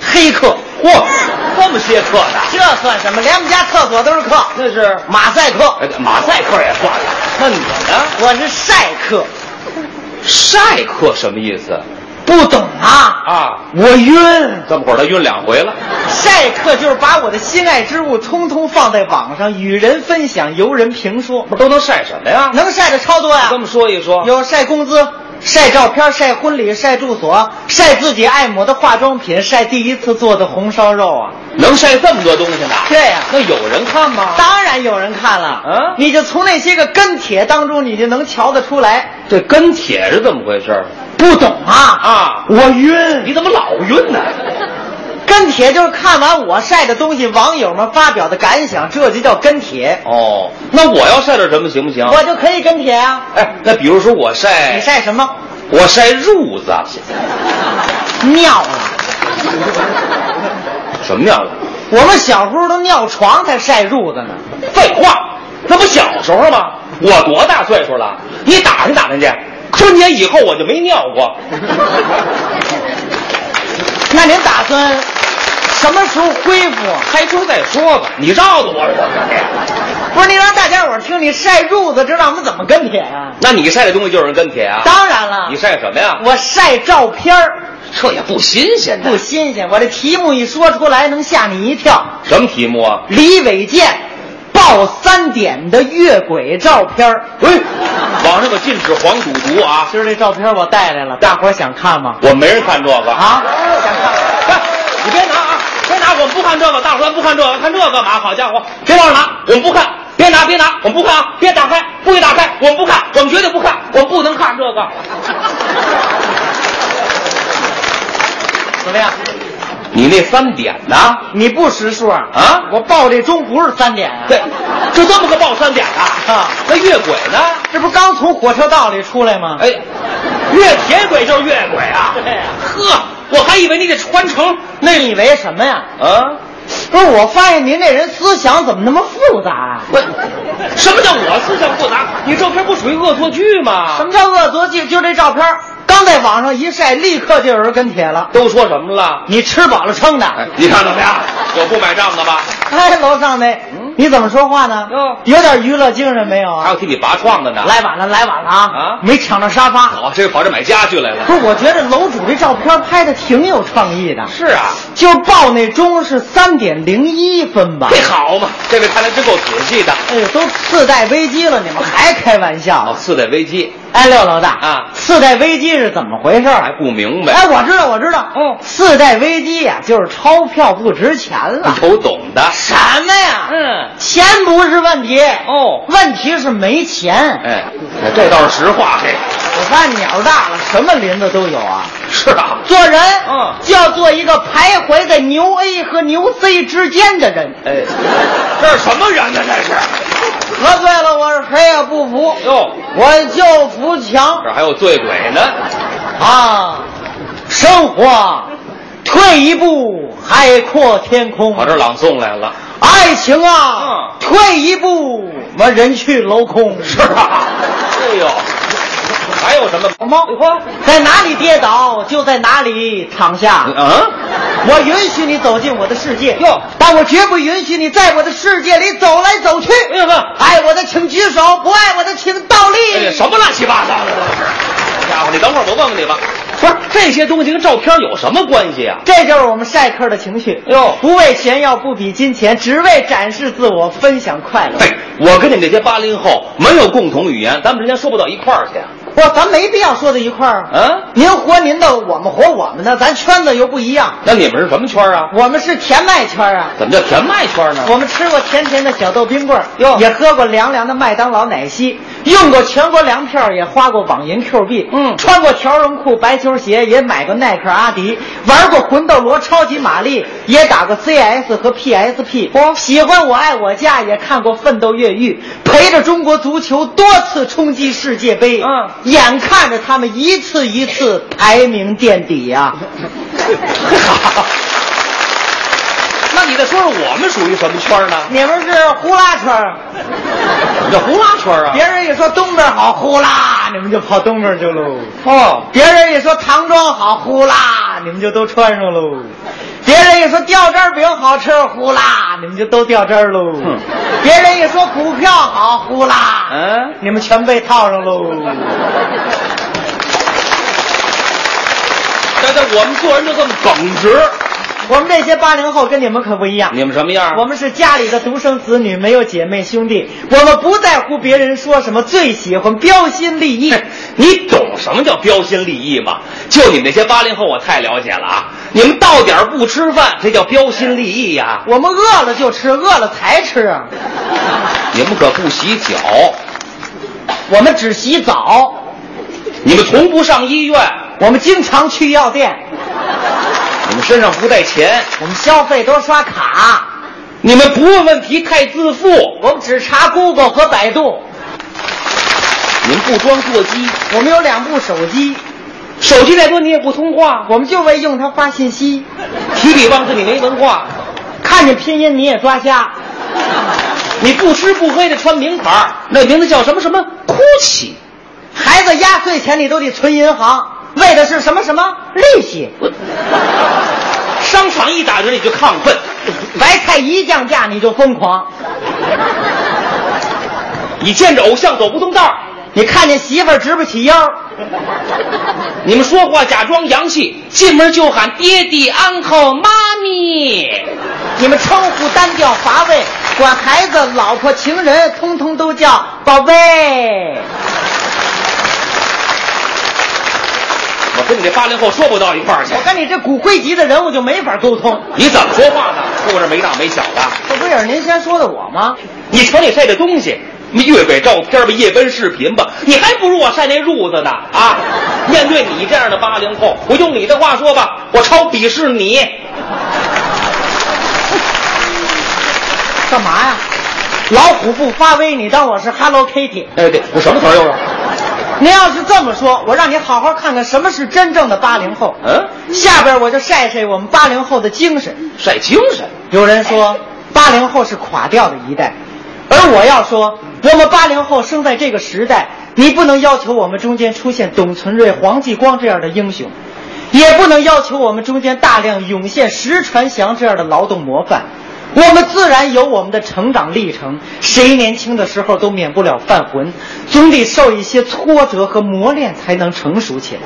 [SPEAKER 3] 黑客。
[SPEAKER 11] 嚯，这么些课呢？
[SPEAKER 3] 这算什么？连我们家厕所都是课，
[SPEAKER 11] 那是
[SPEAKER 3] 马赛克。
[SPEAKER 11] 哎马赛克也算了。那你呢？
[SPEAKER 3] 我是晒客，
[SPEAKER 11] 晒课什么意思？
[SPEAKER 3] 不懂啊嗯
[SPEAKER 11] 啊！
[SPEAKER 3] 我晕，
[SPEAKER 11] 这么会儿他晕两回了。
[SPEAKER 3] 晒课就是把我的心爱之物通通放在网上，与人分享，由人评说。
[SPEAKER 11] 不都能晒什么呀？
[SPEAKER 3] 能晒的超多呀！
[SPEAKER 11] 这么说一说，
[SPEAKER 3] 有晒工资、晒照片、晒婚礼、晒住所、晒自己爱抹的化妆品、晒第一次做的红烧肉啊！
[SPEAKER 11] 能晒这么多东西呢？
[SPEAKER 3] 对呀、
[SPEAKER 11] 那有人看吗？
[SPEAKER 3] 当然有人看了，
[SPEAKER 11] 嗯
[SPEAKER 3] 你就从那些个跟帖当中，你就能瞧得出来。
[SPEAKER 11] 这跟帖是怎么回事？
[SPEAKER 3] 不懂啊
[SPEAKER 11] 啊
[SPEAKER 3] 我晕，
[SPEAKER 11] 你怎么老晕呢？
[SPEAKER 3] 跟帖就是看完我晒的东西，网友们发表的感想，这就叫跟帖。
[SPEAKER 11] 哦，那我要晒点什么行不行？
[SPEAKER 3] 我就可以跟帖啊。
[SPEAKER 11] 哎，那比如说我晒，
[SPEAKER 3] 你晒什么？
[SPEAKER 11] 我晒褥子，
[SPEAKER 3] 尿了！
[SPEAKER 11] 什么样子？
[SPEAKER 3] 我们小时候都尿床才晒褥子呢。
[SPEAKER 11] 废话，那不小时候吗？我多大岁数了？你打听打听去。春节以后我就没尿过，
[SPEAKER 3] 那您打算什么时候恢复？啊
[SPEAKER 11] 开春再说吧。你绕着我说什么呀？
[SPEAKER 3] 不是，你让大家伙儿听你晒褥子，知道我们怎么跟帖呀、
[SPEAKER 11] 那你晒的东西就是人跟帖啊？
[SPEAKER 3] 当然了，
[SPEAKER 11] 你晒什么呀？
[SPEAKER 3] 我晒照片儿
[SPEAKER 11] 这也不新鲜呐
[SPEAKER 3] 不新鲜，我这题目一说出来，能吓你一跳。
[SPEAKER 11] 什么题目啊？
[SPEAKER 3] 李伟健爆三点的越轨照片儿
[SPEAKER 11] 喂，网上可禁止黄赌毒啊！
[SPEAKER 3] 今儿这照片我带来了，大伙儿想看吗？
[SPEAKER 11] 我没人看这个
[SPEAKER 3] 啊，想看。
[SPEAKER 11] 哎， 你别拿啊！别拿，我们不看这个，大伙儿咱不看这个，看这个干嘛？好家伙，别往上拿，我们不看，别拿，别拿，我们不看啊！别打开，不许打开，我们不看，我们绝对不看，我们不能看这个。
[SPEAKER 3] 怎么样？
[SPEAKER 11] 你那三点呢？
[SPEAKER 3] 你不识数啊？
[SPEAKER 11] 啊
[SPEAKER 3] 我报这钟不是三点啊。
[SPEAKER 11] 对，就这么个报三点啊！
[SPEAKER 3] 啊
[SPEAKER 11] 那越轨呢？
[SPEAKER 3] 这不刚从火车道里出来吗？
[SPEAKER 11] 哎，越铁轨就是越轨啊！
[SPEAKER 3] 对呀
[SPEAKER 11] 呵，我还以为你得传承
[SPEAKER 3] 那你以为什么呀？
[SPEAKER 11] 啊。
[SPEAKER 3] 不是，我发现您这人思想怎么那么复杂啊？
[SPEAKER 11] 我什么叫我思想复杂？你照片不属于恶作剧吗？
[SPEAKER 3] 什么叫恶作剧？就这照片儿刚在网上一晒，立刻就有人跟帖了。
[SPEAKER 11] 都说什么了？
[SPEAKER 3] 你吃饱了撑的。
[SPEAKER 11] 哎，你看怎么样？我不买账的吧？
[SPEAKER 3] 哎，楼上那，你怎么说话呢？
[SPEAKER 11] 嗯
[SPEAKER 3] 有点娱乐精神没有
[SPEAKER 11] 还
[SPEAKER 3] 啊
[SPEAKER 11] 有？替你拔创的呢。，
[SPEAKER 3] 来晚了，来晚了啊
[SPEAKER 11] 啊！
[SPEAKER 3] 没抢着沙发。
[SPEAKER 11] 好，这是跑这买家具来
[SPEAKER 3] 不
[SPEAKER 11] 了。
[SPEAKER 3] 是，我觉得楼主这照片拍的挺有创意的，
[SPEAKER 11] 是啊，
[SPEAKER 3] 就报那钟是三点零一分吧
[SPEAKER 11] 这？好嘛，这位看来真够仔细的。
[SPEAKER 3] 哎呦，都次贷危机了，你们还开玩
[SPEAKER 11] 哦，
[SPEAKER 3] 笑？
[SPEAKER 11] 次贷危机
[SPEAKER 3] 哎，六老大
[SPEAKER 11] 啊
[SPEAKER 3] 次贷危机是怎么回事？
[SPEAKER 11] 还不明
[SPEAKER 3] 哎，
[SPEAKER 11] 白，
[SPEAKER 3] 我知道，我知道，
[SPEAKER 11] 嗯
[SPEAKER 3] 次贷危机呀、就是钞票不值钱
[SPEAKER 11] 你
[SPEAKER 3] 了。
[SPEAKER 11] 瞅懂的。
[SPEAKER 3] 什么呀？
[SPEAKER 11] 嗯，
[SPEAKER 3] 钱不是问题，
[SPEAKER 11] 哦，
[SPEAKER 3] 问题是没钱。
[SPEAKER 11] 哎，这倒是实话。这个
[SPEAKER 3] 我发现鸟大了，什么林子都有啊。
[SPEAKER 11] 是啊，
[SPEAKER 3] 做人，
[SPEAKER 11] 嗯
[SPEAKER 3] 就要做一个徘徊在牛 A 和牛 C 之间的人。
[SPEAKER 11] 哎，这是什么人呢？这是，
[SPEAKER 3] 喝醉了，我是谁也不服，
[SPEAKER 11] 哟，
[SPEAKER 3] 我就服强
[SPEAKER 11] 这还有醉鬼呢。
[SPEAKER 3] 啊！生活，退一步海阔天空。
[SPEAKER 11] 跑这儿朗诵来了。
[SPEAKER 3] 爱情啊，
[SPEAKER 11] 嗯
[SPEAKER 3] 退一步，我人去楼空。
[SPEAKER 11] 是啊，哎呦，还有什么？
[SPEAKER 3] 什么？在哪里跌倒就在哪里躺下。
[SPEAKER 11] 嗯，
[SPEAKER 3] 我允许你走进我的世界，
[SPEAKER 11] 哟
[SPEAKER 3] 但我绝不允许你在我的世界里走来走去。
[SPEAKER 11] 哎呦呵
[SPEAKER 3] 爱我的请举手，不爱我的请倒
[SPEAKER 11] 哎
[SPEAKER 3] 立。
[SPEAKER 11] 呀，什么乱七八糟的都是！家伙，你等会儿我问问你吧。不是这些东西跟照片有什么关系啊？
[SPEAKER 3] 这就是我们晒客的情绪。
[SPEAKER 11] 哟
[SPEAKER 3] 不为炫耀，不比金钱，只为展示自我，分享快乐。
[SPEAKER 11] 对，我跟你们这些八零后没有共同语言，咱们之间说不到一块儿去啊。
[SPEAKER 3] 不，咱没必要说到一块儿。啊
[SPEAKER 11] 嗯
[SPEAKER 3] 您活您的，我们活我们的，咱圈子又不一样。
[SPEAKER 11] 那你们是什么圈儿啊？
[SPEAKER 3] 我们是甜麦圈啊，
[SPEAKER 11] 怎么叫甜麦圈呢？
[SPEAKER 3] 我们吃过甜甜的小豆冰棍儿，
[SPEAKER 11] 哟
[SPEAKER 3] 也喝过凉凉的麦当劳奶昔，用过全国粮票，也花过网银 Q 币，嗯，穿过条绒裤、白球鞋，也买过耐克、阿迪，玩过魂斗罗、超级玛丽，也打过 CS 和 PSP。喜
[SPEAKER 11] 哦
[SPEAKER 3] 欢我爱我家，也看过《奋斗越狱》，陪着中国足球多次冲击世界杯，嗯，眼看着他们一次一次排名垫底啊呀、
[SPEAKER 11] 那你再说说我们属于什么圈儿呢？
[SPEAKER 3] 你们是呼啦圈儿，啊
[SPEAKER 11] 这呼啦圈儿啊，
[SPEAKER 3] 别人一说东边好呼啦，你们就跑东边去喽。
[SPEAKER 11] 哦，
[SPEAKER 3] 别人一说唐装好呼啦，你们就都穿上喽；别人一说掉渣饼好吃呼啦，你们就都掉渣儿喽；别人一说股票好呼啦，嗯，你们全被套上喽。
[SPEAKER 11] 对对，我们做人就这么耿直。
[SPEAKER 3] 我们这些八零后跟你们可不一样，
[SPEAKER 11] 你们什么样？
[SPEAKER 3] 我们是家里的独生子女，没有姐妹兄弟，我们不在乎别人说什么，最喜欢标新立异。
[SPEAKER 11] 你懂什么叫标新立异吗？就你们这些八零后，我太了解了啊！你们到点儿不吃饭，这叫标新立异呀、
[SPEAKER 3] 我们饿了就吃，饿了才吃啊。
[SPEAKER 11] 你们可不洗脚，
[SPEAKER 3] 我们只洗澡，
[SPEAKER 11] 你们从不上医院，
[SPEAKER 3] 我们经常去药店，
[SPEAKER 11] 你们身上不带钱，
[SPEAKER 3] 我们消费都刷卡，
[SPEAKER 11] 你们不问问题太自负，
[SPEAKER 3] 我们只查 Google 和百度，
[SPEAKER 11] 你们不装座机，
[SPEAKER 3] 我们有两部手机，
[SPEAKER 11] 手机再多你也不通话，
[SPEAKER 3] 我们就为用它发信息，
[SPEAKER 11] 提笔忘字你没文化，
[SPEAKER 3] 看见拼音你也抓瞎。
[SPEAKER 11] 你不吃不喝的穿名牌儿，那名字叫什么什么哭泣。
[SPEAKER 3] 孩子压岁钱你都得存银行，为的是什么什么利息？
[SPEAKER 11] 商场一打折你就亢奋，
[SPEAKER 3] 白菜一降价你就疯狂，
[SPEAKER 11] 你见着偶像走不动道儿，
[SPEAKER 3] 你看见媳妇儿直不起腰，
[SPEAKER 11] 你们说话假装洋气，进门就喊爹地、uncle、妈咪，
[SPEAKER 3] 你们称呼单调乏味，管孩子、老婆、情人通通都叫宝贝。
[SPEAKER 11] 我跟你这八零后说不到一块儿去
[SPEAKER 3] 我。跟你这骨灰级的人物就没法沟通。
[SPEAKER 11] 你怎么说话呢？跟我这没大没小的，
[SPEAKER 3] 这不也是您先说的我吗？
[SPEAKER 11] 你瞅你晒的东西，你越轨照片吧，夜奔视频吧，你还不如我晒那褥子呢啊！面对你这样的八零后，我用你的话说吧，我超鄙视你。
[SPEAKER 3] 干嘛呀？老虎不发威，你当我是 Hello Kitty？
[SPEAKER 11] 哎，对，我什么词儿又是？
[SPEAKER 3] 您要是这么说，我让你好好看看什么是真正的八零后。
[SPEAKER 11] 嗯，
[SPEAKER 3] 下边我就晒晒我们八零后的精神。
[SPEAKER 11] 晒精神。
[SPEAKER 3] 有人说八零后是垮掉的一代，而我要说，我们八零后生在这个时代，你不能要求我们中间出现董存瑞、黄继光这样的英雄，也不能要求我们中间大量涌现石传祥这样的劳动模范。我们自然有我们的成长历程，谁年轻的时候都免不了犯浑，总得受一些挫折和磨练才能成熟起来。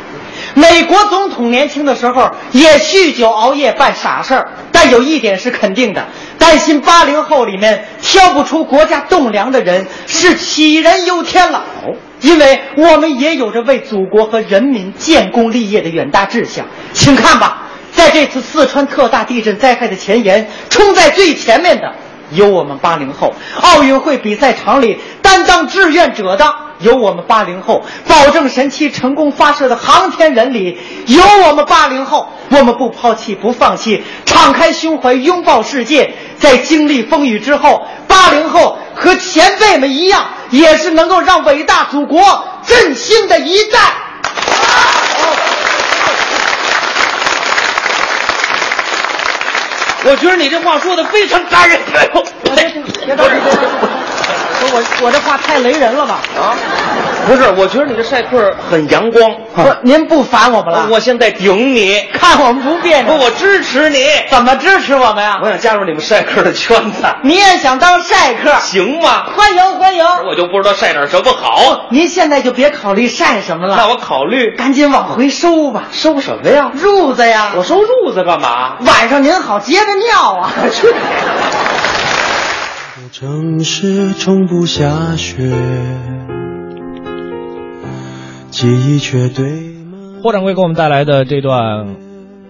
[SPEAKER 3] 美国总统年轻的时候也酗酒熬夜办傻事儿，但有一点是肯定的：担心八零后里面挑不出国家栋梁的人是杞人忧天了。因为我们也有着为祖国和人民建功立业的远大志向，请看吧，在这次四川特大地震灾害的前沿，冲在最前面的有我们八零后；奥运会比赛场里担当志愿者的有我们八零后；保证神七成功发射的航天人里有我们八零后。我们不抛弃，不放弃，敞开胸怀，拥抱世界。在经历风雨之后，八零后和前辈们一样，也是能够让伟大祖国振兴的一代。
[SPEAKER 11] 我觉得你这话说的非常感人。哎呦，
[SPEAKER 3] 别着急，别着急，我我这话太雷人了吧？
[SPEAKER 11] 啊，不是，我觉得你这晒客很阳光。
[SPEAKER 3] 不是，您不烦我们了？
[SPEAKER 11] 我现在顶你，
[SPEAKER 3] 看我们不别
[SPEAKER 11] 不，
[SPEAKER 3] 扭，
[SPEAKER 11] 我支持你。
[SPEAKER 3] 怎么支持我们呀？
[SPEAKER 11] 我想加入你们晒客的圈子，
[SPEAKER 3] 你也想当晒客？
[SPEAKER 11] 行吗？
[SPEAKER 3] 欢迎欢迎！
[SPEAKER 11] 我就不知道晒点什么好，
[SPEAKER 3] 您现在就别考虑晒什么了，
[SPEAKER 11] 那我考虑
[SPEAKER 3] 赶紧往回收吧。
[SPEAKER 11] 收什么呀？
[SPEAKER 3] 褥子呀，
[SPEAKER 11] 我收褥子干嘛？
[SPEAKER 3] 晚上您好接着尿啊！去。
[SPEAKER 24] 城市从不下雪，记忆却对。
[SPEAKER 5] 霍掌柜给我们带来的这段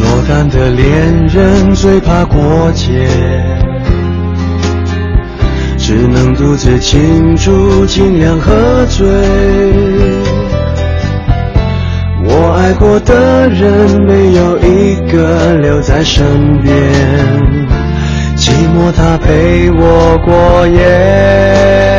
[SPEAKER 24] 落单的恋人最怕过节，只能独自庆祝，尽量喝醉。我爱过的人没有一个留在身边，寂寞它陪我过夜。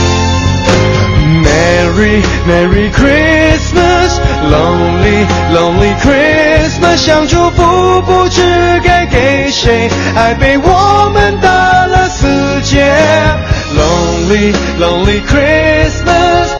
[SPEAKER 24] Merry Merry Christmas, Lonely Lonely Christmas，想祝福不知该给谁，爱被我们打了死结。Lonely Lonely Christmas。